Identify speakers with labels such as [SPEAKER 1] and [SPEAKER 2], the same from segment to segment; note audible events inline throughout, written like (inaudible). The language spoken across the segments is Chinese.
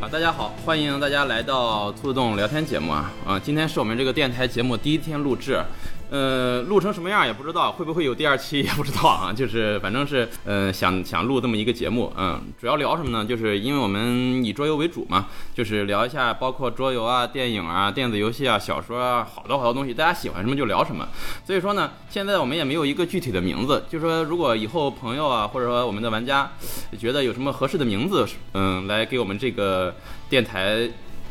[SPEAKER 1] 啊，大家好，欢迎大家来到兔子洞聊天节目啊啊！今天是我们这个电台节目第一天录制，呃，录成什么样也不知道，会不会有第二期也不知道啊。就是反正是呃想想录这么一个节目，嗯，主要聊什么呢？就是因为我们以桌游为主嘛，就是聊一下包括桌游啊、电影啊、电子游戏啊、小说啊，好多好多东西，大家喜欢什么就聊什么。所以说呢，现在我们也没有一个具体的名字，就说如果以后朋友啊，或者说我们的玩家觉得有什么合适的名字，嗯，来给我们这个电台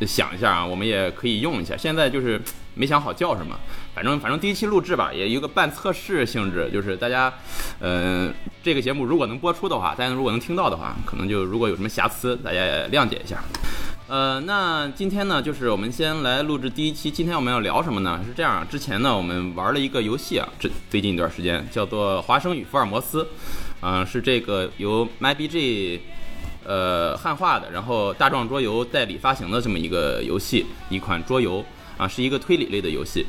[SPEAKER 1] 想一下啊，我们也可以用一下。现在就是没想好叫什么，反正反正第一期录制吧，也有一个半测试性质，就是大家，呃，这个节目如果能播出的话，大家如果能听到的话，可能就如果有什么瑕疵，大家也谅解一下。呃，那今天呢，就是我们先来录制第一期。今天我们要聊什么呢？是这样啊，之前呢，我们玩了一个游戏啊，这最近一段时间叫做《华生与福尔摩斯》，嗯、是这个由 MyBG 呃汉化的，然后大壮桌游代理发行的这么一个游戏，一款桌游啊，是一个推理类的游戏。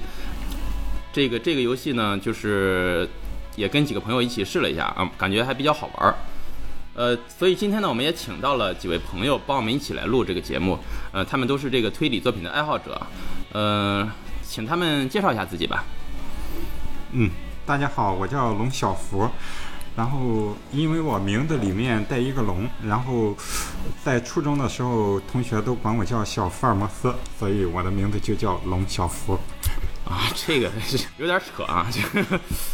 [SPEAKER 1] 这个这个游戏呢，就是也跟几个朋友一起试了一下啊，感觉还比较好玩儿。呃，所以今天呢，我们也请到了几位朋友帮我们一起来录这个节目。呃，他们都是这个推理作品的爱好者。啊呃，请他们介绍一下自己吧。
[SPEAKER 2] 嗯，大家好，我叫龙小福。然后，因为我名字里面带一个龙，然后在初中的时候，同学都管我叫小福尔摩斯，所以我的名字就叫龙小福。
[SPEAKER 1] 啊， (laughs) 这个是有点扯啊，就是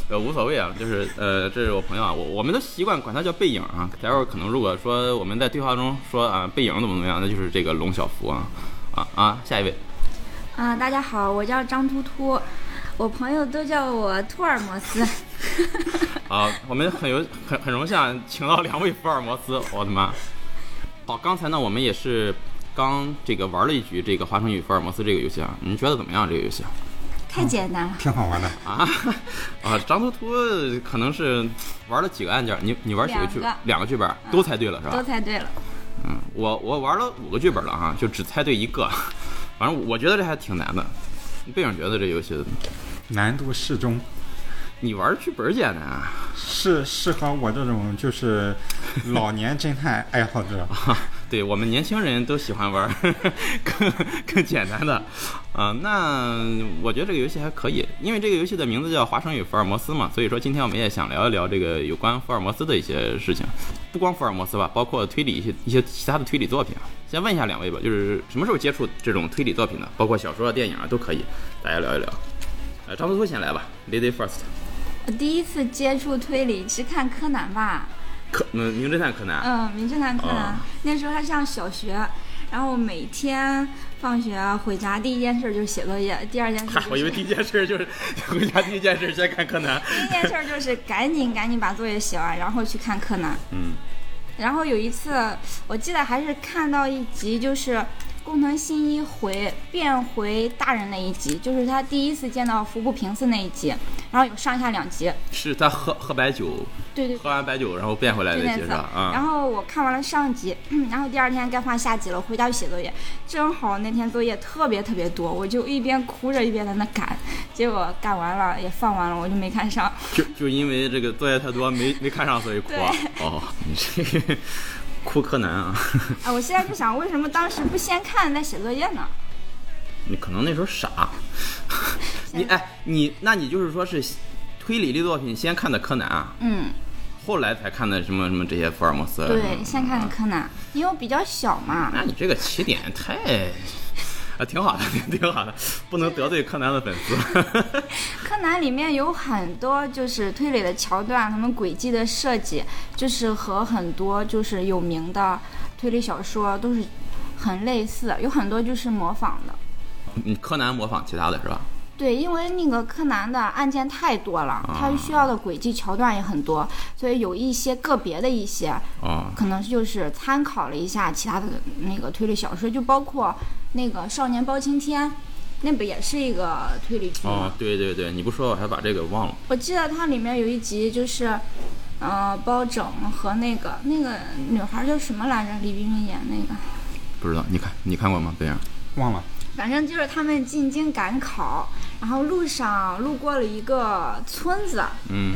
[SPEAKER 1] 呃无所谓啊，就是呃这是我朋友啊，我我们都习惯管他叫背影啊。待会儿可能如果说我们在对话中说啊背影怎么怎么样，那就是这个龙小福啊啊啊，下一位
[SPEAKER 3] 啊、大家好，我叫张突突，我朋友都叫我兔尔摩斯。
[SPEAKER 1] 啊，我们很有很很荣幸啊，请到两位福尔摩斯，我的妈！好，刚才呢我们也是刚这个玩了一局这个《华生与福尔摩斯》这个游戏啊，你觉得怎么样这个游戏啊？ (laughs)
[SPEAKER 3] 太简单了，
[SPEAKER 2] 挺好玩的。
[SPEAKER 1] 啊啊！张图图可能是玩了几个按键，你你玩几个剧本
[SPEAKER 3] 两个？
[SPEAKER 1] 两个剧本都猜对了是吧
[SPEAKER 3] 都？猜对了。
[SPEAKER 1] 嗯，我我玩了五个剧本了哈，就只猜对一个。 (laughs) 反正我觉得这还挺难的。背影觉得这游戏，
[SPEAKER 2] 难度适中，
[SPEAKER 1] 你玩剧本简单啊？
[SPEAKER 2] 适适合我这种就是老年侦探爱好者。
[SPEAKER 1] 对我们年轻人都喜欢玩儿 (laughs) 更更简单的啊、那我觉得这个游戏还可以，因为这个游戏的名字叫《华生与福尔摩斯》嘛，所以说今天我们也想聊一聊这个有关福尔摩斯的一些事情，不光福尔摩斯吧，包括推理一些一些其他的推理作品啊。先问一下两位吧，就是什么时候接触这种推理作品的，包括小说啊、电影啊都可以，大家聊一聊。呃，张图图先来吧，Lady First，
[SPEAKER 3] 我第一次接触推理是看柯南吧，
[SPEAKER 1] 柯嗯，名侦探柯南，
[SPEAKER 3] 嗯，名侦探柯南，
[SPEAKER 1] 哦
[SPEAKER 3] 那时候还上小学，然后每天放学啊回家第一件事就是写作业，第二件事、就
[SPEAKER 1] 嗨 (laughs)
[SPEAKER 3] 是，
[SPEAKER 1] 我以为第一件事就是 (laughs) 回家第一件事先看柯南，
[SPEAKER 3] (laughs) 第一件事就是赶紧赶紧把作业写完，然后去看柯南。
[SPEAKER 1] 嗯。
[SPEAKER 3] 然后有一次，我记得还是看到一集，就是工藤新一回变回大人那一集，就是他第一次见到服部平次那一集，然后有上下两集。
[SPEAKER 1] 是他喝喝白酒，
[SPEAKER 3] 对对，
[SPEAKER 1] 喝完白酒然后变回来
[SPEAKER 3] 就
[SPEAKER 1] 的
[SPEAKER 3] 那
[SPEAKER 1] 街
[SPEAKER 3] 次
[SPEAKER 1] 上。啊
[SPEAKER 3] 然。后我看完了上集，嗯然后第二天该换下集了，回家去写作业。正好那天作业特别特别多，我就一边哭着一边在那赶，结果赶完了也放完了，我就没看上。
[SPEAKER 1] 就就因为这个作业太多，没没看上，所以哭啊。哦，你这个 (laughs) 哭柯南啊，
[SPEAKER 3] 啊，我现在就想，为什么当时不先看再写作业呢？
[SPEAKER 1] 你可能那时候傻。 (laughs) 你哎，你那你就是说是推理类作品先看的柯南啊，
[SPEAKER 3] 嗯，
[SPEAKER 1] 后来才看的什么什么这些福尔摩斯啊。什
[SPEAKER 3] 对，
[SPEAKER 1] 么
[SPEAKER 3] 先看的柯南，因为我比较小嘛。
[SPEAKER 1] 那你这个起点太 (laughs) 啊，挺好的， (laughs) 挺好的，不能得罪柯南的粉
[SPEAKER 3] (laughs)
[SPEAKER 1] 丝。
[SPEAKER 3] 柯南里面有很多就是推理的桥段，他们轨迹的设计，就是和很多就是有名的推理小说都是很类似，有很多就是模仿的。
[SPEAKER 1] 你嗯柯南模仿其他的是吧？
[SPEAKER 3] 对，因为那个柯南的案件太多了，它需要的轨迹桥段也很多，所以有一些个别的一些
[SPEAKER 1] 哦，
[SPEAKER 3] 可能就是参考了一下其他的那个推理小说，就包括那个《少年包青天》，那不也是一个推理剧吗？
[SPEAKER 1] 哦，对对对，你不说我还把这个忘了。
[SPEAKER 3] 我记得它里面有一集就是，呃，包拯和那个那个女孩叫什么来着？李冰冰演那个，
[SPEAKER 1] 不知道，你看你看过吗？对呀、
[SPEAKER 2] 忘了，
[SPEAKER 3] 反正就是他们进京赶考，然后路上路过了一个村子，
[SPEAKER 1] 嗯，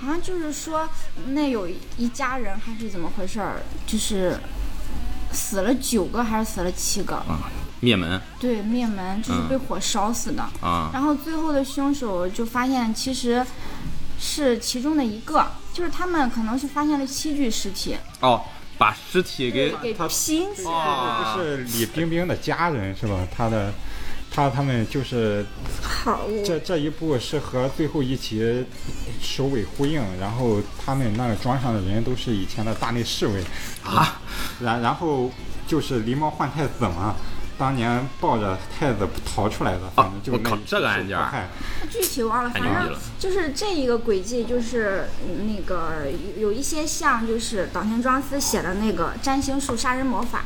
[SPEAKER 3] 好像就是说那有一家人还是怎么回事儿，就是死了九个还是死了七个？
[SPEAKER 1] 啊，灭门
[SPEAKER 3] 对，灭门就是
[SPEAKER 1] 嗯
[SPEAKER 3] 被火烧死的。
[SPEAKER 1] 啊
[SPEAKER 3] 然后最后的凶手就发现其实是其中的一个，就是他们可能是发现了七具尸体，
[SPEAKER 1] 哦，把尸体给
[SPEAKER 3] 给
[SPEAKER 2] 他
[SPEAKER 3] 拼起来。
[SPEAKER 1] 哦
[SPEAKER 2] 不是李冰冰的家人是吧？他的，他他们就是
[SPEAKER 3] 好，
[SPEAKER 2] 这这一部是和最后一集首尾呼应，然后他们那个庄上的人都是以前的大内侍卫，嗯
[SPEAKER 1] 啊
[SPEAKER 2] 然然后就是狸猫换太子嘛，当年抱着太子逃出来的，反正就是
[SPEAKER 1] 哦我靠
[SPEAKER 2] 那一次
[SPEAKER 1] 这个案
[SPEAKER 2] 受
[SPEAKER 1] 件啊
[SPEAKER 2] 迫害
[SPEAKER 3] 具体忘了，
[SPEAKER 1] 太
[SPEAKER 3] 反
[SPEAKER 1] 牛逼
[SPEAKER 3] 正
[SPEAKER 1] 了
[SPEAKER 3] 就是这一个轨迹，就是嗯那个有有一些像就是岛田庄司写的那个《占星术杀人魔法》，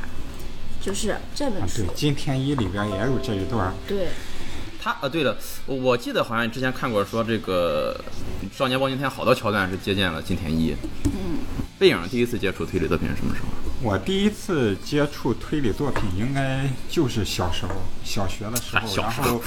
[SPEAKER 3] 就是这
[SPEAKER 2] 啊
[SPEAKER 3] 本，书
[SPEAKER 2] 对，。金田一里边也有这一段儿，
[SPEAKER 3] 对，
[SPEAKER 1] 他啊，对了，我我记得好像之前看过说这个《少年包青天》好多桥段是借鉴了金田一。嗯，背影第一次接触推理作品是什么时候？
[SPEAKER 2] 我第一次接触推理作品，应该就是小时候，小学的时
[SPEAKER 1] 啊
[SPEAKER 2] 候。
[SPEAKER 1] 小
[SPEAKER 2] 然
[SPEAKER 1] 时候
[SPEAKER 2] 后，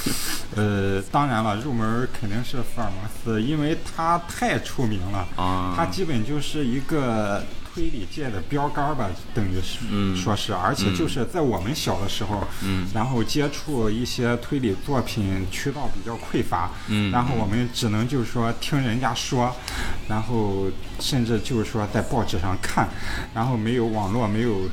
[SPEAKER 2] 呃，当然了，入门肯定是福尔摩斯，因为他太出名了，
[SPEAKER 1] 啊
[SPEAKER 2] 他基本就是一个推理界的标杆吧，等于是、
[SPEAKER 1] 嗯
[SPEAKER 2] 说是，而且就是在我们小的时候，
[SPEAKER 1] 嗯
[SPEAKER 2] 然后接触一些推理作品渠道比较匮乏，
[SPEAKER 1] 嗯
[SPEAKER 2] 然后我们只能就是说听人家说，然后甚至就是说在报纸上看，然后没有网络，没有。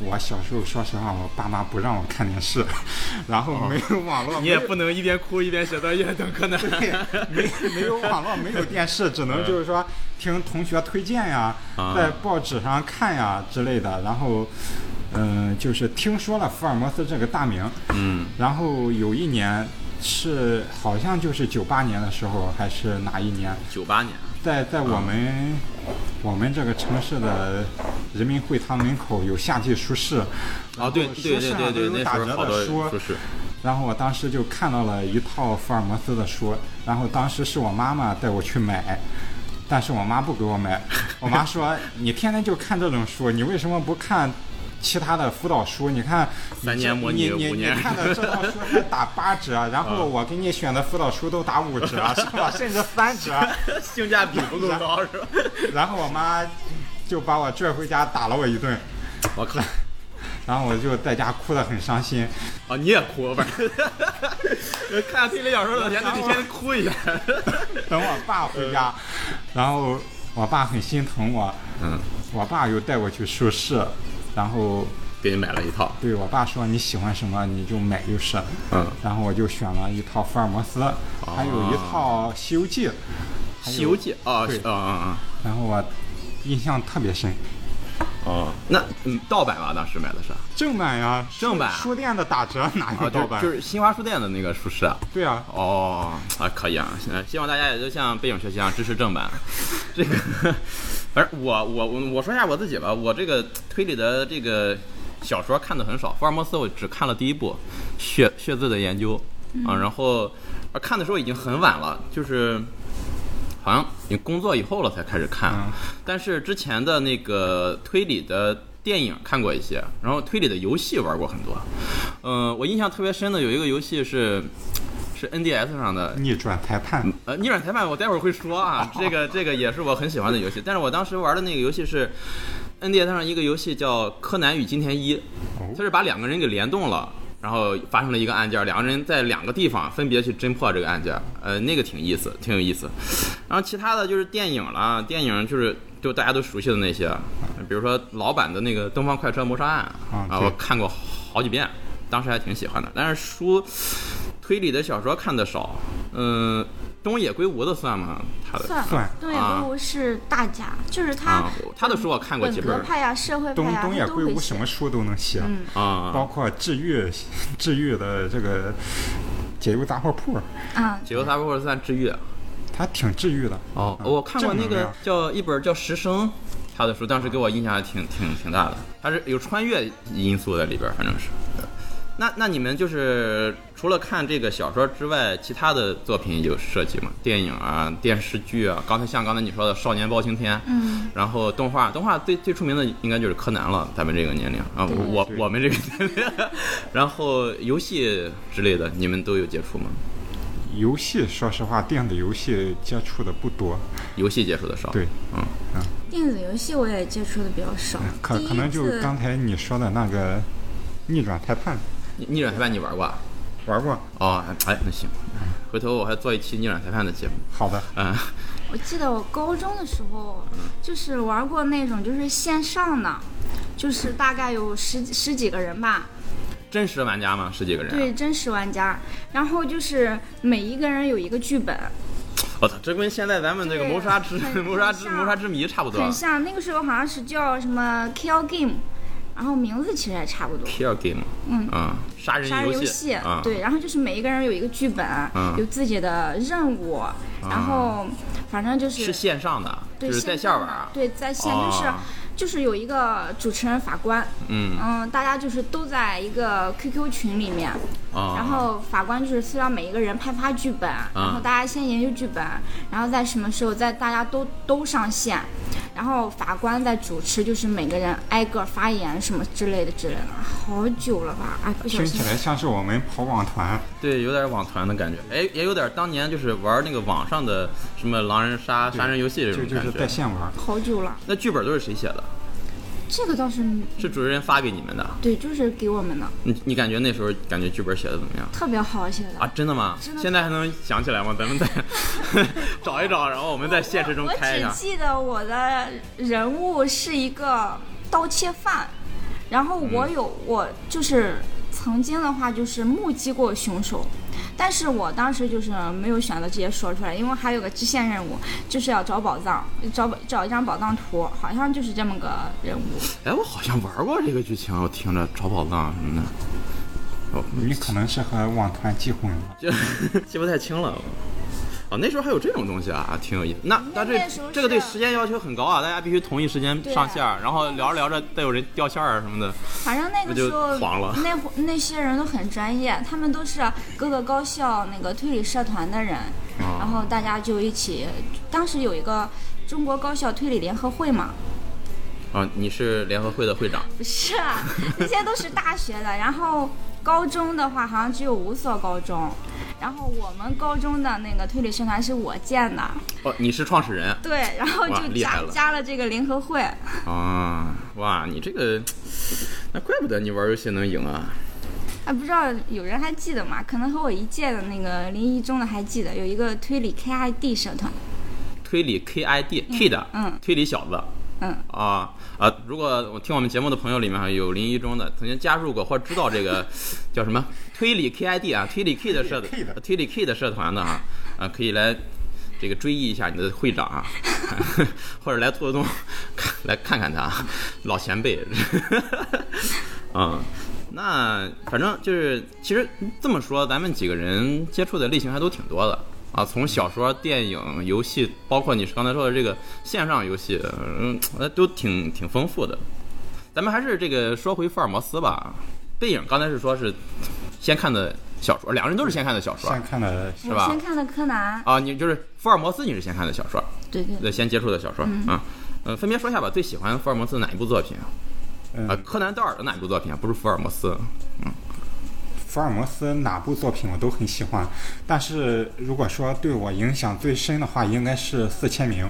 [SPEAKER 2] 我小时候，说实话，我爸妈不让我看电视， (laughs) 然后没有网
[SPEAKER 1] 哦
[SPEAKER 2] 络，没有
[SPEAKER 1] 能一边哭一边写作业，等柯南。
[SPEAKER 2] 没 (laughs) 没有网络，没有电视，只能就是说听同学推荐呀，
[SPEAKER 1] 嗯啊
[SPEAKER 2] 在报纸上看呀之类的。然后，嗯、就是听说了福尔摩斯这个大名，
[SPEAKER 1] 嗯
[SPEAKER 2] 然后有一年是好像就是九八年的时候，还是哪一年，
[SPEAKER 1] 九八年
[SPEAKER 2] 在在
[SPEAKER 1] 啊
[SPEAKER 2] 我们、我们这个城市的人民会堂门口有夏季书市，
[SPEAKER 1] 啊，对
[SPEAKER 2] 然后
[SPEAKER 1] 对
[SPEAKER 2] 书
[SPEAKER 1] 对
[SPEAKER 2] 市
[SPEAKER 1] 对
[SPEAKER 2] 上
[SPEAKER 1] 对，
[SPEAKER 2] 都有
[SPEAKER 1] 那
[SPEAKER 2] 打
[SPEAKER 1] 时候
[SPEAKER 2] 折
[SPEAKER 1] 好
[SPEAKER 2] 的
[SPEAKER 1] 多
[SPEAKER 2] 书，
[SPEAKER 1] 说是
[SPEAKER 2] 然后我当时就看到了一套福尔摩斯的书，然后当时是我妈妈带我去买，但是我妈不给
[SPEAKER 1] (laughs)
[SPEAKER 2] 我买，我妈说你天天就看这种书，你为什么不看？其他的辅导书，你看你
[SPEAKER 1] 三年
[SPEAKER 2] 这
[SPEAKER 1] 模拟
[SPEAKER 2] 你你
[SPEAKER 1] 五
[SPEAKER 2] 你
[SPEAKER 1] 年
[SPEAKER 2] 看的这套书还打八折，然后我给你选的辅导书都打五
[SPEAKER 1] (laughs)
[SPEAKER 2] 折，是吧？甚至三折。
[SPEAKER 1] (laughs) 性价比不够高是吧？
[SPEAKER 2] 然后我妈就把我拽回家打了我一顿，
[SPEAKER 1] 我靠！
[SPEAKER 2] 然后我就在家哭得很伤心。
[SPEAKER 1] 啊，你也哭，反正 (laughs) 看推理小说的前，那得先哭一下。
[SPEAKER 2] 等我爸回家，然后我爸很心疼我，
[SPEAKER 1] 嗯，
[SPEAKER 2] 我爸又带我去书市，然后
[SPEAKER 1] 给你买了一套。
[SPEAKER 2] 对我爸说你喜欢什么你就买就是，
[SPEAKER 1] 嗯，哦
[SPEAKER 2] 然后我就选了一套福尔摩斯，还有一套《西游记》，
[SPEAKER 1] 《西游记》啊，
[SPEAKER 2] 对
[SPEAKER 1] 啊啊
[SPEAKER 2] 然后我印象特别深。
[SPEAKER 1] 啊！哦，那嗯，盗版吧，当时买的是
[SPEAKER 2] 正版呀，
[SPEAKER 1] 正版
[SPEAKER 2] 书书店的打折哪
[SPEAKER 1] 啊，就
[SPEAKER 2] 有盗
[SPEAKER 1] 是
[SPEAKER 2] 版？
[SPEAKER 1] 就是新华书店的那个书市啊。
[SPEAKER 2] 对啊，
[SPEAKER 1] 哦，啊，可以啊，呃希望大家也就像背影学习一样支持正版。这个，反正我我我我说一下我自己吧，我这个推理的这个小说看的很少，福尔摩斯我只看了第一部《血血字的研究》啊，然后啊看的时候已经很晚了，就是好像你工作以后了才开始看，
[SPEAKER 2] 嗯
[SPEAKER 1] 但是之前的那个推理的电影看过一些，然后推理的游戏玩过很多。嗯、我印象特别深的有一个游戏是是 NDS 上的
[SPEAKER 2] 逆转裁判，
[SPEAKER 1] 呃，逆转裁判我待会儿会说啊，这个这个也是我很喜欢的游戏，但是我当时玩的那个游戏是 NDS 上一个游戏叫《柯南与金田一》，它是把两个人给联动了。然后发生了一个案件，两个人在两个地方分别去侦破这个案件，呃，那个挺意思，挺有意思。然后其他的就是电影了，电影就是就大家都熟悉的那些，比如说老版的那个《东方快车谋杀案》
[SPEAKER 2] 啊
[SPEAKER 1] 啊，
[SPEAKER 2] 对
[SPEAKER 1] 我看过好几遍，当时还挺喜欢的。但是书推理的小说看的少，嗯、东野圭吾的算吗？他的
[SPEAKER 3] 算
[SPEAKER 2] 算
[SPEAKER 3] 了，东野
[SPEAKER 1] 啊
[SPEAKER 3] 圭吾是大家，就是他
[SPEAKER 1] 啊，他的书我看过
[SPEAKER 3] 本
[SPEAKER 1] 几
[SPEAKER 3] 格
[SPEAKER 1] 本
[SPEAKER 3] 派呀、社会派
[SPEAKER 2] 东
[SPEAKER 3] 呀，
[SPEAKER 2] 东
[SPEAKER 3] 啊他
[SPEAKER 2] 野
[SPEAKER 3] 都
[SPEAKER 2] 圭
[SPEAKER 3] 会
[SPEAKER 2] 吾
[SPEAKER 3] 写
[SPEAKER 2] 什么书都能写，
[SPEAKER 3] 嗯
[SPEAKER 1] 啊
[SPEAKER 2] 包。括治愈治愈的这个解忧杂货铺，
[SPEAKER 3] 啊，
[SPEAKER 1] 解忧杂货铺算治愈
[SPEAKER 2] 它挺治愈的。
[SPEAKER 1] 哦，
[SPEAKER 2] 嗯
[SPEAKER 1] 我看过那
[SPEAKER 2] 正能
[SPEAKER 1] 个
[SPEAKER 2] 量
[SPEAKER 1] 叫一本叫《石生》，他的书当时给我印象还挺挺挺大的，他是有穿越因素在里边儿，反正是。那那你们就是除了看这个小说之外，其他的作品有涉及吗？电影啊、电视剧啊，刚才像刚才你说的《少年包青天》，
[SPEAKER 3] 嗯，
[SPEAKER 1] 然后动画，动画最最出名的应该就是柯南了，咱们这个年龄啊，我我我们这个年龄，然后游戏之类的，你们都有接触吗？
[SPEAKER 2] 游戏，说实话，电子游戏接触的不多。
[SPEAKER 1] 游戏接触的少，
[SPEAKER 2] 对，
[SPEAKER 1] 嗯
[SPEAKER 2] 嗯，
[SPEAKER 3] 电子游戏我也接触的比较少，
[SPEAKER 2] 哎可
[SPEAKER 3] 第一
[SPEAKER 2] 可能就
[SPEAKER 3] 次
[SPEAKER 2] 刚才你说的那个逆转裁判
[SPEAKER 1] 逆逆转裁判你玩过啊？
[SPEAKER 2] 玩过，
[SPEAKER 1] 哦，哎，那行，回头我还做一期逆转裁判的节目。
[SPEAKER 2] 好的，
[SPEAKER 1] 嗯，
[SPEAKER 3] 我记得我高中的时候，就是玩过那种就是线上的，就是大概有十几十几个人吧，
[SPEAKER 1] 真实玩家吗？十几个人、啊？
[SPEAKER 3] 对，真实玩家。然后就是每一个人有一个剧本，
[SPEAKER 1] 我操，这哦跟现在咱们这个
[SPEAKER 3] 对
[SPEAKER 1] 谋杀之
[SPEAKER 3] 很
[SPEAKER 1] 谋杀之
[SPEAKER 3] 很像
[SPEAKER 1] 谋杀之谜差不多。啊
[SPEAKER 3] 很像那个时候好像是叫什么 Kill Game，然后名字其实也差不多。
[SPEAKER 1] Kill game，
[SPEAKER 3] 嗯
[SPEAKER 1] 啊，杀人
[SPEAKER 3] 杀人游
[SPEAKER 1] 戏啊，，
[SPEAKER 3] 对，然后就是每一个人有一个剧本，
[SPEAKER 1] 嗯
[SPEAKER 3] 有自己的任务，然后反正就是
[SPEAKER 1] 是线上的，
[SPEAKER 3] 对
[SPEAKER 1] 就是在线玩
[SPEAKER 3] 上的
[SPEAKER 1] 啊。
[SPEAKER 3] 对，在线
[SPEAKER 1] 哦
[SPEAKER 3] 就是、就是有一个主持人法官，
[SPEAKER 1] 嗯
[SPEAKER 3] 嗯，大家就是都在一个 QQ 群里面，
[SPEAKER 1] 啊，
[SPEAKER 3] 然后法官就是需要每一个人派发剧本，
[SPEAKER 1] 嗯
[SPEAKER 3] 然后大家先研究剧本，然后在什么时候在大家都都上线，然后法官在主持，就是每个人挨个发言什么之类的之类的，好久了吧？哎，不小
[SPEAKER 2] 听
[SPEAKER 3] 心
[SPEAKER 2] 起。来像是我们跑网团，
[SPEAKER 1] 对，有点网团的感觉，哎，也有点当年就是玩那个网上的什么狼人杀、杀人游戏这
[SPEAKER 2] 就
[SPEAKER 1] 种
[SPEAKER 2] 就是
[SPEAKER 1] 感
[SPEAKER 2] 在
[SPEAKER 1] 觉。
[SPEAKER 2] 线玩。
[SPEAKER 3] 好久了，
[SPEAKER 1] 那剧本都是谁写的？
[SPEAKER 3] 这个倒是
[SPEAKER 1] 是主持人发给你们的？
[SPEAKER 3] 对，就是给我们的
[SPEAKER 1] 你你感觉那时候感觉剧本写的怎么样？
[SPEAKER 3] 特别好写的
[SPEAKER 1] 啊，。真的吗？
[SPEAKER 3] 真的
[SPEAKER 1] 现在还能想起来吗？咱们再
[SPEAKER 3] (laughs)
[SPEAKER 1] 找一找，然后我们在现实中
[SPEAKER 3] 我
[SPEAKER 1] 开一
[SPEAKER 3] 只
[SPEAKER 1] 下。
[SPEAKER 3] 记得我的人物是一个盗窃犯，然后
[SPEAKER 1] 嗯
[SPEAKER 3] 我有、我就是曾经的话就是目击过凶手，但是我当时就是没有选择直接说出来，因为还有个支线任务，就是要找宝藏，找找一张宝藏图，好像就是这么个任务。
[SPEAKER 1] 哎，我好像玩过这个剧情，我听着找宝藏什么的，哦，
[SPEAKER 2] 你可能是和网团记混了。
[SPEAKER 1] 就 (laughs) 记不太清了。哦，那时候还有这种东西啊，挺有意思。那那
[SPEAKER 3] 那时候
[SPEAKER 1] 这
[SPEAKER 3] 是
[SPEAKER 1] 这个对时间要求很高啊，大家必须同一时间
[SPEAKER 3] 对
[SPEAKER 1] 上线儿，然后聊着聊着再有人掉线儿什么的。
[SPEAKER 3] 反正那个时候
[SPEAKER 1] 那就黄了
[SPEAKER 3] 那会那些人都很专业，他们都是各个高校那个推理社团的人，
[SPEAKER 1] 哦
[SPEAKER 3] 然后大家就一起，当时有一个中国高校推理联合会嘛，
[SPEAKER 1] 啊，你是联合会的会长，
[SPEAKER 3] 不是啊，
[SPEAKER 1] (laughs)
[SPEAKER 3] 那些都是大学的，然后高中的话好像只有五所高中。然后我们高中的那个推理社团是我建的，
[SPEAKER 1] 哦，你是创始人
[SPEAKER 3] 对，然后
[SPEAKER 1] 哇
[SPEAKER 3] 就
[SPEAKER 1] 厉害
[SPEAKER 3] 加
[SPEAKER 1] 了
[SPEAKER 3] 加了这个联合会，
[SPEAKER 1] 啊！哇，你这个，那怪不得你玩游戏能赢啊！
[SPEAKER 3] 哎，不知道有人还记得吗？可能和我一届的那个临沂中的还记得，有一个推理 KID 社团，
[SPEAKER 1] 推理 KID Kid，
[SPEAKER 3] 嗯
[SPEAKER 1] 推理小子。
[SPEAKER 3] 嗯
[SPEAKER 1] 啊啊！如果我听我们节目的朋友里面还有临沂中的，曾经加入过或者知道这个叫什么推理 KID 啊，推理 K 的社啊
[SPEAKER 2] 推理 K 的
[SPEAKER 1] 推理 K 的社团的啊，啊，可以来这个追忆一下你的会长
[SPEAKER 3] (laughs)
[SPEAKER 1] 啊，或者来兔子洞看来看看他啊，老前辈。 (laughs) 啊、那反正就是，其实这么说，咱们几个人接触的类型还都挺多的啊，从小说、电影、游戏，包括你刚才说的这个线上游戏，嗯，呃都挺挺丰富的。咱们还是这个说回福尔摩斯吧，背影刚才是说是先看的小说，两个人都是先看的小说
[SPEAKER 2] 先看的
[SPEAKER 1] 是
[SPEAKER 3] 我
[SPEAKER 1] 吧
[SPEAKER 3] 先看的柯南，
[SPEAKER 1] 啊，你就是福尔摩斯，你是先看的小说，
[SPEAKER 3] 对对
[SPEAKER 1] 对，先接触的小说啊。呃，分别说一下吧，最喜欢福尔摩斯哪一部作品啊？
[SPEAKER 2] 嗯
[SPEAKER 1] 啊，柯南道尔的哪一部作品啊？不是福尔摩斯。
[SPEAKER 2] 福尔摩斯哪部作品我都很喜欢，但是如果说对我影响最深的话，应该是《四千名》。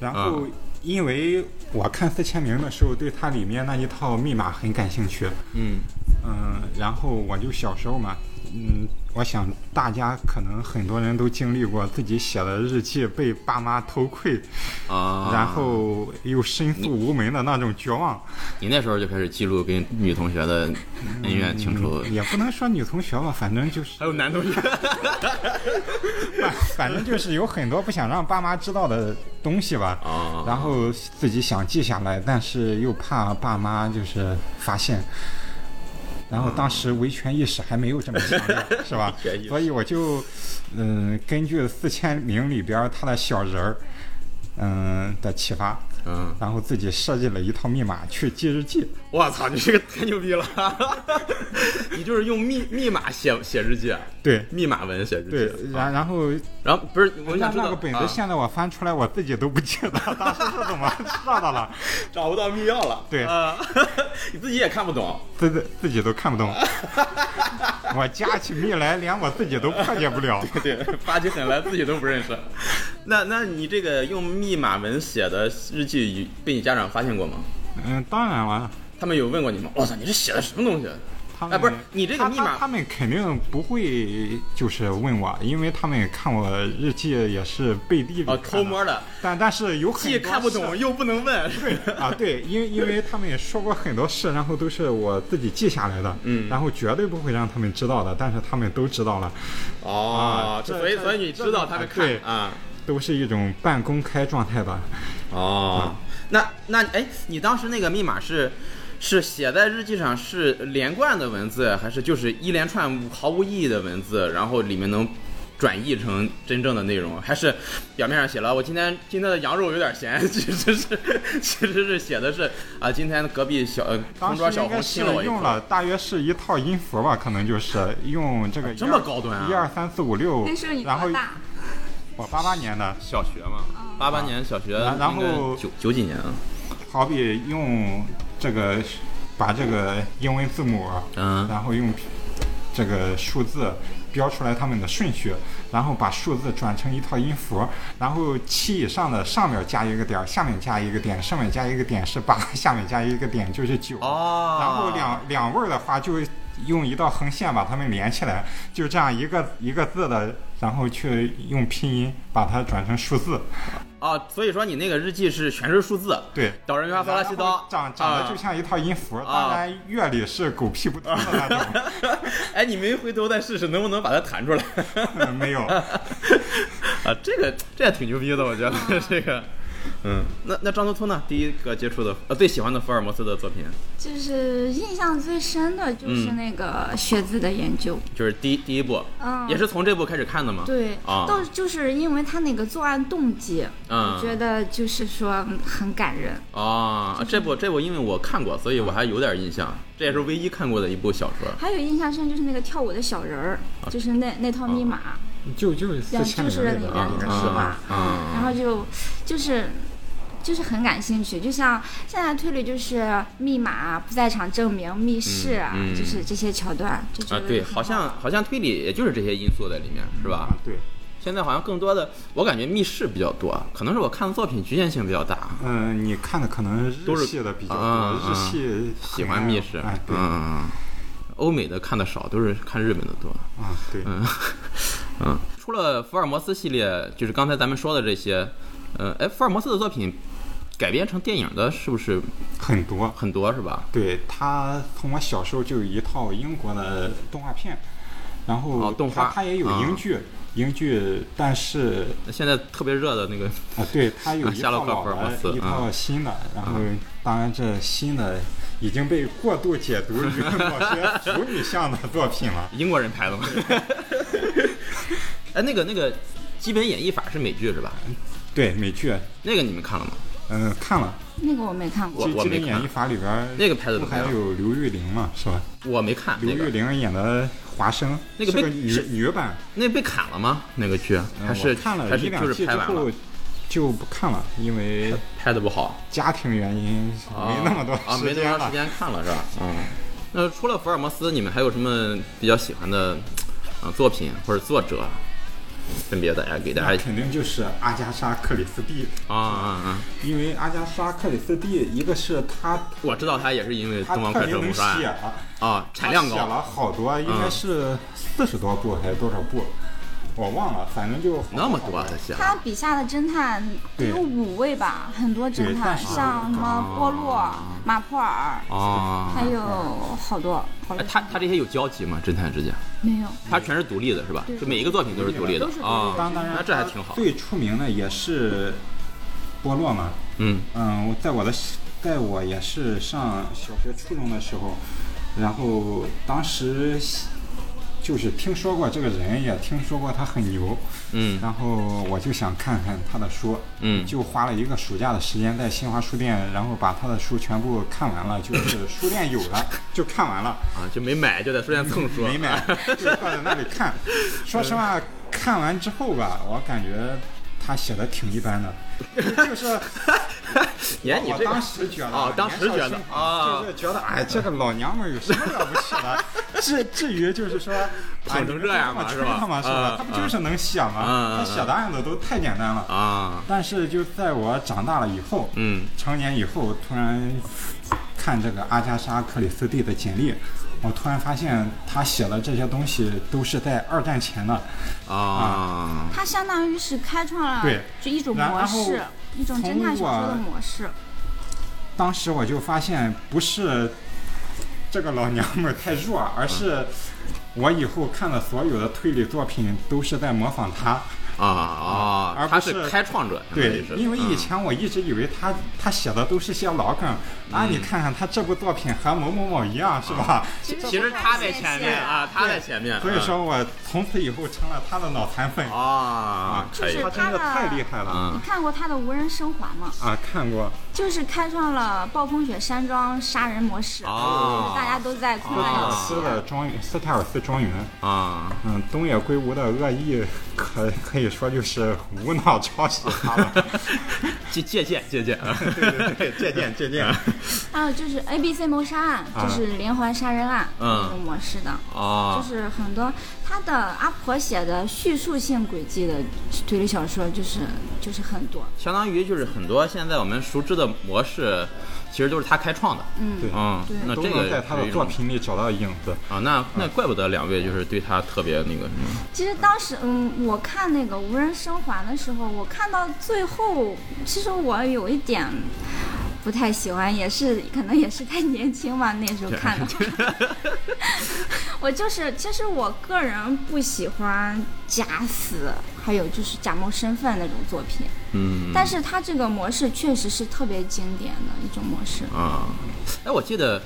[SPEAKER 2] 然后，
[SPEAKER 1] 嗯
[SPEAKER 2] 因为我看《四千名》的时候，对它里面那一套密码很感兴趣。
[SPEAKER 1] 嗯，
[SPEAKER 2] 嗯，然后我就小时候嘛，嗯，我想大家可能很多人都经历过自己写的日记被爸妈偷窥，
[SPEAKER 1] 啊，
[SPEAKER 2] 然后又申诉无门的那种绝望。
[SPEAKER 1] 你那时候就开始记录跟女同学的恩怨情仇，
[SPEAKER 2] 也不能说女同学吧，反
[SPEAKER 1] (laughs)
[SPEAKER 2] 正就是
[SPEAKER 1] 嗯还有男同学。
[SPEAKER 2] 反 (laughs) 反正就是有很多不想让爸妈知道的东西吧，
[SPEAKER 1] (laughs) 啊
[SPEAKER 2] 然后自己想记下来，但是又怕爸妈就是发现。然后当时维权意识还没有这么强烈，是
[SPEAKER 1] (laughs)
[SPEAKER 2] 吧
[SPEAKER 1] 权意识？
[SPEAKER 2] 所以我就，嗯，根据《四千名》里边儿他的小人儿，嗯的启发，
[SPEAKER 1] 嗯，
[SPEAKER 2] 然后自己设计了一套密码去记日记。
[SPEAKER 1] 我操，你这个太牛逼了！ (laughs) 你就是用密密码写写日记，啊
[SPEAKER 2] 对
[SPEAKER 1] 密码文写日记。啊
[SPEAKER 2] 对，然然后
[SPEAKER 1] 然后不是，我
[SPEAKER 2] 那
[SPEAKER 1] 想知道
[SPEAKER 2] 那个本
[SPEAKER 1] 啊
[SPEAKER 2] 子现在我翻出来，我自己都不记得当时是怎么知道的了。
[SPEAKER 1] 找不到密钥了。 (laughs)
[SPEAKER 2] 对
[SPEAKER 1] 啊，你自己也看不懂。
[SPEAKER 2] 自自己都看不懂。 (laughs) 我夹起密来连我自己都破解不了。
[SPEAKER 1] (laughs) 对，发起狠来自己都不认识。 (laughs) 那那你这个用密码文写的日记被你家长发现过吗？
[SPEAKER 2] 嗯，当然了，
[SPEAKER 1] 他们有问过你吗？我操，你这写的什么东西？
[SPEAKER 2] 他们、
[SPEAKER 1] 哎不是你这个
[SPEAKER 2] 他
[SPEAKER 1] 密码
[SPEAKER 2] 他他们肯定不会就是问我，因为他们看我日记也是背地里
[SPEAKER 1] 哦，
[SPEAKER 2] 看的
[SPEAKER 1] 偷摸的，
[SPEAKER 2] 但但是有很
[SPEAKER 1] 既
[SPEAKER 2] 多
[SPEAKER 1] 看不懂
[SPEAKER 2] 事
[SPEAKER 1] 又不能问。 (laughs)
[SPEAKER 2] 啊，对，因为因为他们也说过很多事，然后都是我自己记下来的，
[SPEAKER 1] 嗯
[SPEAKER 2] 然后绝对不会让他们知道的，但是他们都知道了，
[SPEAKER 1] 哦，
[SPEAKER 2] 啊
[SPEAKER 1] 所
[SPEAKER 2] 这
[SPEAKER 1] 以
[SPEAKER 2] 这
[SPEAKER 1] 所以你
[SPEAKER 2] 这
[SPEAKER 1] 知道
[SPEAKER 2] 个
[SPEAKER 1] 他们
[SPEAKER 2] 啊
[SPEAKER 1] 看
[SPEAKER 2] 对
[SPEAKER 1] 啊。
[SPEAKER 2] 都是一种半公开状态吧。
[SPEAKER 1] 哦，那那哎，你当时那个密码是是写在日记上是连贯的文字，还是就是一连串毫无意义的文字，然后里面能转译成真正的内容？还是表面上写了我今天今天的羊肉有点咸，其实是 (laughs) 其实是写的是啊，今天隔壁小呃同
[SPEAKER 2] 当时
[SPEAKER 1] 桌小
[SPEAKER 2] 应
[SPEAKER 1] 红
[SPEAKER 2] 该
[SPEAKER 1] 亲
[SPEAKER 2] 是
[SPEAKER 1] 我一
[SPEAKER 2] 用
[SPEAKER 1] 口。
[SPEAKER 2] 了大约是一套音符吧，可能就是用这个
[SPEAKER 1] 这么高端啊
[SPEAKER 2] 一二三四五六
[SPEAKER 3] 那时候你，
[SPEAKER 2] 然后
[SPEAKER 3] 多大？
[SPEAKER 2] 我八八年的，
[SPEAKER 1] 小学嘛，八八年小学，
[SPEAKER 2] 哦然然后
[SPEAKER 1] 九九几年啊，
[SPEAKER 2] 好比用这个把这个英文字母，
[SPEAKER 1] 嗯
[SPEAKER 2] 然后用这个数字标出来它们的顺序，然后把数字转成一套音符，然后七以上的上面加一个点儿，下面加一个点，上面加一个点是八，下面加一个点就是九。
[SPEAKER 1] 哦
[SPEAKER 2] 然后两两位儿的话就用一道横线把它们连起来，就这样一个一个字的，然后去用拼音把它转成数字。
[SPEAKER 1] 啊，所以说你那个日记是全是数字，
[SPEAKER 2] 对，
[SPEAKER 1] 导人发发拉西
[SPEAKER 2] 然
[SPEAKER 1] 刀
[SPEAKER 2] 后，长长得
[SPEAKER 1] 啊
[SPEAKER 2] 就像一套音符，
[SPEAKER 1] 啊
[SPEAKER 2] 当然乐理是狗屁不通的那种，
[SPEAKER 1] (laughs) 哎，你没回头再试试，能不能把它弹出来？ (laughs)
[SPEAKER 2] 嗯没有。
[SPEAKER 1] 啊，这个这也挺牛逼的，我觉得
[SPEAKER 2] 啊
[SPEAKER 1] 这个，嗯，那那张图图呢？第一个接触的呃最喜欢的福尔摩斯的作品，
[SPEAKER 3] 就是印象最深的就是
[SPEAKER 1] 嗯
[SPEAKER 3] 那个血字的研究，
[SPEAKER 1] 就是第一第一部，
[SPEAKER 3] 嗯，
[SPEAKER 1] 也是从这部开始看的嘛。
[SPEAKER 3] 对，
[SPEAKER 1] 啊
[SPEAKER 3] 倒是就是因为他那个作案动机，
[SPEAKER 1] 嗯
[SPEAKER 3] 我觉得就是说很感人。
[SPEAKER 1] 啊，这部这部因为我看过，所以我还有点印象，这也是唯一看过的一部小说。
[SPEAKER 3] 还有印象深就是那个跳舞的小人儿，
[SPEAKER 1] 啊
[SPEAKER 3] 就是那那套密码，
[SPEAKER 2] 就就是
[SPEAKER 3] 然
[SPEAKER 2] 四
[SPEAKER 3] 后
[SPEAKER 2] 千
[SPEAKER 3] 就是
[SPEAKER 2] 里
[SPEAKER 3] 里
[SPEAKER 2] 的啊应
[SPEAKER 3] 面那
[SPEAKER 2] 该
[SPEAKER 3] 个
[SPEAKER 2] 是
[SPEAKER 3] 是
[SPEAKER 1] 吧
[SPEAKER 3] 吧？
[SPEAKER 1] 嗯
[SPEAKER 3] 然后就就是。就是很感兴趣，就像现在推理就是密码啊、不在场证明、密室啊，
[SPEAKER 1] 嗯嗯
[SPEAKER 3] 就是这些桥段，就觉
[SPEAKER 1] 啊
[SPEAKER 3] 得，
[SPEAKER 1] 对，
[SPEAKER 3] 就很
[SPEAKER 1] 好像好像推理也就是这些因素在里面，是吧？
[SPEAKER 2] 啊，对，
[SPEAKER 1] 现在好像更多的，我感觉密室比较多，啊可能是我看的作品局限性比较大。啊
[SPEAKER 2] 嗯，你看的可能
[SPEAKER 1] 都是
[SPEAKER 2] 日系的比较
[SPEAKER 1] 嗯
[SPEAKER 2] 多，
[SPEAKER 1] 嗯
[SPEAKER 2] 日系
[SPEAKER 1] 喜欢密室，
[SPEAKER 2] 啊哎，对，
[SPEAKER 1] 嗯，
[SPEAKER 2] 啊
[SPEAKER 1] 欧美的看的少，都是看日本的多。
[SPEAKER 2] 啊对，
[SPEAKER 1] 嗯， (laughs) 嗯，除了福尔摩斯系列，就是刚才咱们说的这些，呃，哎，福尔摩斯的作品改编成电影的是不是
[SPEAKER 2] 很多。
[SPEAKER 1] 很多是吧？
[SPEAKER 2] 对他从我小时候就有一套英国的动画片，然后
[SPEAKER 1] 哦动
[SPEAKER 2] 他
[SPEAKER 1] 画
[SPEAKER 2] 他也有
[SPEAKER 1] 嗯
[SPEAKER 2] 英剧，英剧，但是
[SPEAKER 1] 现在特别热的那个，
[SPEAKER 2] 啊，对，它有
[SPEAKER 1] 啊
[SPEAKER 2] 一
[SPEAKER 1] 夏洛
[SPEAKER 2] 套
[SPEAKER 1] 克福尔
[SPEAKER 2] 老
[SPEAKER 1] 摩
[SPEAKER 2] 的
[SPEAKER 1] 斯，
[SPEAKER 2] 一
[SPEAKER 1] 嗯
[SPEAKER 2] 套新的，然后当然这新的已经被过度解读于某些腐女向的作品了。 (laughs)
[SPEAKER 1] 英国人拍的吗？ (laughs) 哎，那个那个《基本演绎法》是美剧是吧？
[SPEAKER 2] 对，美剧，
[SPEAKER 1] 那个你们看了吗？
[SPEAKER 2] 嗯、看了
[SPEAKER 3] 那个我没看过
[SPEAKER 1] 我
[SPEAKER 2] 《基基
[SPEAKER 1] 没
[SPEAKER 2] 本
[SPEAKER 1] 看
[SPEAKER 2] 演绎法》里边儿
[SPEAKER 1] 那个拍得
[SPEAKER 2] 不
[SPEAKER 1] 怎么
[SPEAKER 2] 还
[SPEAKER 1] 样
[SPEAKER 2] 有刘玉玲嘛，是吧？
[SPEAKER 1] 我没看
[SPEAKER 2] 刘
[SPEAKER 1] 那
[SPEAKER 2] 玉
[SPEAKER 1] 个，
[SPEAKER 2] 玲演的华生，
[SPEAKER 1] 那个
[SPEAKER 2] 是
[SPEAKER 1] 被
[SPEAKER 2] 个女
[SPEAKER 1] 是
[SPEAKER 2] 女版，
[SPEAKER 1] 那被砍了吗？那个剧
[SPEAKER 2] 嗯
[SPEAKER 1] 还是
[SPEAKER 2] 我看了
[SPEAKER 1] 还是
[SPEAKER 2] 一两
[SPEAKER 1] 就是
[SPEAKER 2] 季
[SPEAKER 1] 拍
[SPEAKER 2] 之
[SPEAKER 1] 完
[SPEAKER 2] 后
[SPEAKER 1] 了，
[SPEAKER 2] 就不看了，因为
[SPEAKER 1] 拍的不好。
[SPEAKER 2] 家庭原因没那么多
[SPEAKER 1] 啊，没
[SPEAKER 2] 时
[SPEAKER 1] 那么
[SPEAKER 2] 间
[SPEAKER 1] 长
[SPEAKER 2] 了
[SPEAKER 1] 时。间看了是吧？嗯。那除了福尔摩斯，你们还有什么比较喜欢的啊、作品或者作者？分别大家给大
[SPEAKER 2] 那
[SPEAKER 1] 家
[SPEAKER 2] 肯定就是阿加莎·克里斯蒂，
[SPEAKER 1] 啊啊啊！
[SPEAKER 2] 因为阿加莎·克里斯蒂，一个是她
[SPEAKER 1] 我知道他也是因为《
[SPEAKER 2] 他
[SPEAKER 1] 东方
[SPEAKER 2] 特
[SPEAKER 1] 快
[SPEAKER 2] 别
[SPEAKER 1] 车谋
[SPEAKER 2] 能
[SPEAKER 1] 杀
[SPEAKER 2] 写
[SPEAKER 1] 案》
[SPEAKER 2] 啊，
[SPEAKER 1] 啊，产
[SPEAKER 2] 他
[SPEAKER 1] 量
[SPEAKER 2] 写
[SPEAKER 1] 高，嗯
[SPEAKER 2] 了好多，应该是四十多部还是多少部，我忘了，反正就好
[SPEAKER 1] 那么多啊他写了
[SPEAKER 3] 他笔下的侦探得
[SPEAKER 2] 对
[SPEAKER 3] 有五位吧，很多侦
[SPEAKER 2] 对
[SPEAKER 3] 探，
[SPEAKER 2] 但是
[SPEAKER 3] 像什么波洛、马普尔，
[SPEAKER 1] 啊
[SPEAKER 3] 还。有好多，好
[SPEAKER 1] 哎
[SPEAKER 3] 多
[SPEAKER 1] 他他这些有交集吗？侦探之间，
[SPEAKER 3] 没有。
[SPEAKER 1] 他全是独立的，是吧？
[SPEAKER 3] 对
[SPEAKER 1] 就每一个作品都是独立的
[SPEAKER 3] 都是独立的
[SPEAKER 1] 啊。
[SPEAKER 2] 当当然，
[SPEAKER 1] 那这还挺好。
[SPEAKER 2] 最出名的也是波洛嘛，
[SPEAKER 1] 嗯
[SPEAKER 2] 嗯，我在我的在我也是上小学初中的时候，然后当时就是听说过这个人，也听说过他很牛，
[SPEAKER 1] 嗯
[SPEAKER 2] 然后我就想看看他的书，
[SPEAKER 1] 嗯
[SPEAKER 2] 就花了一个暑假的时间在新华书店，然后把他的书全部看完了，就是书店有
[SPEAKER 1] (laughs)
[SPEAKER 2] 了就看完了，
[SPEAKER 1] 啊，就没买，就在书店蹭说。(laughs)
[SPEAKER 2] 没买，就坐在那里看。说实
[SPEAKER 1] 嗯
[SPEAKER 2] 话，看完之后吧，我感觉他写的挺一般的，就是
[SPEAKER 1] 爷，哎你这个
[SPEAKER 2] 我当时觉得
[SPEAKER 1] 哦当时觉得啊
[SPEAKER 2] 就是觉得哎，这个老娘们儿有什么了不起的？至至于就是说，哎
[SPEAKER 1] 捧成这样嘛
[SPEAKER 2] 哎你
[SPEAKER 1] 是
[SPEAKER 2] 们
[SPEAKER 1] 吧
[SPEAKER 2] 他妈吹他妈说
[SPEAKER 1] 嗯
[SPEAKER 2] 的，他不就是能写
[SPEAKER 1] 嗯嗯
[SPEAKER 2] 吗？他写的案子都太简单了。
[SPEAKER 1] 啊，
[SPEAKER 2] 但是就在我长大了以后，
[SPEAKER 1] 嗯
[SPEAKER 2] 成年以后，突然看这个阿加莎·克里斯蒂的简历，我突然发现他写的这些东西都是在二战前的。
[SPEAKER 1] 啊，
[SPEAKER 3] 它相当于是开创了
[SPEAKER 2] 对
[SPEAKER 3] 就一种
[SPEAKER 2] 然
[SPEAKER 3] 模
[SPEAKER 2] 然后
[SPEAKER 3] 式，一种侦探小说的
[SPEAKER 2] 从我
[SPEAKER 3] 模式。
[SPEAKER 2] 当时我就发现，不是这个老娘们儿太弱，而是我以后看的所有的推理作品都是在模仿她。
[SPEAKER 1] 啊啊！
[SPEAKER 2] 而
[SPEAKER 1] 他
[SPEAKER 2] 不是
[SPEAKER 1] 开创者，相当
[SPEAKER 2] 对
[SPEAKER 1] 于是，
[SPEAKER 2] 因为以
[SPEAKER 1] 嗯
[SPEAKER 2] 前我一直以为她她写的都是些老梗
[SPEAKER 1] 嗯
[SPEAKER 2] 啊，你看看她这部作品和某某某一样，是吧？
[SPEAKER 1] 其实他在前面啊，他在
[SPEAKER 2] 对
[SPEAKER 1] 前面，
[SPEAKER 2] 所以
[SPEAKER 1] 嗯
[SPEAKER 2] 说我从此以后成了她的脑残粉。
[SPEAKER 1] 啊，可以
[SPEAKER 3] 就是
[SPEAKER 2] 她真的
[SPEAKER 3] 她的
[SPEAKER 2] 太厉害了
[SPEAKER 1] 嗯
[SPEAKER 3] 你看过他的《无人生还》吗？
[SPEAKER 2] 啊！看过，
[SPEAKER 3] 就是开创了暴风雪山庄杀人模式，
[SPEAKER 1] 哦
[SPEAKER 2] 啊
[SPEAKER 3] 就是大家都在啊
[SPEAKER 2] 斯
[SPEAKER 3] 困难
[SPEAKER 2] 塔尔
[SPEAKER 3] 里
[SPEAKER 2] 斯的庄园，斯塔尔斯庄园，
[SPEAKER 1] 啊，
[SPEAKER 2] 嗯，东野圭吾的恶意可可以说就是无脑抄袭
[SPEAKER 1] (laughs)
[SPEAKER 2] 他了。
[SPEAKER 1] 借借鉴借鉴，啊 (laughs)
[SPEAKER 2] 借鉴借鉴。
[SPEAKER 3] 还有就是 A B C 谋杀案，
[SPEAKER 2] 啊
[SPEAKER 3] 就是连环杀人案
[SPEAKER 1] 嗯
[SPEAKER 3] 这种模式的，就
[SPEAKER 1] 哦，
[SPEAKER 3] 是很多他的阿婆写的叙述性轨迹的推理小说，就是就是很多。
[SPEAKER 1] 相当于就是很多现在我们熟知的模式，其实都是他开创的。
[SPEAKER 2] 对，
[SPEAKER 1] 嗯
[SPEAKER 3] 对，
[SPEAKER 1] 那
[SPEAKER 2] 都
[SPEAKER 1] 这个
[SPEAKER 2] 能在他
[SPEAKER 1] 是
[SPEAKER 2] 的
[SPEAKER 1] 一
[SPEAKER 2] 作
[SPEAKER 1] 种
[SPEAKER 2] 品里找到影子。
[SPEAKER 1] 啊，那那怪不得两位就是对他特别那个什么
[SPEAKER 3] 其实当时，嗯，我看那个《无人生还》的时候，我看到最后，其实我有一点不太喜欢，也是可能也是太年轻吧，那时候看的。我就是，其实我个人不喜欢假死，还有就是假冒身份那种作品，
[SPEAKER 1] 嗯
[SPEAKER 3] 但是它这个模式确实是特别经典的一种模式。
[SPEAKER 1] 啊。哎，我记得。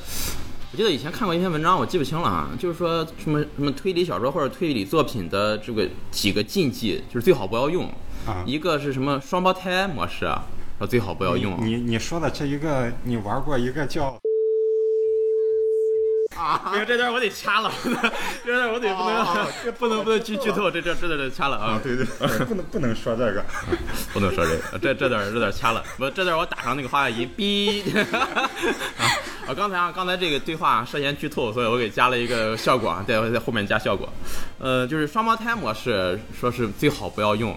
[SPEAKER 1] 我记得以前看过一篇文章，我记不清了啊，就是说什么什么推理小说或者推理作品的这个几个禁忌，就是最好不要用。
[SPEAKER 2] 啊
[SPEAKER 1] 一个是什么双胞胎模式啊，说最好不要用。
[SPEAKER 2] 你你你说的这一个，你玩过一
[SPEAKER 1] (laughs)
[SPEAKER 2] 个叫
[SPEAKER 1] 没有这段我得掐了，这段我得不能、不能不能剧剧透，这这这段得掐了啊，
[SPEAKER 2] 对对，不能不能说这个。
[SPEAKER 1] 不能说这个，这这段这段掐了，不这段我打上那个话音，哔。 (laughs) 啊，我刚才啊，刚才这个对话涉嫌剧透，所以我给加了一个效果啊，在在后面加效果。呃，就是双胞胎模式，说是最好不要用。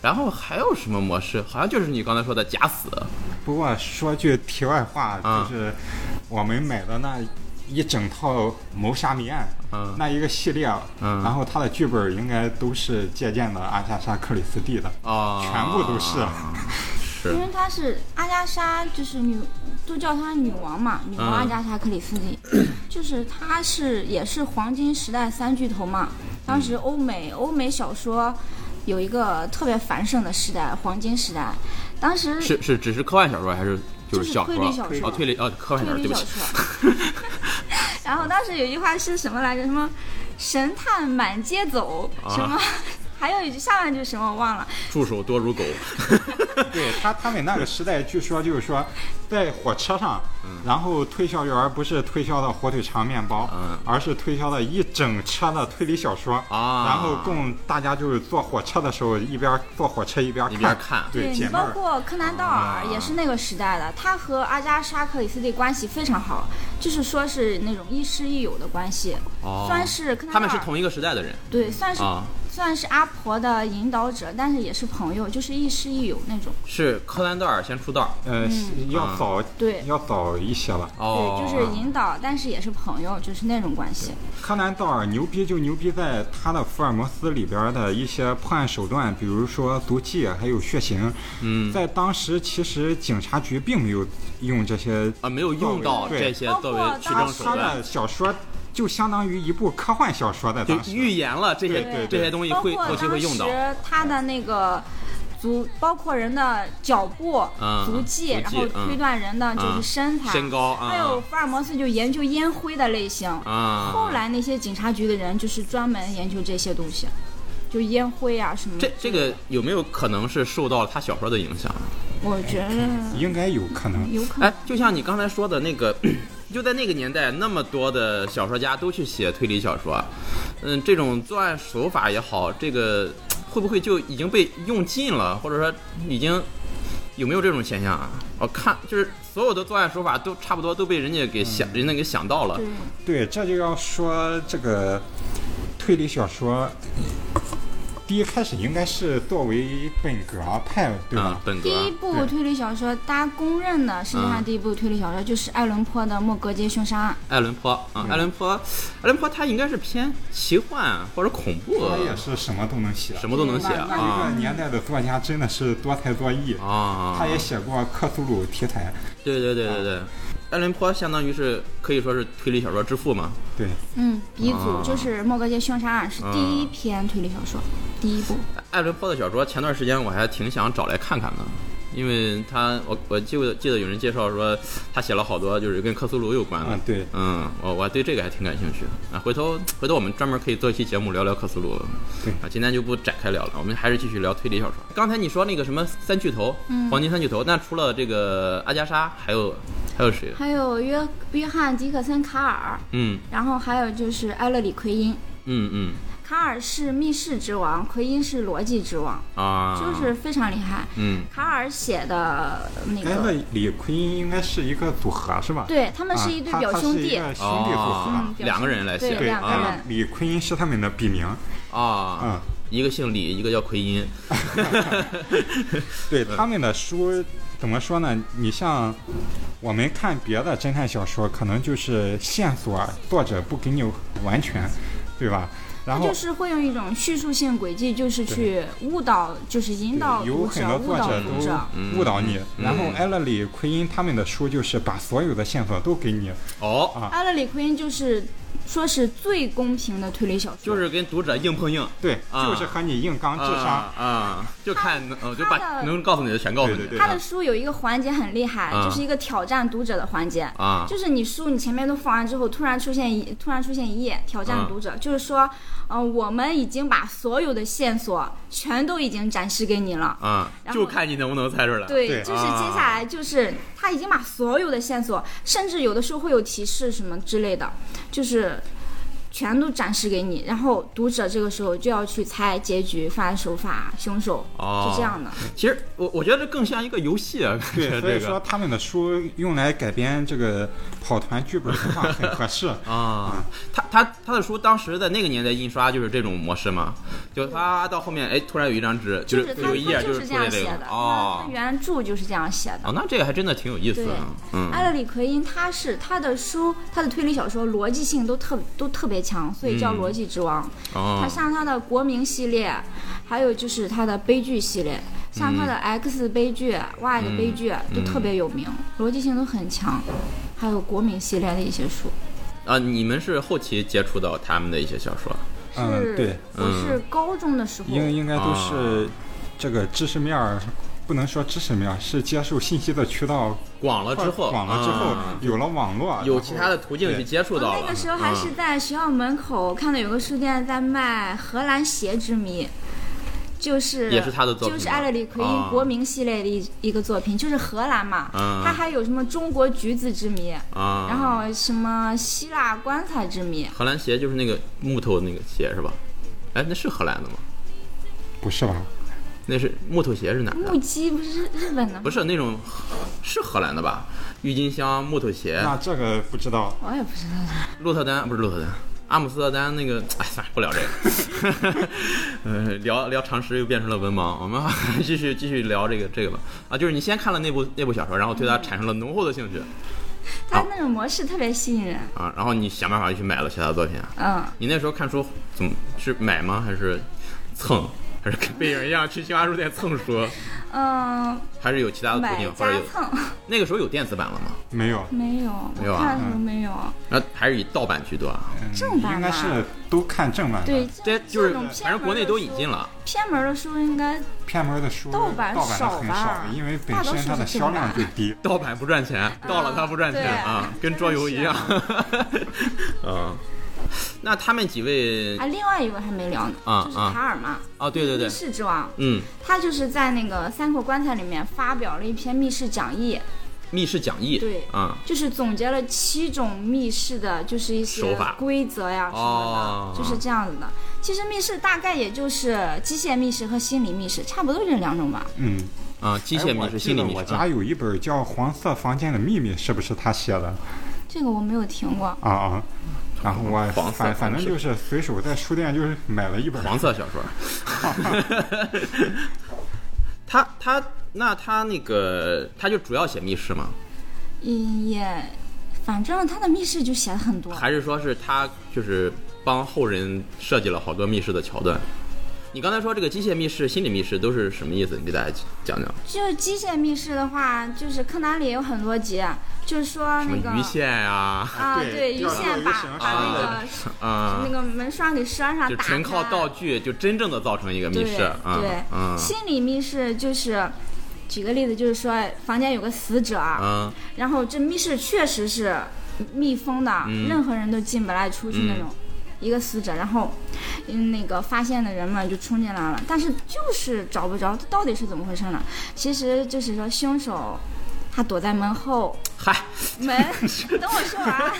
[SPEAKER 1] 然后还有什么模式？好像就是你刚才说的假死
[SPEAKER 2] 不过说句题外话，
[SPEAKER 1] 啊
[SPEAKER 2] 就是我们买的那一整套《谋杀谜案》
[SPEAKER 1] 嗯
[SPEAKER 2] 那一个系列，啊
[SPEAKER 1] 嗯
[SPEAKER 2] 然后它的剧本应该都是借鉴的阿加莎·克里斯蒂的，
[SPEAKER 1] 啊，
[SPEAKER 2] 全部都是。
[SPEAKER 1] 是
[SPEAKER 3] 因为她是阿加莎，就是女，都叫她女王嘛，女王
[SPEAKER 1] 嗯
[SPEAKER 3] 阿加莎克里斯
[SPEAKER 1] (coughs)
[SPEAKER 3] 蒂，就是她是也是黄金时代三巨头嘛。当时欧美欧美小说有一个特别繁盛的时代，黄金时代。当时
[SPEAKER 1] 是是，只是科幻小说还是就是小说？
[SPEAKER 3] 就是推理小说
[SPEAKER 1] 哦，推理哦，科幻小说，对
[SPEAKER 3] 推理
[SPEAKER 1] 不
[SPEAKER 3] 小
[SPEAKER 1] 起。
[SPEAKER 3] (laughs)
[SPEAKER 1] (laughs)
[SPEAKER 3] 说。然后当时有一句话是什么来着？什么神探满街走，什
[SPEAKER 1] 啊
[SPEAKER 3] 么？ (laughs) 还有一句下半句什么我忘了。
[SPEAKER 1] 助手多如狗，
[SPEAKER 2] 对他，他们那个时代，据说就是说，在火车上，然后推销员不是推销的火腿肠、面包，
[SPEAKER 1] 嗯
[SPEAKER 2] 而是推销的一整车的推理小说
[SPEAKER 1] 啊
[SPEAKER 2] 然后供大家就是坐火车的时候一边坐火车一边看，
[SPEAKER 1] 一边看
[SPEAKER 2] 对，
[SPEAKER 3] 你
[SPEAKER 2] 解闷
[SPEAKER 3] 包
[SPEAKER 2] 儿。
[SPEAKER 3] 括柯南道
[SPEAKER 1] 啊
[SPEAKER 3] 尔也是那个时代的，他和阿加莎·克里斯蒂关系非常好，就是说是那种亦师亦友的关系，
[SPEAKER 1] 哦
[SPEAKER 3] 算是柯南道
[SPEAKER 1] 他
[SPEAKER 3] 尔
[SPEAKER 1] 们是同一个时代的人
[SPEAKER 3] 对，算是、
[SPEAKER 1] 啊。
[SPEAKER 3] 算是阿婆的引导者，但是也是朋友，就是亦师亦友那种。
[SPEAKER 1] 是柯南道尔先出道
[SPEAKER 2] 呃，要早、
[SPEAKER 3] 嗯对
[SPEAKER 2] 要早一些了。
[SPEAKER 1] 哦，
[SPEAKER 3] 对，就是引导，但是也是朋友，就是那种关系。
[SPEAKER 2] 柯南道尔牛逼就牛逼在他的福尔摩斯里边的一些破案手段，比如说毒气还有血型。嗯，在当时其实警察局并没有用这些
[SPEAKER 1] 啊，没有用到
[SPEAKER 2] 对
[SPEAKER 1] 这些
[SPEAKER 3] 包括
[SPEAKER 1] 作为取证
[SPEAKER 3] 当
[SPEAKER 2] 他
[SPEAKER 3] 时
[SPEAKER 1] 手
[SPEAKER 2] 他
[SPEAKER 1] 段，
[SPEAKER 2] 的小说就相当于一部科幻小说在
[SPEAKER 1] 就
[SPEAKER 2] 当时。
[SPEAKER 1] 预言了这
[SPEAKER 2] 对
[SPEAKER 1] 些
[SPEAKER 2] 对
[SPEAKER 1] 这些东西会
[SPEAKER 3] 包括
[SPEAKER 1] 后期会用到
[SPEAKER 3] 当。时他的那个足，包括人的脚步、
[SPEAKER 1] 嗯
[SPEAKER 3] 足迹，
[SPEAKER 1] 足迹
[SPEAKER 3] 然后推断人的就是身材、
[SPEAKER 1] 嗯身高嗯
[SPEAKER 3] 还有福尔摩斯就研究烟灰的类型。
[SPEAKER 1] 啊，
[SPEAKER 3] 后来那些警察局的人就是专门研究这些东西，就烟灰啊什么
[SPEAKER 1] 这
[SPEAKER 3] 的。
[SPEAKER 1] 这个有没有可能是受到他小说的影响？
[SPEAKER 3] 我觉得
[SPEAKER 2] 应该有可能。
[SPEAKER 3] 有可能。
[SPEAKER 1] 哎，就像你刚才说的那个， (clears throat) 就在那个年代，那么多的小说家都去写推理小说，嗯，这种作案手法也好，这个会不会就已经被用尽了，或者说已经有没有这种现象啊？我看就是所有的作案手法都差不多，都被人家给想，人家给想到了
[SPEAKER 3] 对。
[SPEAKER 2] 对，这就要说这个推理小说，第一开始应该是作为本格派，对
[SPEAKER 1] 啊
[SPEAKER 2] 吧？，
[SPEAKER 1] 本格
[SPEAKER 3] 第一部
[SPEAKER 2] 对
[SPEAKER 3] 推理小说，大家公认的世界上
[SPEAKER 1] 嗯
[SPEAKER 3] 第一部推理小说就是爱伦坡的《莫格街凶杀案
[SPEAKER 1] 艾伦坡
[SPEAKER 2] 嗯
[SPEAKER 1] 啊，艾伦坡，艾伦坡他应该是偏奇幻或者恐怖，
[SPEAKER 2] 他也是什么都能写，
[SPEAKER 1] 什么都能写
[SPEAKER 2] 那那
[SPEAKER 1] 啊
[SPEAKER 2] 一个年代的作家真的是多才多艺，
[SPEAKER 1] 啊！
[SPEAKER 2] 他也嗯写过克苏鲁题材，
[SPEAKER 1] 对对对对对，艾伦坡相当于是可以说是推理小说之父嘛。
[SPEAKER 2] 对，》。
[SPEAKER 3] 嗯，鼻
[SPEAKER 1] 啊
[SPEAKER 3] 祖就是《莫格街凶杀案》，是第一篇推理小说，第一部。
[SPEAKER 1] 艾伦坡的小说，前段时间我还挺想找来看看的，因为他我我记得记得有人介绍说他写了好多就是跟克苏鲁有关的
[SPEAKER 2] 嗯。对，
[SPEAKER 1] 嗯，我我还对这个还挺感兴趣的啊。回头回头我们专门可以做一期节目聊聊克苏鲁。
[SPEAKER 2] 对
[SPEAKER 1] 啊，今天就不展开聊了，我们还是继续聊推理小说。刚才你说那个什么三巨头，
[SPEAKER 3] 嗯
[SPEAKER 1] 黄金三巨头，那除了这个阿加莎，还有还有谁？
[SPEAKER 3] 还有约约翰·迪克森·卡尔，
[SPEAKER 1] 嗯
[SPEAKER 3] 然后还有就是埃勒里·奎因。
[SPEAKER 1] 嗯嗯
[SPEAKER 3] 卡尔是密室之王，奎因是逻辑之王，
[SPEAKER 1] 啊，
[SPEAKER 3] 就是非常厉害。
[SPEAKER 1] 嗯
[SPEAKER 3] 卡尔写的那
[SPEAKER 2] 哎，
[SPEAKER 3] 个，
[SPEAKER 2] 那李逵应该是一个组合是吧？
[SPEAKER 3] 对他们是一对
[SPEAKER 2] 啊
[SPEAKER 3] 表兄弟，
[SPEAKER 2] 他他是一个兄弟组合。
[SPEAKER 1] 啊
[SPEAKER 3] 嗯，表
[SPEAKER 1] 两个人来写
[SPEAKER 3] 对
[SPEAKER 2] 对，
[SPEAKER 3] 两个
[SPEAKER 2] 但是
[SPEAKER 3] 人
[SPEAKER 2] 李逵是他们的笔名，
[SPEAKER 1] 啊
[SPEAKER 2] 嗯，
[SPEAKER 1] 一个姓李，一个叫奎因。
[SPEAKER 2] 对他们的书怎么说呢？你像我们看别的侦探小说，可能就是线索作者不给你完全，对吧？然
[SPEAKER 3] 他
[SPEAKER 2] 后
[SPEAKER 3] 就是会用一种叙述性轨迹，就是去误导，就是引导
[SPEAKER 2] 对有
[SPEAKER 3] 读
[SPEAKER 2] 很
[SPEAKER 3] 者、
[SPEAKER 2] 多
[SPEAKER 3] 误
[SPEAKER 2] 作
[SPEAKER 3] 导
[SPEAKER 2] 者
[SPEAKER 3] 读者。
[SPEAKER 1] 嗯
[SPEAKER 2] 都误导你。
[SPEAKER 1] 嗯
[SPEAKER 2] 然后艾勒里·奎因他们的书就是把所有的线索都给你，
[SPEAKER 1] 哦，
[SPEAKER 2] 啊
[SPEAKER 3] 阿勒里奎因就是说是最公平的推理小说，
[SPEAKER 1] 就是跟读者硬碰硬，
[SPEAKER 2] 对，
[SPEAKER 1] 啊
[SPEAKER 2] 就是和你硬刚智商。
[SPEAKER 1] 啊啊，就看能呃就把
[SPEAKER 3] 他的
[SPEAKER 1] 能告诉你的全告诉你
[SPEAKER 2] 对对对
[SPEAKER 3] 他的书有一个环节很厉害，
[SPEAKER 1] 啊
[SPEAKER 3] 就是一个挑战读者的环节。
[SPEAKER 1] 啊
[SPEAKER 3] 就是你书你前面都放完之后，突然出现一突然出现一页挑战读者，就是说，呃，我们已经把所有的线索全都已经展示给你了。
[SPEAKER 1] 啊，
[SPEAKER 3] 然后
[SPEAKER 1] 就看你能不能猜出来。
[SPEAKER 3] 对，
[SPEAKER 2] 对
[SPEAKER 3] 就是接下来就是他已经把所有的线索，甚至有的时候会有提示什么之类的，就是全都展示给你，然后读者这个时候就要去猜结局、犯案手法、凶手，
[SPEAKER 1] 哦
[SPEAKER 3] 是这样的。
[SPEAKER 1] 其实我我觉得这更像一个游戏
[SPEAKER 2] (laughs)
[SPEAKER 1] 啊， (laughs) 感觉
[SPEAKER 2] 对，所
[SPEAKER 1] 这
[SPEAKER 2] 以说
[SPEAKER 1] 个
[SPEAKER 2] 他们的书用来改编这个跑团剧本的话很合适。
[SPEAKER 1] 啊，他他他的书当时在那个年代印刷就是这种模式嘛，就他到后面哎突然有一张纸，
[SPEAKER 3] 就是是他，
[SPEAKER 1] 有一页
[SPEAKER 3] 他就是是这
[SPEAKER 1] 出来
[SPEAKER 3] 样
[SPEAKER 1] 这
[SPEAKER 3] 写
[SPEAKER 1] 个
[SPEAKER 3] 的，啊
[SPEAKER 1] 哦
[SPEAKER 3] 他他原著就是这样写的。
[SPEAKER 1] 哦，那这个还真的挺有意思的，嗯
[SPEAKER 3] 艾勒里奎因他是他的书，他的推理小说逻辑性都特都特别强，所以叫
[SPEAKER 1] 嗯
[SPEAKER 3] 逻辑之王。
[SPEAKER 1] 哦
[SPEAKER 3] 他像他的国民系列，还有就是他的悲剧系列，像他的
[SPEAKER 1] 嗯
[SPEAKER 3] X 悲剧、Y 的悲剧都特别有名，逻辑性都很强。还有国民系列的一些书，
[SPEAKER 1] 啊，你们是后期接触到他们的一些小说
[SPEAKER 2] 嗯，对
[SPEAKER 3] 是，我是高中的时候，
[SPEAKER 2] 应应该都
[SPEAKER 1] 啊
[SPEAKER 2] 是这个知识面儿，不能说知识面儿，是接受信息的渠道
[SPEAKER 1] 广了之后，
[SPEAKER 2] 广了之
[SPEAKER 1] 啊
[SPEAKER 2] 后，有了网络，
[SPEAKER 1] 有
[SPEAKER 2] 然后
[SPEAKER 1] 其他的途径去
[SPEAKER 2] 对
[SPEAKER 1] 接触
[SPEAKER 3] 我
[SPEAKER 1] 到了。
[SPEAKER 3] 哦那个时候还是
[SPEAKER 1] 嗯
[SPEAKER 3] 在学校门口看到有个书店在卖《荷兰鞋之谜》。就是
[SPEAKER 1] 也是他的作品
[SPEAKER 3] 就是
[SPEAKER 1] 吗
[SPEAKER 3] 艾勒里奎因
[SPEAKER 1] 啊
[SPEAKER 3] 国民系列的一一个作品，就是荷兰嘛，
[SPEAKER 1] 嗯
[SPEAKER 3] 他还有什么中国橘子之谜，
[SPEAKER 1] 啊，
[SPEAKER 3] 然后什么希腊棺材之谜，
[SPEAKER 1] 荷兰鞋就是那个木头那个鞋是吧？哎，那是荷兰的吗？
[SPEAKER 2] 不是吧？
[SPEAKER 1] 那是木头鞋是哪
[SPEAKER 3] 木
[SPEAKER 1] 的？
[SPEAKER 3] 屐不是日本的吗
[SPEAKER 1] 不？是那种，是荷兰的吧？郁金香、木头鞋，
[SPEAKER 2] 那这个不知道，
[SPEAKER 3] 我也不知道它。
[SPEAKER 1] 鹿特丹不是鹿特丹，阿姆斯特丹那个，哎，算了，不聊这个。 (laughs) 呃，聊聊常识又变成了文盲，我们 (laughs) 继续继续聊这个这个吧。啊，就是你先看了那部那部小说，然后对它产生了浓厚的兴趣
[SPEAKER 3] 它那种模式特别吸引人。
[SPEAKER 1] 啊，然后你想办法去买了其他的作品啊。
[SPEAKER 3] 嗯，
[SPEAKER 1] 你那时候看书怎么是买吗？还是
[SPEAKER 3] (laughs)
[SPEAKER 1] 蹭？还是跟背影一样去新华书店蹭书？
[SPEAKER 3] 嗯，
[SPEAKER 1] 还是有其他的途
[SPEAKER 3] 买
[SPEAKER 1] 径？或者
[SPEAKER 3] 加
[SPEAKER 1] 有
[SPEAKER 3] 蹭 (laughs)
[SPEAKER 1] 那个时候有电子版了吗？
[SPEAKER 2] 没有，
[SPEAKER 3] 没有，
[SPEAKER 1] 没有
[SPEAKER 3] 我
[SPEAKER 1] 啊
[SPEAKER 3] 看的时候没有。
[SPEAKER 1] 那还是以盗版居多啊？
[SPEAKER 2] 嗯
[SPEAKER 3] 正版
[SPEAKER 2] 应
[SPEAKER 3] 吧
[SPEAKER 2] 该是都看正版的。
[SPEAKER 3] 对，
[SPEAKER 1] 对，啊就是
[SPEAKER 3] 这种偏
[SPEAKER 1] 反正国内都引进
[SPEAKER 3] 门
[SPEAKER 1] 了
[SPEAKER 3] 的书。偏门的书应该
[SPEAKER 2] 偏门的书
[SPEAKER 3] 盗版
[SPEAKER 2] 盗版的很
[SPEAKER 3] 少吧
[SPEAKER 2] 少，因为
[SPEAKER 3] 大
[SPEAKER 2] 本
[SPEAKER 3] 多
[SPEAKER 2] 身
[SPEAKER 3] 数
[SPEAKER 2] 它的
[SPEAKER 3] 是正
[SPEAKER 2] 销量
[SPEAKER 3] 版
[SPEAKER 2] 最
[SPEAKER 3] (laughs)
[SPEAKER 2] 低。
[SPEAKER 1] 盗版不赚钱，盗了它不赚钱
[SPEAKER 3] 对
[SPEAKER 1] 啊，跟
[SPEAKER 3] 真的
[SPEAKER 1] 桌游一样 (laughs)
[SPEAKER 3] 是。
[SPEAKER 1] 嗯，那他们几位
[SPEAKER 3] 啊，另外一个还没聊呢，
[SPEAKER 1] 啊
[SPEAKER 3] 就是卡尔嘛，
[SPEAKER 1] 啊，对对对
[SPEAKER 3] 密，室之王，
[SPEAKER 1] 嗯，
[SPEAKER 3] 他就是在那个三口棺材里面发表了一篇密室讲义，
[SPEAKER 1] 密室讲义，
[SPEAKER 3] 对
[SPEAKER 1] 啊，
[SPEAKER 3] 就是总结了七种密室的，就是一
[SPEAKER 1] 手
[SPEAKER 3] 些
[SPEAKER 1] 法
[SPEAKER 3] 规则呀什
[SPEAKER 1] 哦
[SPEAKER 3] 么的，就是这样子的。其实密室大概也就是机械密室和心理密室，差不多这两种吧。
[SPEAKER 2] 嗯，
[SPEAKER 1] 啊，机械
[SPEAKER 2] 哎我
[SPEAKER 1] 迷是
[SPEAKER 2] 记
[SPEAKER 1] 心理啊
[SPEAKER 2] 得
[SPEAKER 1] 迷
[SPEAKER 2] 我
[SPEAKER 1] 是
[SPEAKER 2] 家
[SPEAKER 1] 吧？
[SPEAKER 2] 有一本叫《黄色房间的秘密》，是不是他写的？
[SPEAKER 3] 这个我没有听过。
[SPEAKER 2] 啊啊！然后我
[SPEAKER 1] 黄色
[SPEAKER 2] 反反正
[SPEAKER 1] 是
[SPEAKER 2] 就是随手在书店就是买了一本
[SPEAKER 1] 黄色小说。 (laughs) 他他那他那个他就主要写密室吗？
[SPEAKER 3] 嗯，也，反正他的密室就写了很多。
[SPEAKER 1] 还是说是他就是帮后人设计了好多密室的桥段？你刚才说这个机械密室、心理密室都是什么意思？你给大家讲讲。
[SPEAKER 3] 就是机械密室的话，就是柯南里有很多集，就是说
[SPEAKER 1] 什
[SPEAKER 3] 那个
[SPEAKER 1] 么鱼线呀、
[SPEAKER 3] 啊，
[SPEAKER 2] 对
[SPEAKER 3] 对，鱼
[SPEAKER 2] 钓
[SPEAKER 3] 线
[SPEAKER 2] 鱼
[SPEAKER 3] 把
[SPEAKER 2] 绳
[SPEAKER 3] 把
[SPEAKER 1] 什么
[SPEAKER 3] 那
[SPEAKER 1] 的
[SPEAKER 3] 个、
[SPEAKER 1] 啊，
[SPEAKER 3] 那个门栓给栓上，
[SPEAKER 1] 就
[SPEAKER 3] 打
[SPEAKER 1] 纯靠
[SPEAKER 3] 开
[SPEAKER 1] 道具就真正的造成一个密室
[SPEAKER 3] 对
[SPEAKER 1] 啊
[SPEAKER 3] 对，
[SPEAKER 1] 嗯
[SPEAKER 3] 心理密室就是，举个例子，就是说房间有个死者，
[SPEAKER 1] 嗯
[SPEAKER 3] 然后这密室确实是密封的，
[SPEAKER 1] 嗯
[SPEAKER 3] 任何人都进不来出去那种。一个死者，然后，嗯，那个发现的人们就冲进来了，但是就是找不着，到底是怎么回事呢？其实就是说凶手，他躲在门后，
[SPEAKER 1] 嗨， (laughs)
[SPEAKER 3] 门，等我说完，啊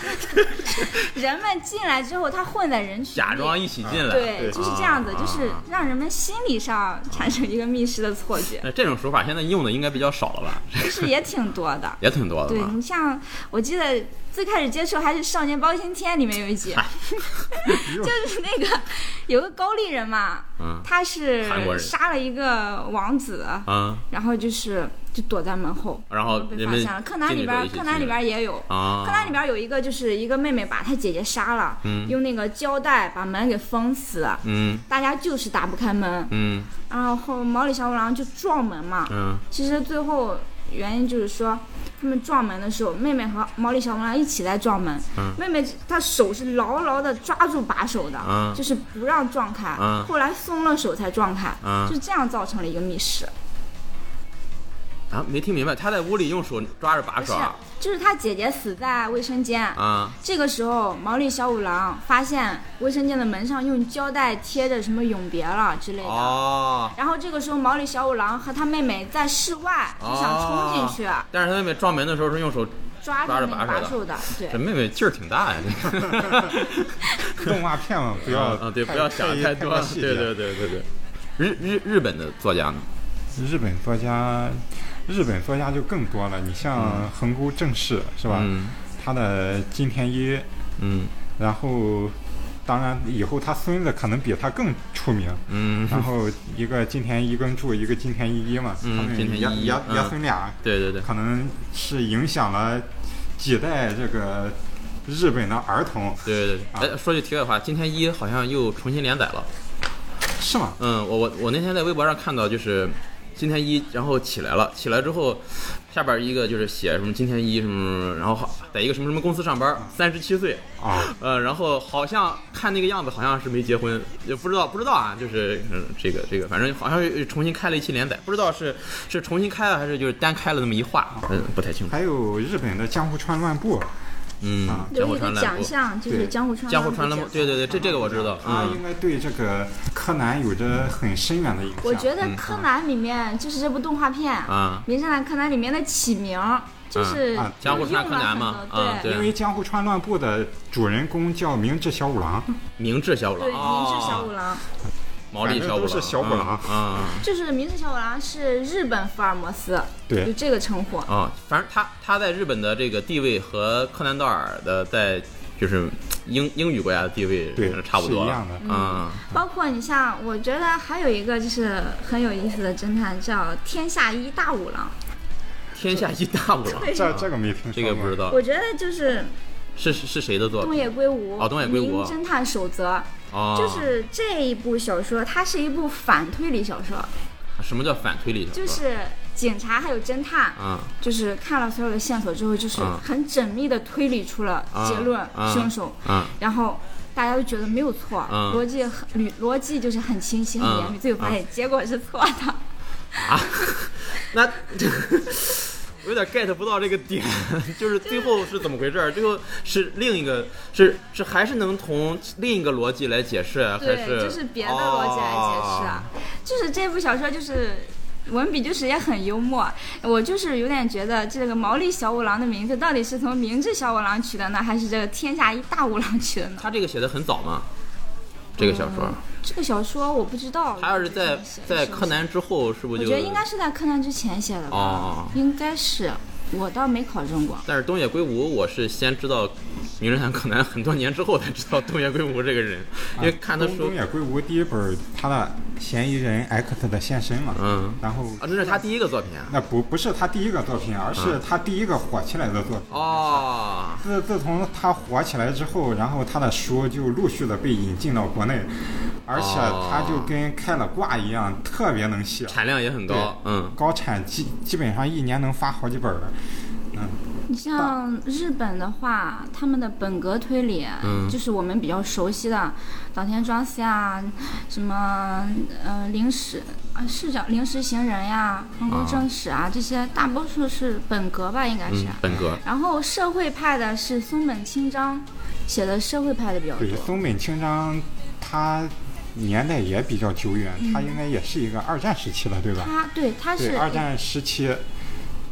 [SPEAKER 3] 人们进来之后，他混在人群里，
[SPEAKER 1] 假装一起进来。
[SPEAKER 3] 对，就是这样子，
[SPEAKER 1] 啊
[SPEAKER 3] 就是让人们心理上产生一个密室的错觉，
[SPEAKER 1] 那这种手法现在用的应该比较少了吧？。
[SPEAKER 3] 其实也挺多的
[SPEAKER 1] (laughs) 也挺多的
[SPEAKER 3] 对
[SPEAKER 1] 吧？
[SPEAKER 3] 你像我记得最开始接触还是《少年包青天》里面有一集，
[SPEAKER 1] (laughs)
[SPEAKER 3] (laughs) 就是那个有个高丽人嘛，
[SPEAKER 1] 嗯
[SPEAKER 3] 他是
[SPEAKER 1] 韩国人
[SPEAKER 3] 杀了一个王子，
[SPEAKER 1] 啊，
[SPEAKER 3] 然后就是就躲在门后
[SPEAKER 1] 然后
[SPEAKER 3] 嗯被
[SPEAKER 1] 人
[SPEAKER 3] 发
[SPEAKER 1] 哦们
[SPEAKER 3] 现了。柯南里边，柯南里边也有。
[SPEAKER 1] 啊，
[SPEAKER 3] 柯南里边有一个，就是一个妹妹把她姐姐杀了，
[SPEAKER 1] 嗯
[SPEAKER 3] 用那个胶带把门给封死，
[SPEAKER 1] 嗯
[SPEAKER 3] 大家就是打不开门，
[SPEAKER 1] 嗯
[SPEAKER 3] 然后毛利小五郎就撞门嘛。
[SPEAKER 1] 嗯
[SPEAKER 3] 其实最后原因就是说，他们撞门的时候，妹妹和毛利小五郎一起在撞门。
[SPEAKER 1] 嗯
[SPEAKER 3] 妹妹她手是牢牢的抓住把手的，
[SPEAKER 1] 嗯
[SPEAKER 3] 就是不让撞开。
[SPEAKER 1] 嗯
[SPEAKER 3] 后来松了手才撞开，
[SPEAKER 1] 嗯
[SPEAKER 3] 就这样造成了一个密室。
[SPEAKER 1] 啊，没听明白，他在屋里用手抓着把
[SPEAKER 3] 不是
[SPEAKER 1] 手啊，
[SPEAKER 3] 就是他姐姐死在卫生间。
[SPEAKER 1] 啊
[SPEAKER 3] 这个时候，毛利小五郎发现卫生间的门上用胶带贴着什么“永别了”之类的，
[SPEAKER 1] 哦。
[SPEAKER 3] 然后这个时候，毛利小五郎和他妹妹在室外就想冲进去、
[SPEAKER 1] 但是他妹妹撞门的时候是用手，
[SPEAKER 3] 抓
[SPEAKER 1] 抓着
[SPEAKER 3] 住那
[SPEAKER 1] 把手
[SPEAKER 3] 个把
[SPEAKER 1] 的
[SPEAKER 3] 手的，对
[SPEAKER 1] 这。妹妹劲儿挺大
[SPEAKER 2] (laughs)
[SPEAKER 1] 呀。 (laughs) 这个
[SPEAKER 2] 动画片嘛，不要
[SPEAKER 1] 啊，对，不要想太
[SPEAKER 2] 太
[SPEAKER 1] 多。
[SPEAKER 2] 细
[SPEAKER 1] 对
[SPEAKER 2] 节。
[SPEAKER 1] 对对对对。日日日本的作家呢？
[SPEAKER 2] 日本作家，日本作家就更多了。你像横沟正史是吧？
[SPEAKER 1] 嗯
[SPEAKER 2] 他的金田一，
[SPEAKER 1] 嗯
[SPEAKER 2] 然后当然以后他孙子可能比他更出名。
[SPEAKER 1] 嗯，
[SPEAKER 2] 然后一个金田一耕助，一个金田一一嘛，
[SPEAKER 1] 嗯
[SPEAKER 2] 他们
[SPEAKER 1] 金田一
[SPEAKER 2] 爷
[SPEAKER 1] 一
[SPEAKER 2] 爷
[SPEAKER 1] 嗯
[SPEAKER 2] 爷孙俩，
[SPEAKER 1] 对对对。
[SPEAKER 2] 可能是影响了几代这个日本的儿童，
[SPEAKER 1] 对对对，哎，说句题外话，今天一好像又重新连载了。
[SPEAKER 2] 是吗？
[SPEAKER 1] 嗯，我我我那天在微博上看到，就是今天一，然后起来了，起来之后，下边一个就是写什么今天一什么什么，然后好在一个什么什么公司上班，三十七岁，
[SPEAKER 2] 啊，
[SPEAKER 1] 呃，然后好像看那个样子，好像是没结婚，也不知道不知道啊，就是嗯，这个这个，反正好像又重新开了一期连载，不知道是是重新开了还是就是单开了那么一话，
[SPEAKER 2] 哦
[SPEAKER 1] 嗯，不太清楚。
[SPEAKER 2] 还有日本的江户川乱步，
[SPEAKER 1] 嗯，
[SPEAKER 2] 啊
[SPEAKER 1] 江
[SPEAKER 3] 有
[SPEAKER 1] 户
[SPEAKER 3] 一
[SPEAKER 1] 川
[SPEAKER 3] 个
[SPEAKER 1] 乱
[SPEAKER 3] 奖
[SPEAKER 1] 步，
[SPEAKER 3] 项就是
[SPEAKER 2] 对
[SPEAKER 3] 江户川
[SPEAKER 1] 江户
[SPEAKER 3] 乱
[SPEAKER 1] 川
[SPEAKER 3] 步
[SPEAKER 1] 乱步，对
[SPEAKER 3] 奖
[SPEAKER 1] 对对，这这个我知道，
[SPEAKER 2] 他
[SPEAKER 1] 嗯
[SPEAKER 2] 应该对这个柯南有着很深远的影响。
[SPEAKER 3] 我觉
[SPEAKER 1] 嗯
[SPEAKER 3] 得柯南里面就是这部动画片《
[SPEAKER 1] 啊。
[SPEAKER 3] 名侦探柯南》里面的起名儿就是
[SPEAKER 2] 啊
[SPEAKER 1] 嗯江户川
[SPEAKER 3] 用
[SPEAKER 1] 柯
[SPEAKER 3] 了
[SPEAKER 1] 南
[SPEAKER 3] 很
[SPEAKER 1] 嘛
[SPEAKER 3] 多
[SPEAKER 1] 啊
[SPEAKER 3] 对
[SPEAKER 1] 对
[SPEAKER 2] 因为江户川乱步的主人公叫明智小五郎，
[SPEAKER 1] 明治小五郎，
[SPEAKER 3] 对，明治小五
[SPEAKER 1] 哦，
[SPEAKER 3] 郎
[SPEAKER 1] 毛利小五郎，
[SPEAKER 2] 反正都是小五郎
[SPEAKER 1] 嗯嗯
[SPEAKER 3] 就是明治小五郎是日本福尔摩斯，
[SPEAKER 2] 对
[SPEAKER 3] 就这个称呼。
[SPEAKER 1] 啊，反正他他在日本的这个地位和柯南道尔的在就是英英语国家的地位
[SPEAKER 2] 对
[SPEAKER 1] 是差不多
[SPEAKER 2] 是一
[SPEAKER 1] 了
[SPEAKER 2] 样的
[SPEAKER 1] 嗯，
[SPEAKER 3] 包括你像，我觉得还有一个就是很有意思的侦探叫天下一大五郎，
[SPEAKER 1] 天下一大五郎，
[SPEAKER 3] 哎
[SPEAKER 2] 这这个没听说过，啊
[SPEAKER 1] 这个不知道
[SPEAKER 3] 我觉得就是
[SPEAKER 1] 是是是谁的作
[SPEAKER 3] 东
[SPEAKER 1] 品
[SPEAKER 3] 野圭吾
[SPEAKER 1] 哦东野圭吾
[SPEAKER 3] 名侦探守则》
[SPEAKER 1] 哦，
[SPEAKER 3] 就是这一部小说，它是一部反推理小说，
[SPEAKER 1] 什么叫反推理小说？
[SPEAKER 3] 就是警察还有侦探，
[SPEAKER 1] 啊
[SPEAKER 3] 就是看了所有的线索之后，就是
[SPEAKER 1] 啊
[SPEAKER 3] 很缜密的推理出了
[SPEAKER 1] 啊
[SPEAKER 3] 结论、
[SPEAKER 1] 啊
[SPEAKER 3] 凶手，
[SPEAKER 1] 啊
[SPEAKER 3] 然后大家都觉得没有错，
[SPEAKER 1] 嗯
[SPEAKER 3] 逻辑很捋逻辑就是很清晰、很
[SPEAKER 1] 嗯
[SPEAKER 3] 严密，最后发现结果是错的。
[SPEAKER 1] 啊， (laughs) 那 (laughs) 我有点 get 不到这个点， (laughs) 就是最后是怎么回事儿？最后是另一个，是是还是能从另一个逻辑来解释，啊还
[SPEAKER 3] 对，就是别的逻辑来解释。
[SPEAKER 1] 哦
[SPEAKER 3] 啊。就是这部小说就是。文笔就是也很幽默，我就是有点觉得这个毛利小五郎的名字到底是从明治小五郎取的呢，还是这个天下一大五郎取的呢？
[SPEAKER 1] 他这个写的很早嘛，这个小说。
[SPEAKER 3] 这个小说我不知道，
[SPEAKER 1] 他要是在在柯南之后，是不
[SPEAKER 3] 我
[SPEAKER 1] 是就？
[SPEAKER 3] 觉得应该是在柯南之前写的吧，
[SPEAKER 1] 哦
[SPEAKER 3] 应该是，我倒没考证过。
[SPEAKER 1] 但是东野圭吾，我是先知道《名侦探柯南》很多年之后才知道东野圭吾这个人，因为看他
[SPEAKER 2] 啊东
[SPEAKER 1] 书
[SPEAKER 2] 东，野圭吾第一本他的嫌疑人 X 的现身嘛，
[SPEAKER 1] 嗯
[SPEAKER 2] 然后
[SPEAKER 1] 啊，这是他第一个作品啊。
[SPEAKER 2] 那不不是他第一个作品，而
[SPEAKER 1] 嗯
[SPEAKER 2] 是他第一个火起来的作品。
[SPEAKER 1] 哦，
[SPEAKER 2] 自自从他火起来之后，然后他的书就陆续的被引进到国内，而且
[SPEAKER 1] 哦
[SPEAKER 2] 他就跟开了挂一样，特别能写，
[SPEAKER 1] 产量也很
[SPEAKER 2] 对
[SPEAKER 1] 高，嗯，
[SPEAKER 2] 高产基基本上一年能发好几本儿。嗯，
[SPEAKER 3] 你像日本的话，他们的本格推理，
[SPEAKER 1] 嗯
[SPEAKER 3] 就是我们比较熟悉的岛田庄司呀，什么呃临时啊是叫临时行人呀、横
[SPEAKER 1] 啊
[SPEAKER 3] 空正史啊，这些大多数是本格吧，应该是。啊
[SPEAKER 1] 嗯，本格，
[SPEAKER 3] 然后社会派的是松本清张写的社会派的比较多
[SPEAKER 2] 对，，松本清张他年代也比较久远，他应该也是一个二战时期的，对吧？
[SPEAKER 3] 他对嗯他
[SPEAKER 2] 对，
[SPEAKER 3] 是
[SPEAKER 2] 二战时期，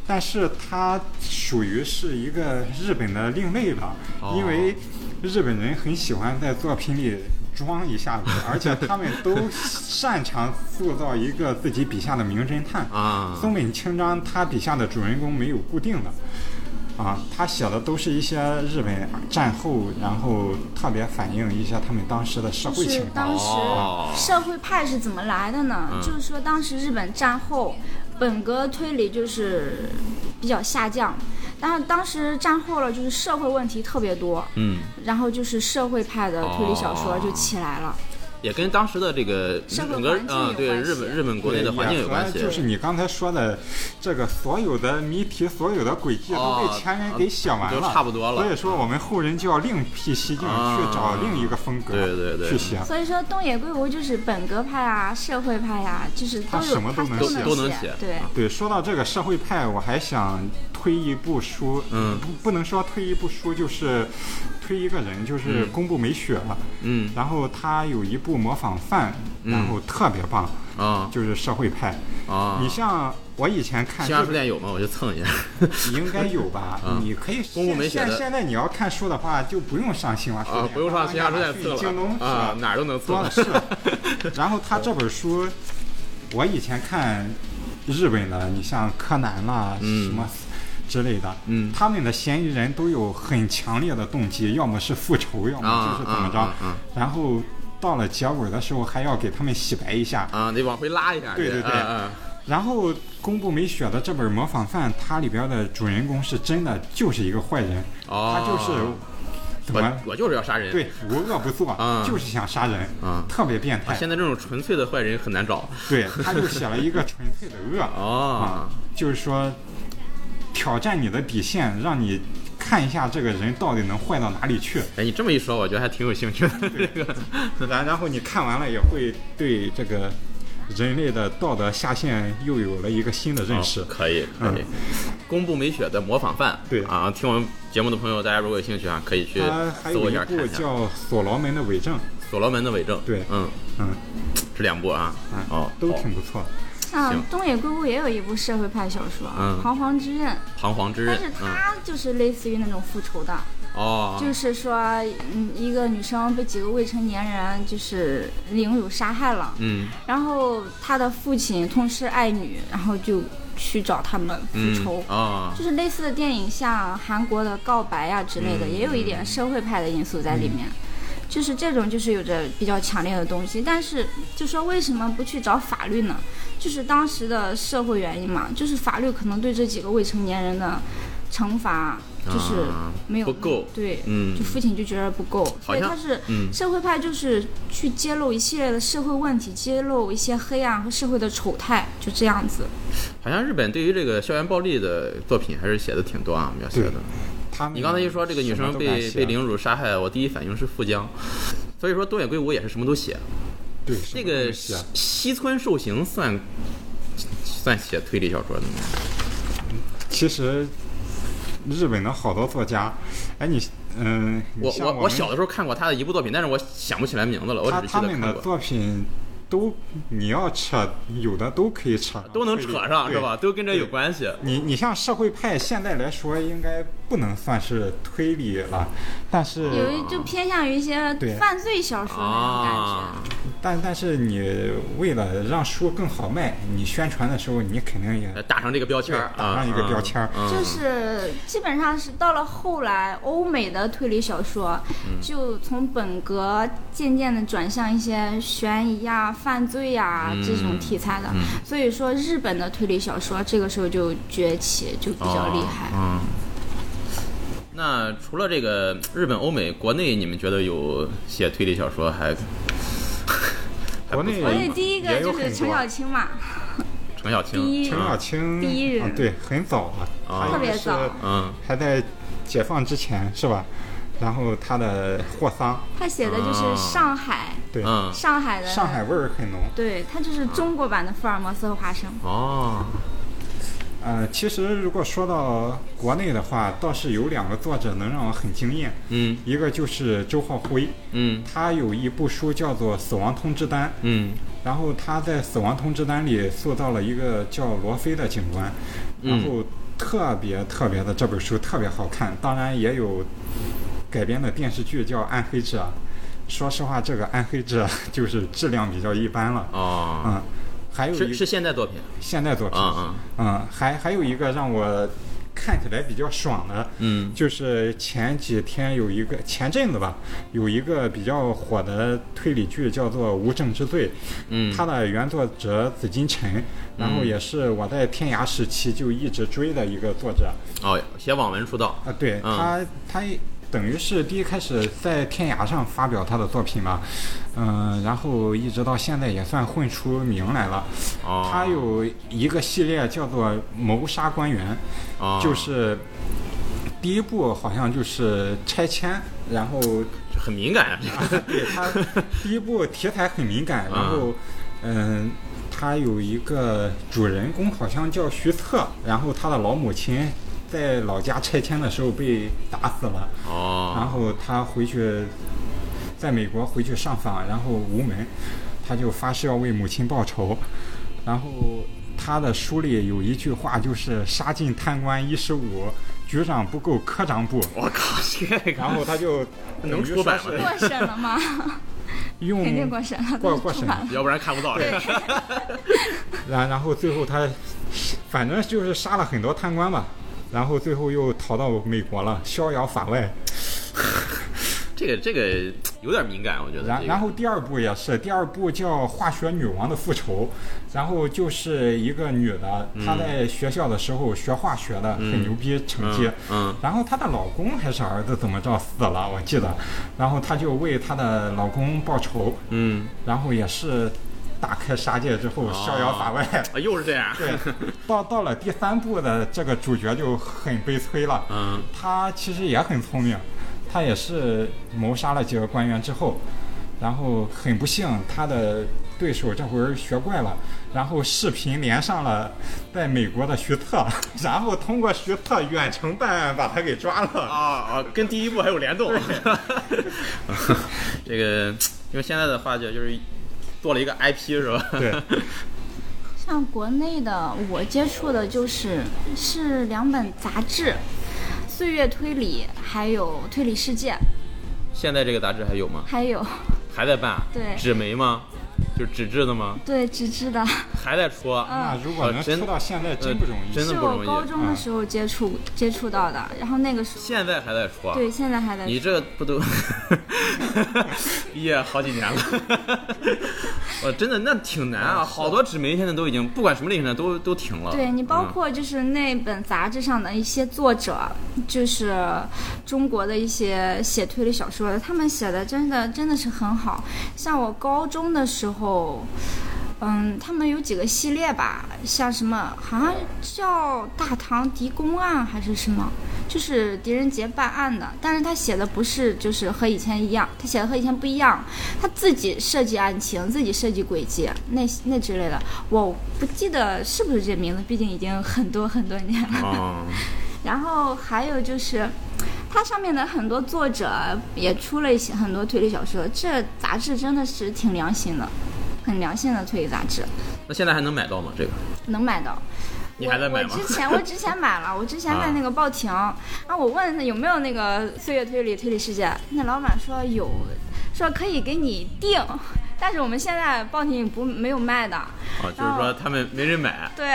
[SPEAKER 2] 但是它属于是一个日本的另类吧，
[SPEAKER 1] 哦
[SPEAKER 2] 因为日本人很喜欢在作品里装
[SPEAKER 1] (laughs)
[SPEAKER 2] 一下子，而且他们都擅长塑造一个自己笔下的名侦探。
[SPEAKER 1] 啊
[SPEAKER 2] 松本清张他笔下的主人公没有固定的。啊，他写的都是一些日本战后，然后特别反映一些他们当时的社
[SPEAKER 3] 就
[SPEAKER 2] 会
[SPEAKER 3] 是
[SPEAKER 2] 情况。
[SPEAKER 3] 当时
[SPEAKER 1] 哦
[SPEAKER 3] 社会派是怎么来的呢？就是说，当时日本战后，本格推理就是比较下降，但是当时战后了，就是社会问题特别多，
[SPEAKER 1] 嗯，
[SPEAKER 3] 然后就是社会派的推理小说
[SPEAKER 1] 哦
[SPEAKER 3] 就起来了。
[SPEAKER 1] 也跟当时的这个
[SPEAKER 3] 社会
[SPEAKER 1] 整个
[SPEAKER 3] 环境有
[SPEAKER 1] 嗯，对
[SPEAKER 3] 关系
[SPEAKER 1] 日本日本国
[SPEAKER 2] 对，
[SPEAKER 1] 内的环境有关系
[SPEAKER 2] 也和，就是你刚才说的，这个所有的谜题、所有的轨迹都
[SPEAKER 1] 哦
[SPEAKER 2] 被前人给写完
[SPEAKER 1] 就
[SPEAKER 2] 了，
[SPEAKER 1] 啊差不多了
[SPEAKER 2] 所以说，我们后人就要另辟蹊径，
[SPEAKER 1] 啊
[SPEAKER 2] 去找另一个风格，
[SPEAKER 1] 对对对
[SPEAKER 2] 去写。
[SPEAKER 3] 所以说，东野圭吾就是本格派啊、社会派啊，就是都
[SPEAKER 2] 他
[SPEAKER 3] 有，
[SPEAKER 2] 什么都
[SPEAKER 3] 他
[SPEAKER 2] 能
[SPEAKER 3] 都
[SPEAKER 2] 写啊
[SPEAKER 1] 都能写
[SPEAKER 3] 写。对，
[SPEAKER 2] 对，说到这个社会派，我还想推一部书，
[SPEAKER 1] 嗯
[SPEAKER 2] 不不能说推一部书，就是推一个人，就是宫部美雪了。
[SPEAKER 1] 嗯
[SPEAKER 2] 然后他有一部模仿犯，然后特别棒，
[SPEAKER 1] 啊
[SPEAKER 2] 就是社会派。
[SPEAKER 1] 啊
[SPEAKER 2] 你，像我以前看
[SPEAKER 1] 新
[SPEAKER 2] 日
[SPEAKER 1] 华
[SPEAKER 2] 本
[SPEAKER 1] 书店嗯有吗？我就蹭
[SPEAKER 2] (laughs)
[SPEAKER 1] 一下。
[SPEAKER 2] 应该有
[SPEAKER 1] (laughs)
[SPEAKER 2] 吧？你可以
[SPEAKER 1] 公布没写
[SPEAKER 2] 现
[SPEAKER 1] 的
[SPEAKER 2] 现在你要看书的话，就不用上新华书店，哎
[SPEAKER 1] 啊，不用上新华书店
[SPEAKER 2] 去
[SPEAKER 1] 蹭
[SPEAKER 2] 京东
[SPEAKER 1] 了啊，哪儿都能
[SPEAKER 2] 是吧 (laughs) 多
[SPEAKER 1] 蹭
[SPEAKER 2] 的。是。然后他这本书，我以前看日本的，你像柯南啦，
[SPEAKER 1] 嗯
[SPEAKER 2] 什么。之类的，
[SPEAKER 1] 嗯
[SPEAKER 2] 他们的嫌疑人都有很强烈的动机，要么是复仇，要么就是怎么着，
[SPEAKER 1] 啊啊啊啊
[SPEAKER 2] 然后到了结尾的时候还要给他们洗白一下，
[SPEAKER 1] 啊，得往回拉一下。
[SPEAKER 2] 对对对
[SPEAKER 1] 啊
[SPEAKER 2] 然后宫部美雪的这本《模仿犯》，它里边的主人公是真的就是一个坏人，
[SPEAKER 1] 哦
[SPEAKER 2] 他就是怎么
[SPEAKER 1] 我我就是要杀人。
[SPEAKER 2] 对无恶不作，
[SPEAKER 1] 啊
[SPEAKER 2] 就是想杀人，
[SPEAKER 1] 啊
[SPEAKER 2] 特别变
[SPEAKER 1] 啊，
[SPEAKER 2] 态。
[SPEAKER 1] 现在这种纯粹的坏人很难找。
[SPEAKER 2] 对，他就写了一个纯粹的恶
[SPEAKER 1] 哦
[SPEAKER 2] 啊，就是说挑战你的底线，让你看一下这个人到底能坏到哪里去。
[SPEAKER 1] 哎，你这么一说，我觉得还挺有兴趣的。这个，
[SPEAKER 2] 然然后你看完了也会对这个人类的道德下限又有了一个新的认识。
[SPEAKER 1] 哦可以可以。宫部美雪的模仿犯，
[SPEAKER 2] 嗯对
[SPEAKER 1] 啊，听我们节目的朋友，大家如果有兴趣啊，可以去
[SPEAKER 2] 他还
[SPEAKER 1] 搜
[SPEAKER 2] 有
[SPEAKER 1] 一
[SPEAKER 2] 一
[SPEAKER 1] 下看
[SPEAKER 2] 部
[SPEAKER 1] 一下。
[SPEAKER 2] 叫《所罗门的伪证》，
[SPEAKER 1] 所罗门的伪证，
[SPEAKER 2] 对
[SPEAKER 1] 嗯，
[SPEAKER 2] 嗯，
[SPEAKER 1] 这两部啊，
[SPEAKER 2] 嗯
[SPEAKER 1] 哦，
[SPEAKER 2] 都
[SPEAKER 1] 好
[SPEAKER 2] 挺不错。
[SPEAKER 3] 像
[SPEAKER 1] 行
[SPEAKER 3] 嗯东野圭吾也有一部社会派小说
[SPEAKER 1] 嗯
[SPEAKER 3] 《彷徨之刃》，
[SPEAKER 1] 彷徨之刃
[SPEAKER 3] 但是，
[SPEAKER 1] 嗯，
[SPEAKER 3] 他就是类似于那种复仇的，
[SPEAKER 1] 哦，
[SPEAKER 3] 就是说，嗯，一个女生被几个未成年人就是凌辱杀害了，
[SPEAKER 1] 嗯
[SPEAKER 3] 然后她的父亲痛失爱女，然后就去找他们
[SPEAKER 1] 嗯
[SPEAKER 3] 复仇，
[SPEAKER 1] 啊，
[SPEAKER 3] 就是类似的电影，像韩国的《告白》呀之类的，
[SPEAKER 1] 嗯
[SPEAKER 3] 也有一点社会派的因素在里面。就是这种，就是有着比较强烈的东西，但是就说为什么不去找法律呢？就是当时的社会原因嘛，就是法律可能对这几个未成年人的惩罚就是
[SPEAKER 1] 啊
[SPEAKER 3] 没有、
[SPEAKER 1] 不够
[SPEAKER 3] 对，
[SPEAKER 1] 嗯
[SPEAKER 3] 就父亲就觉得不够，
[SPEAKER 1] 好
[SPEAKER 3] 所以
[SPEAKER 1] 像
[SPEAKER 3] 他是
[SPEAKER 1] 嗯
[SPEAKER 3] 社会派，就是去揭露一系列的社会问题，揭露一些黑暗和社会的丑态，就这样子。
[SPEAKER 1] 好像日本对于这个校园暴力的作品还是写的挺多啊，描写
[SPEAKER 2] 对
[SPEAKER 1] 的。，
[SPEAKER 2] 他们
[SPEAKER 1] 你刚才一说这个女
[SPEAKER 2] 什么
[SPEAKER 1] 生
[SPEAKER 2] 都敢
[SPEAKER 1] 被
[SPEAKER 2] 写啊
[SPEAKER 1] 被凌辱杀害，我第一反应是富江，所以说东野圭吾也是什么都写。
[SPEAKER 2] 对
[SPEAKER 1] 这
[SPEAKER 2] 什么都
[SPEAKER 1] 个
[SPEAKER 2] 敢写啊
[SPEAKER 1] 西西村受刑算算写推理小说的吗？
[SPEAKER 2] 其实日本的好多作家，哎，你嗯，你
[SPEAKER 1] 我
[SPEAKER 2] 像
[SPEAKER 1] 我
[SPEAKER 2] 我
[SPEAKER 1] 我
[SPEAKER 2] 们
[SPEAKER 1] 小的时候看过他的一部作品，但是我想不起来名字了，我
[SPEAKER 2] 他
[SPEAKER 1] 只是记
[SPEAKER 2] 他
[SPEAKER 1] 得
[SPEAKER 2] 们
[SPEAKER 1] 看
[SPEAKER 2] 的
[SPEAKER 1] 过。
[SPEAKER 2] 作品都你要扯，有的都可以扯，
[SPEAKER 1] 啊都能扯上
[SPEAKER 2] 啊对
[SPEAKER 1] 是吧？？都跟这有关系。
[SPEAKER 2] 你你像社会派，现在来说应该不能算是推理了，但
[SPEAKER 1] 嗯
[SPEAKER 3] 有
[SPEAKER 2] 是
[SPEAKER 3] 一就偏向于一些
[SPEAKER 2] 对
[SPEAKER 3] 犯罪小说那种感觉。
[SPEAKER 1] 啊，
[SPEAKER 2] 但但是你为了让书更好卖，你宣传的时候你肯定也
[SPEAKER 1] 打上这个标签呃儿
[SPEAKER 2] 对，
[SPEAKER 1] 啊
[SPEAKER 2] 打上一个标签儿
[SPEAKER 1] 嗯
[SPEAKER 3] 就是基本上是到了后来，欧美的推理小说
[SPEAKER 1] 嗯
[SPEAKER 3] 就从本格渐渐的转向一些悬疑呀、犯罪呀、
[SPEAKER 1] 嗯
[SPEAKER 3] 这种题材的。
[SPEAKER 1] 嗯
[SPEAKER 3] 所以说，日本的推理小说这个时候就崛起，就比较厉害。
[SPEAKER 1] 哦嗯，那除了这个日本、欧美，国内你们觉得有写推理小说还？还
[SPEAKER 2] 国
[SPEAKER 1] 不错
[SPEAKER 2] 内
[SPEAKER 3] 所以第一个
[SPEAKER 2] 也有
[SPEAKER 3] 就
[SPEAKER 2] 很
[SPEAKER 3] 是
[SPEAKER 2] 多啊
[SPEAKER 3] 程小青嘛，
[SPEAKER 1] 程小青，
[SPEAKER 3] 第一
[SPEAKER 2] 程小青
[SPEAKER 3] 第一人
[SPEAKER 2] 啊，对，很早了，
[SPEAKER 1] 啊
[SPEAKER 2] 他应该
[SPEAKER 3] 特别早
[SPEAKER 2] 是
[SPEAKER 1] 嗯，
[SPEAKER 2] 还在解放之前是吧？然后他的霍桑，
[SPEAKER 3] 他写的就是上海，
[SPEAKER 2] 对，
[SPEAKER 1] 嗯，
[SPEAKER 3] 上海的
[SPEAKER 2] 啊上海味儿很浓。
[SPEAKER 3] 对，它就是中国版的福尔摩斯和华生。
[SPEAKER 1] 哦，
[SPEAKER 2] 呃，其实如果说到国内的话，倒是有两个作者能让我很惊艳，
[SPEAKER 1] 嗯
[SPEAKER 2] 一个就是周浩辉，
[SPEAKER 1] 嗯
[SPEAKER 2] 他有一部书叫做《死亡通知单》，
[SPEAKER 1] 嗯
[SPEAKER 2] 然后他在《死亡通知单》里塑造了一个叫罗非的警官，
[SPEAKER 1] 嗯
[SPEAKER 2] 然后特别特别的这本书特别好看，当然也有改编的电视剧叫《暗黑者》，说实话，这个《暗黑者》 (laughs) 就是质量比较一般了，
[SPEAKER 1] 哦，
[SPEAKER 2] 嗯，还有
[SPEAKER 1] 是
[SPEAKER 2] 一
[SPEAKER 1] 是
[SPEAKER 2] 个
[SPEAKER 1] 现代作品
[SPEAKER 2] 现代作品，
[SPEAKER 1] 啊
[SPEAKER 2] 嗯，还还有一个让我看起来比较爽的，
[SPEAKER 1] 嗯
[SPEAKER 2] 就是前几天有一个前阵子吧，有一个比较火的推理剧叫做《无证之罪》，
[SPEAKER 1] 嗯
[SPEAKER 2] 它的原作者紫金陈，然后也是我在天涯时期就一直追的一个作者
[SPEAKER 1] 哦，写网文出道，
[SPEAKER 2] 啊，对
[SPEAKER 1] 嗯
[SPEAKER 2] 他他。等于是第一开始在天涯上发表他的作品吧，嗯、然后一直到现在也算混出名来了。
[SPEAKER 1] 哦，
[SPEAKER 2] 他有一个系列叫做《谋杀官员》，
[SPEAKER 1] 哦
[SPEAKER 2] 就是第一部好像就是拆迁，然后
[SPEAKER 1] 很敏感啊，这个
[SPEAKER 2] 对他第一部题材很敏感，然后嗯。他有一个主人公，好像叫徐策，然后他的老母亲在老家拆迁的时候被打死了，然
[SPEAKER 1] 哦，
[SPEAKER 2] 后他回去，在美国回去上访，然后无门，他就发誓要为母亲报仇。然后他的书里有一句话就是“杀尽贪官一十五，局长不够科长部
[SPEAKER 1] (laughs) 我靠，这”，个
[SPEAKER 2] (laughs) 然后他就
[SPEAKER 1] 能出版吗
[SPEAKER 2] 等于说
[SPEAKER 3] 过审
[SPEAKER 2] (laughs)
[SPEAKER 3] 了吗？
[SPEAKER 2] 是用
[SPEAKER 3] 肯定过审了，
[SPEAKER 2] 过
[SPEAKER 3] 都
[SPEAKER 2] 过
[SPEAKER 3] 出
[SPEAKER 2] 审
[SPEAKER 3] 版了。
[SPEAKER 1] 要不然看不到这个，
[SPEAKER 2] 然然后最后他，反正就是杀了很多贪官吧，然后最后又逃到美国了，逍遥法外。
[SPEAKER 1] 这个这个有点敏感，我觉得。这
[SPEAKER 2] 然
[SPEAKER 1] 个
[SPEAKER 2] 然后第二部也是，第二部叫《化学女王的复仇》，然后就是一个女的，
[SPEAKER 1] 嗯
[SPEAKER 2] 她在学校的时候学化学的，很牛逼成绩。
[SPEAKER 1] 嗯
[SPEAKER 2] 然后她的老公还是儿子怎么着死了，我记得。然后她就为她的老公报仇，
[SPEAKER 1] 嗯，
[SPEAKER 2] 然后也是大开杀戒之
[SPEAKER 1] 哦
[SPEAKER 2] 后逍遥法外。
[SPEAKER 1] 啊，又是这样，
[SPEAKER 2] 对，到到了第三部的这个主角就很悲催了。
[SPEAKER 1] (laughs) 嗯
[SPEAKER 2] 他其实也很聪明，他也是谋杀了几个官员之后，然后很不幸，他的对手这会儿学怪了，然后视频连上了在美国的徐特， (laughs) 然后通过徐特远程办案把他给抓
[SPEAKER 1] 啊
[SPEAKER 2] 了。
[SPEAKER 1] 啊，跟第一部还有联动， (laughs) 这个因为现在的话就就是做了一个 IP 是吧？ (laughs)
[SPEAKER 2] 对，
[SPEAKER 3] 像国内的，我接触的就是是两本杂志，《岁月推理》还有《推理世界》，
[SPEAKER 1] 现在这个杂志还有吗？
[SPEAKER 3] 还有
[SPEAKER 1] 还在办？啊
[SPEAKER 3] 对
[SPEAKER 1] 纸媒吗？就是纸质的吗？
[SPEAKER 3] 对纸质的，
[SPEAKER 1] 还在出？
[SPEAKER 3] 嗯
[SPEAKER 2] 那如果能
[SPEAKER 1] 啊真嗯
[SPEAKER 2] 出到现在，真不容易。啊
[SPEAKER 1] 真的
[SPEAKER 3] 是
[SPEAKER 1] 不容
[SPEAKER 3] 我
[SPEAKER 1] 易
[SPEAKER 3] 高中的时候接触、接触到的，然后那个时候
[SPEAKER 1] 现在还在出？
[SPEAKER 2] 啊
[SPEAKER 1] 啊
[SPEAKER 3] 对，现在还在
[SPEAKER 1] 你这不
[SPEAKER 3] (laughs)
[SPEAKER 1] 都毕业好几年了？ (laughs) 我真的那挺难啊，好多纸媒现在都已经不管什么类型的都都停了。
[SPEAKER 3] 嗯对你包
[SPEAKER 1] 嗯
[SPEAKER 3] 括就是那本杂志上的一些作者，就是中国的一些写推理小说的，他们写的真的真的是很好。像我高中的时候，嗯，他们有几个系列吧，像什么好像叫《大唐狄公案》还是什么。就是狄仁杰办案的，但是他写的不是就是和以前一样，他写的和以前不一样，他自己设计案情，自己设计轨迹，那那之类的，我不记得是不是这名字，毕竟已经很多很多年
[SPEAKER 1] (laughs)
[SPEAKER 3] 了。
[SPEAKER 1] 哦，
[SPEAKER 3] 然后还有就是，它上面的很多作者也出了一些很多推理小说，这杂志真的是挺良心的。很良心的推理杂志，
[SPEAKER 1] 那现在还能买到吗？这个
[SPEAKER 3] 能买到。
[SPEAKER 1] 你还在买吗
[SPEAKER 3] 我？我之前我之前买了，我之前在那个报亭，啊，我问他有没有那个《岁月推理推理世界》，那老板说有，说可以给你订，但是我们现在报亭不没有卖的。
[SPEAKER 1] 哦，就是
[SPEAKER 3] 嗯
[SPEAKER 1] 说他们没人买。 (laughs)
[SPEAKER 3] 对，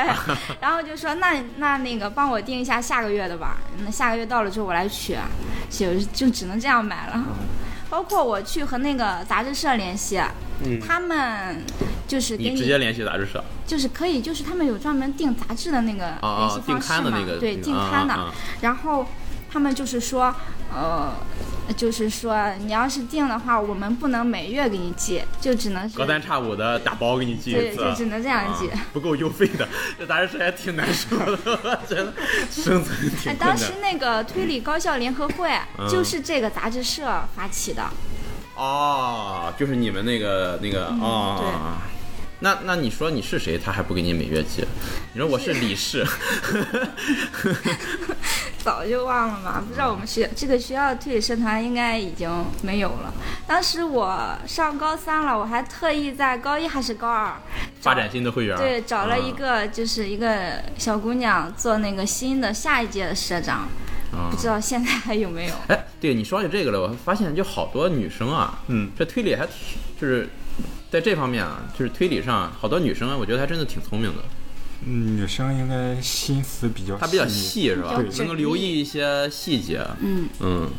[SPEAKER 3] 然后就说那那那个帮我订一下下个月的吧，那下个月到了之后我来取，就就只能这样买了。包括我去和那个杂志社联系，
[SPEAKER 1] 嗯
[SPEAKER 3] 他们就是给
[SPEAKER 1] 你直接联系杂志社
[SPEAKER 3] 就是可以，就是他们有专门订杂志的那个联系
[SPEAKER 1] 哦订
[SPEAKER 3] 方
[SPEAKER 1] 刊
[SPEAKER 3] 式
[SPEAKER 1] 的
[SPEAKER 3] 嘛，
[SPEAKER 1] 那个
[SPEAKER 3] 对，
[SPEAKER 1] 嗯
[SPEAKER 3] 订刊的。
[SPEAKER 1] 嗯嗯
[SPEAKER 3] 然后他们就是说，呃，就是说你要是订的话，我们不能每月给你寄，就只能是
[SPEAKER 1] 隔三差五的打包给你寄一
[SPEAKER 3] 对，
[SPEAKER 1] 次，
[SPEAKER 3] 就只能这样寄。哎
[SPEAKER 1] 啊不够邮费的，这杂志社还挺难受的，我觉得生存挺
[SPEAKER 3] 哎，
[SPEAKER 1] 困
[SPEAKER 3] 当
[SPEAKER 1] 难
[SPEAKER 3] 时。那个推理高校联合会
[SPEAKER 1] 嗯
[SPEAKER 3] 就是这个杂志社发起的，
[SPEAKER 1] 哦，就是你们那个那
[SPEAKER 3] 嗯
[SPEAKER 1] 个哦。那那你说你是谁，他还不给你每月寄？你说我是李
[SPEAKER 3] (laughs)
[SPEAKER 1] 氏，
[SPEAKER 3] 早就忘了嘛，不知道我们学这个学校的推理社团应该已经没有了。当时我上高三了，我还特意在高一还是高二找
[SPEAKER 1] 发展新的会员。
[SPEAKER 3] 对，找了一
[SPEAKER 1] 啊
[SPEAKER 3] 个、就是一个小姑娘做那个新的下一届的社长，
[SPEAKER 1] 啊
[SPEAKER 3] 不知道现在还有没有。
[SPEAKER 1] 哎，对你说起这个了，我发现就好多女生啊，
[SPEAKER 2] 嗯，
[SPEAKER 1] 这推理还挺，就是在这方面啊，就是推理上，好多女生啊，我觉得还真的挺聪明的，
[SPEAKER 2] 嗯，女生应该心思比较
[SPEAKER 1] 她比较
[SPEAKER 2] 腻
[SPEAKER 1] 细是吧
[SPEAKER 3] 比较？缜
[SPEAKER 1] 能够留
[SPEAKER 3] 密
[SPEAKER 1] 意一些细节，
[SPEAKER 3] 嗯，
[SPEAKER 1] 嗯。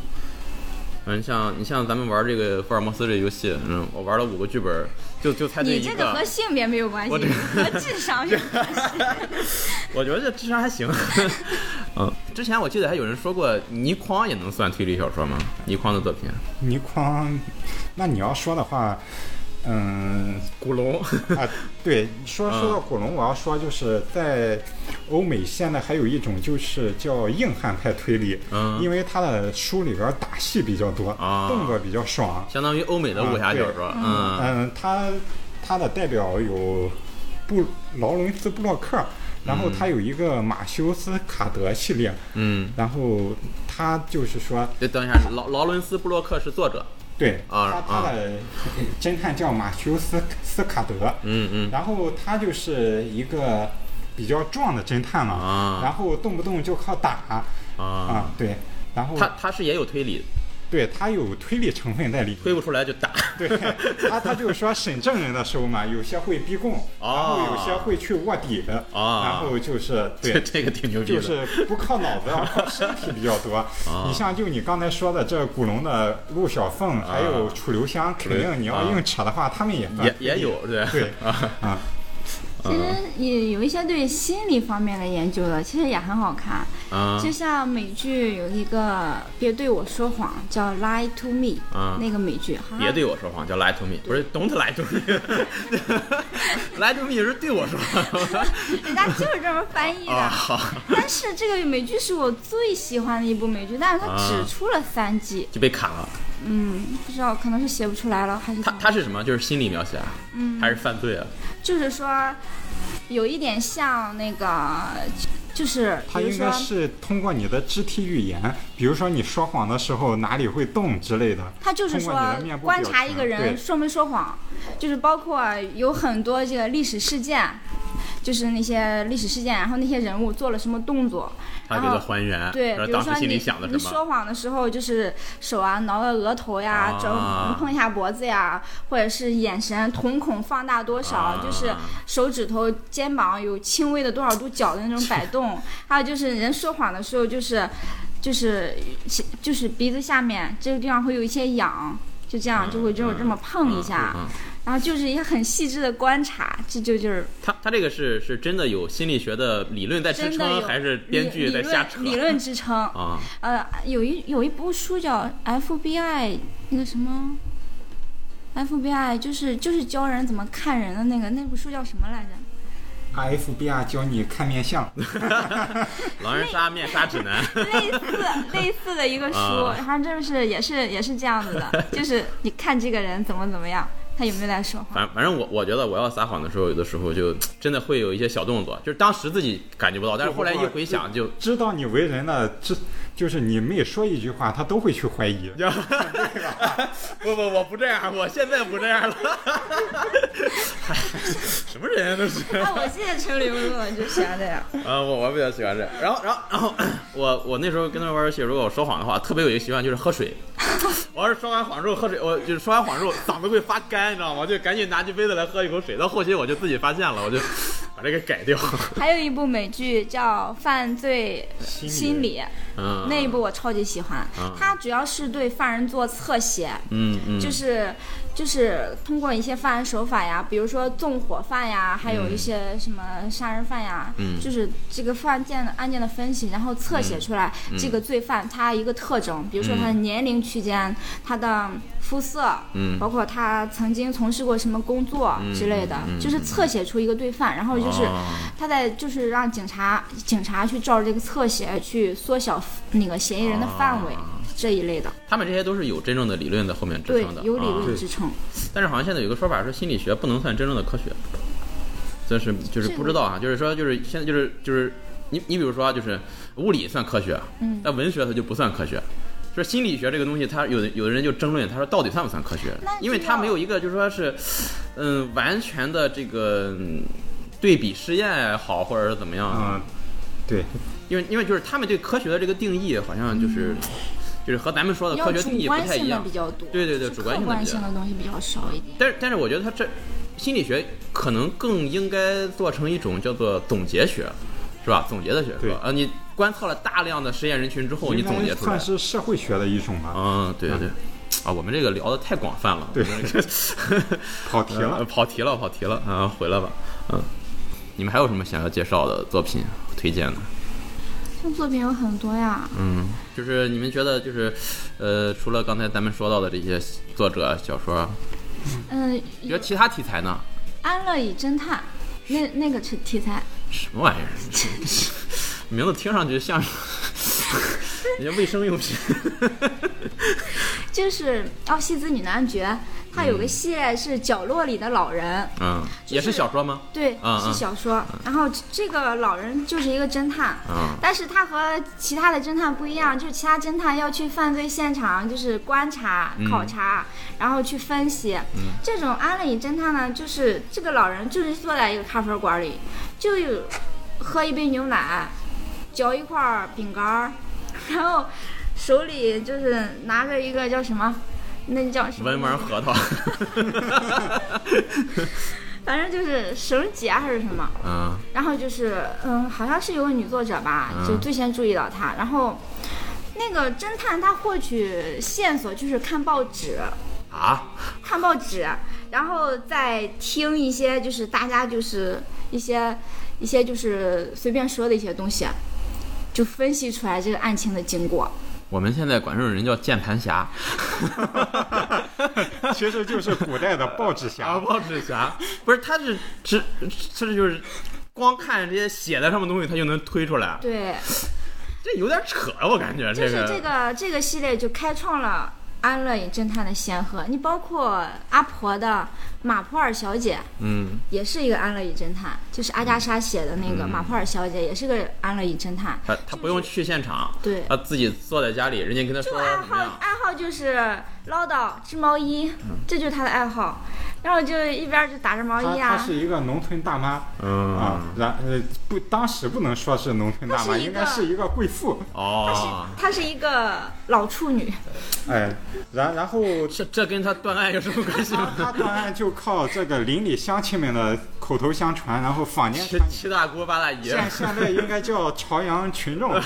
[SPEAKER 1] 嗯，像你像咱们玩这个福尔摩斯这游戏，嗯，我玩了五个剧本，就就猜对
[SPEAKER 3] 你
[SPEAKER 1] 一
[SPEAKER 3] 这个和性别没有关系，
[SPEAKER 1] 我这
[SPEAKER 3] 和智商有关系。
[SPEAKER 1] (laughs) 我觉得这智商
[SPEAKER 3] (laughs)
[SPEAKER 1] 还行。嗯，之前我记得还有人说过倪匡也能算推理小说吗？倪匡的作品，
[SPEAKER 2] 倪匡，那你要说的话，嗯
[SPEAKER 1] 古龙，
[SPEAKER 2] (laughs) 啊，对，说
[SPEAKER 1] 嗯
[SPEAKER 2] 说到古龙，我要说就是在欧美现在还有一种就是叫硬汉派推理，
[SPEAKER 1] 嗯
[SPEAKER 2] (laughs) 因为他的书里边打戏比较多，
[SPEAKER 1] 啊
[SPEAKER 2] 动作比较爽，
[SPEAKER 1] 相当于欧美的武侠小说，嗯
[SPEAKER 2] 嗯，他他的代表有布劳伦斯布洛克，然后他有一个马修斯卡德系列，
[SPEAKER 1] 嗯。
[SPEAKER 2] 然后他就是说
[SPEAKER 1] 就等一下，劳劳伦斯·布洛克是作者，
[SPEAKER 2] 对，
[SPEAKER 1] 啊
[SPEAKER 2] 他他的侦探叫马修斯斯卡德，
[SPEAKER 1] 嗯嗯，
[SPEAKER 2] 然后他就是一个比较壮的侦探嘛，
[SPEAKER 1] 啊
[SPEAKER 2] 然后动不动就靠打
[SPEAKER 1] 啊，
[SPEAKER 2] 啊，对，然后
[SPEAKER 1] 他他是也有推理，
[SPEAKER 2] 对他有推理成分在里
[SPEAKER 1] (laughs) 推
[SPEAKER 2] 面。
[SPEAKER 1] 不出来就打，
[SPEAKER 2] 对他，他就说审证人的时候嘛，有些会逼供，然
[SPEAKER 1] 哦
[SPEAKER 2] 后有些会去卧底的，
[SPEAKER 1] 哦
[SPEAKER 2] 然后就是
[SPEAKER 1] (laughs) 这
[SPEAKER 2] 对，
[SPEAKER 1] 这个挺牛逼
[SPEAKER 2] 就
[SPEAKER 1] 的，
[SPEAKER 2] 是不靠脑
[SPEAKER 1] (laughs)
[SPEAKER 2] 子，要靠身体比较多。
[SPEAKER 1] 哦
[SPEAKER 2] 你像就你刚才说的这古龙的陆小
[SPEAKER 1] 啊
[SPEAKER 2] 凤，还有楚留香，肯定你要硬扯的话，他们也算
[SPEAKER 1] 也也有对
[SPEAKER 2] 对
[SPEAKER 1] 啊，嗯
[SPEAKER 2] 啊，
[SPEAKER 3] 其实也有一些对心理方面的研究的，其实也很好看。
[SPEAKER 1] 啊
[SPEAKER 3] 就像美剧有一个《别对我说谎》，叫《Lie to Me》，
[SPEAKER 1] 啊
[SPEAKER 3] 那个美剧好像
[SPEAKER 1] 别对我说谎，叫 lie to me，不是 don't lie to (laughs) me，lie to me 是对我说谎
[SPEAKER 3] (laughs) 人家就是这么翻译
[SPEAKER 1] (laughs)
[SPEAKER 3] 的。
[SPEAKER 1] 啊，好，
[SPEAKER 3] 但是这个美剧是我最喜欢的一部美剧，但是它
[SPEAKER 1] 啊
[SPEAKER 3] 只出了三季，
[SPEAKER 1] 就被砍了。
[SPEAKER 3] 嗯，不知道可能是写不出来了，还是
[SPEAKER 1] 他
[SPEAKER 3] 怎么
[SPEAKER 1] 他是什么？就是心理描写啊，
[SPEAKER 3] 嗯
[SPEAKER 1] 还是犯罪啊？
[SPEAKER 3] 就是说有一点像那个，就是
[SPEAKER 2] 他
[SPEAKER 3] 比如
[SPEAKER 2] 应该
[SPEAKER 3] 说
[SPEAKER 2] 是通过你的肢体语言，比如说你说谎的时候哪里会动之类的。
[SPEAKER 3] 他就是说
[SPEAKER 2] 通过你的面部表
[SPEAKER 3] 观
[SPEAKER 2] 情
[SPEAKER 3] 察一个人
[SPEAKER 2] 对
[SPEAKER 3] 说没说谎，就是包括有很多这个历史事件，就是那些历史事件，然后那些人物做了什么动作，
[SPEAKER 1] 他
[SPEAKER 3] 然
[SPEAKER 1] 给他
[SPEAKER 3] 后。
[SPEAKER 1] 还原，
[SPEAKER 3] 对，
[SPEAKER 1] 然
[SPEAKER 3] 比
[SPEAKER 1] 后啊
[SPEAKER 3] 如
[SPEAKER 1] 当时
[SPEAKER 3] 说
[SPEAKER 1] 心
[SPEAKER 3] 你
[SPEAKER 1] 里想的
[SPEAKER 3] 你
[SPEAKER 1] 什么？
[SPEAKER 3] 说谎的时候，就是手啊挠个额头呀，
[SPEAKER 1] 啊
[SPEAKER 3] 整碰一下脖子呀，或者是眼神瞳孔放大多少，
[SPEAKER 1] 啊
[SPEAKER 3] 就是手指头、肩膀有轻微的多少度角的那种摆动，还有就是人说谎的时候，就是就是就是鼻子下面这个地方会有一些痒。就这样，就会就这么碰一下，
[SPEAKER 1] 嗯嗯嗯嗯
[SPEAKER 3] 然后就是也很细致的观察，这就就是
[SPEAKER 1] 他他这个是是真的有心理学的理论在支
[SPEAKER 3] 真的
[SPEAKER 1] 撑，
[SPEAKER 3] 有
[SPEAKER 1] 还是编剧
[SPEAKER 3] 理
[SPEAKER 1] 在
[SPEAKER 3] 理
[SPEAKER 1] 瞎
[SPEAKER 3] 论
[SPEAKER 1] 扯
[SPEAKER 3] 理论支撑
[SPEAKER 1] 啊？
[SPEAKER 3] (laughs) 呃，有一有一部书叫 FBI 那个什么 FBI，就是就是教人怎么看人的那个那部书叫什么来着？
[SPEAKER 2] FBI 教你看面相， (laughs)
[SPEAKER 1] 狼人杀面纱指南，
[SPEAKER 3] 类似类似的一个书，
[SPEAKER 1] 啊 (laughs)
[SPEAKER 3] 然后这是也是也是这样子的，就是你看这个人怎么怎么样，他有没有在说谎？
[SPEAKER 1] 反反正我我觉得我要撒谎的时候，有的时候就真的会有一些小动作，就是当时自己感觉不到，但是后来一回想就
[SPEAKER 2] 知道你为人了，这就是你每说一句话，他都会去怀疑。
[SPEAKER 1] 不 (laughs) 不，我不这样，我现在不这 (laughs) 样了。哎什么人啊都是。
[SPEAKER 3] 哎，我现在成零零了，就喜欢这样。
[SPEAKER 1] 啊，我我比较喜欢这样。然后，然后，然后， (clears throat) 我我那时候跟他们玩游戏，如果我说谎的话，特别有一个习惯就是喝 (laughs) 水。我要是说完谎之后喝水，我就是说完谎之后嗓子会发干，你知道吗？就赶紧拿起杯子来喝一口水。到后期我就自己发现了，我就把这个改掉。
[SPEAKER 3] (laughs) 还有一部美剧叫《犯罪心理》，
[SPEAKER 1] 嗯，
[SPEAKER 3] (laughs) 那一部我超级喜欢
[SPEAKER 1] 啊，
[SPEAKER 3] 它主要是对犯人做侧写，
[SPEAKER 1] 嗯嗯，
[SPEAKER 3] 就是就是通过一些犯案手法呀，比如说纵火犯呀，还有一些什么杀人犯呀，
[SPEAKER 1] 嗯
[SPEAKER 3] 就是这个犯件的案件的分析，然后侧写出来
[SPEAKER 1] 嗯
[SPEAKER 3] 这个罪犯他一个特征，比如说他的年龄区间、他的肤色，
[SPEAKER 1] 嗯
[SPEAKER 3] 包括他曾经从事过什么工作之类的，
[SPEAKER 1] 嗯嗯嗯
[SPEAKER 3] 就是侧写出一个罪犯，然后就是
[SPEAKER 1] 哦
[SPEAKER 3] 他在就是让警察警察去照着这个侧写去缩小那个嫌疑人的范围、
[SPEAKER 1] 哦
[SPEAKER 3] 这一类的，
[SPEAKER 1] 他们这些都是有真正的理论在后面支
[SPEAKER 3] 对
[SPEAKER 1] 撑的，，
[SPEAKER 3] 有理论
[SPEAKER 1] 啊。
[SPEAKER 3] 支撑。
[SPEAKER 1] 但是好像现在有个说法说心理学不能算真正的科学，这是就是
[SPEAKER 3] 这个
[SPEAKER 1] 不知道啊，就是说就是现在就是就是你你比如说啊，就是物理算科学，
[SPEAKER 3] 嗯
[SPEAKER 1] 但文学它就不算科学。说心理学这个东西，它有的有的人就争论，他说到底算不算科学
[SPEAKER 3] 那？就
[SPEAKER 1] 因为它
[SPEAKER 3] 要
[SPEAKER 1] 没有一个就是说是，嗯，完全的这个嗯对比试验也好，或者是怎么样？啊
[SPEAKER 2] 嗯，对，
[SPEAKER 1] 因为因为就是他们对科学的这个定义，好像就是就是和咱们说的
[SPEAKER 3] 嗯要
[SPEAKER 1] 科学定义不太一样
[SPEAKER 3] 比。较多，
[SPEAKER 1] 对对对
[SPEAKER 3] 就是
[SPEAKER 1] 主观性的
[SPEAKER 3] 客观
[SPEAKER 1] 比较
[SPEAKER 3] 性的东西比较少一点。
[SPEAKER 1] 但是但是我觉得他这心理学可能更应该做成一种叫做总结学，是吧？总结的学
[SPEAKER 2] 对
[SPEAKER 1] 说啊，你观测了大量的实验人群之哦后，你
[SPEAKER 2] 应该
[SPEAKER 1] 总结出来
[SPEAKER 2] 算。是社会学的一种吧，
[SPEAKER 1] 嗯，对对对。啊，我们这个聊的太广泛了，
[SPEAKER 2] 对
[SPEAKER 1] 我们这个 (laughs)
[SPEAKER 2] 跑题
[SPEAKER 1] 呃
[SPEAKER 2] 了。
[SPEAKER 1] 跑题了，跑题了，啊，回来吧，嗯，你们还有什么想要介绍的作品推荐的？
[SPEAKER 3] 像作品有很多呀，
[SPEAKER 1] 嗯，就是你们觉得就是，呃，除了刚才咱们说到的这些作者小说，啊
[SPEAKER 3] 嗯，
[SPEAKER 1] 觉得其他题材呢？
[SPEAKER 3] 安乐椅侦探，那那个题题材，
[SPEAKER 1] 什么玩意儿？名字听上去像是人家卫生用品。
[SPEAKER 3] 就是《奥西兹女男爵》，它有个系列是《角落里的老人》，
[SPEAKER 1] 嗯，也是小说吗？
[SPEAKER 3] 对，
[SPEAKER 1] 嗯嗯
[SPEAKER 3] 是小说。然后这个老人就是一个侦探，
[SPEAKER 1] 嗯
[SPEAKER 3] 但是他和其他的侦探不一样，就是其他侦探要去犯罪现场，就是观察、考察，然后去分析。这种安乐椅侦探呢，就是这个老人就是坐在一个咖啡馆里，就有喝一杯牛奶，嚼一块饼干儿， (laughs) 然后手里就是拿着一个叫什么，那叫什么？
[SPEAKER 1] 文玩核桃。
[SPEAKER 3] 反正就是绳结还是什么。
[SPEAKER 1] (laughs) 嗯
[SPEAKER 3] 然后就是，嗯，好像是有个女作者吧，就
[SPEAKER 1] 嗯
[SPEAKER 3] 最先注意到她。然后，那个侦探他获取线索就是看报纸，
[SPEAKER 1] 啊，
[SPEAKER 3] 看报纸，然后再听一些就是大家就是一些一些就是随便说的一些东西，就分析出来这个案情的经过。
[SPEAKER 1] 我们现在管这种人叫键盘侠 (laughs) 呃
[SPEAKER 2] (laughs) 其实就是古代的报纸
[SPEAKER 1] 啊，
[SPEAKER 2] 侠，
[SPEAKER 1] 报纸侠不是，他是只这就是光看这些写在上面的东西，他就能推出来，
[SPEAKER 3] 对，
[SPEAKER 1] 这有点扯，啊我感觉
[SPEAKER 3] 就
[SPEAKER 1] 这
[SPEAKER 3] 是
[SPEAKER 1] 个
[SPEAKER 3] 这个这个系列就开创了安乐椅侦探的先河。你包括阿婆的马普尔小姐，
[SPEAKER 1] 嗯
[SPEAKER 3] 也是一个安乐椅侦探，就是阿加莎写的那个马普尔小姐，也是个安乐椅侦探。
[SPEAKER 1] 他他不用去现场，
[SPEAKER 3] 对
[SPEAKER 1] 他自己坐在家里，人家跟他
[SPEAKER 3] 就
[SPEAKER 1] 说
[SPEAKER 3] 爱
[SPEAKER 1] 怎
[SPEAKER 3] 好
[SPEAKER 1] 么样，
[SPEAKER 3] 爱好就是唠叨织毛衣，这就是他的爱好。然后就一边就打着毛
[SPEAKER 2] 她
[SPEAKER 3] 衣
[SPEAKER 2] 她
[SPEAKER 3] 啊
[SPEAKER 2] 是，一个农村大妈啊
[SPEAKER 1] 嗯，
[SPEAKER 2] 然呃不，当时不能说是农村大
[SPEAKER 3] 她
[SPEAKER 2] 妈，
[SPEAKER 3] 是一个
[SPEAKER 2] 应该是一个贵
[SPEAKER 3] (laughs)
[SPEAKER 2] 妇，
[SPEAKER 1] 哦，
[SPEAKER 3] 她是一个老处女，
[SPEAKER 2] 哎，然然
[SPEAKER 3] (laughs)
[SPEAKER 2] 后
[SPEAKER 1] 这这跟他断案有什么关系
[SPEAKER 2] 他
[SPEAKER 1] 吗？
[SPEAKER 2] 他当然就靠这个邻里乡亲们的口头相传，然后坊间
[SPEAKER 1] (laughs) 七
[SPEAKER 2] 传
[SPEAKER 1] 七大姑八大姨，
[SPEAKER 3] 啊
[SPEAKER 2] 现现在应该叫朝阳群 (laughs) 众，
[SPEAKER 1] (laughs)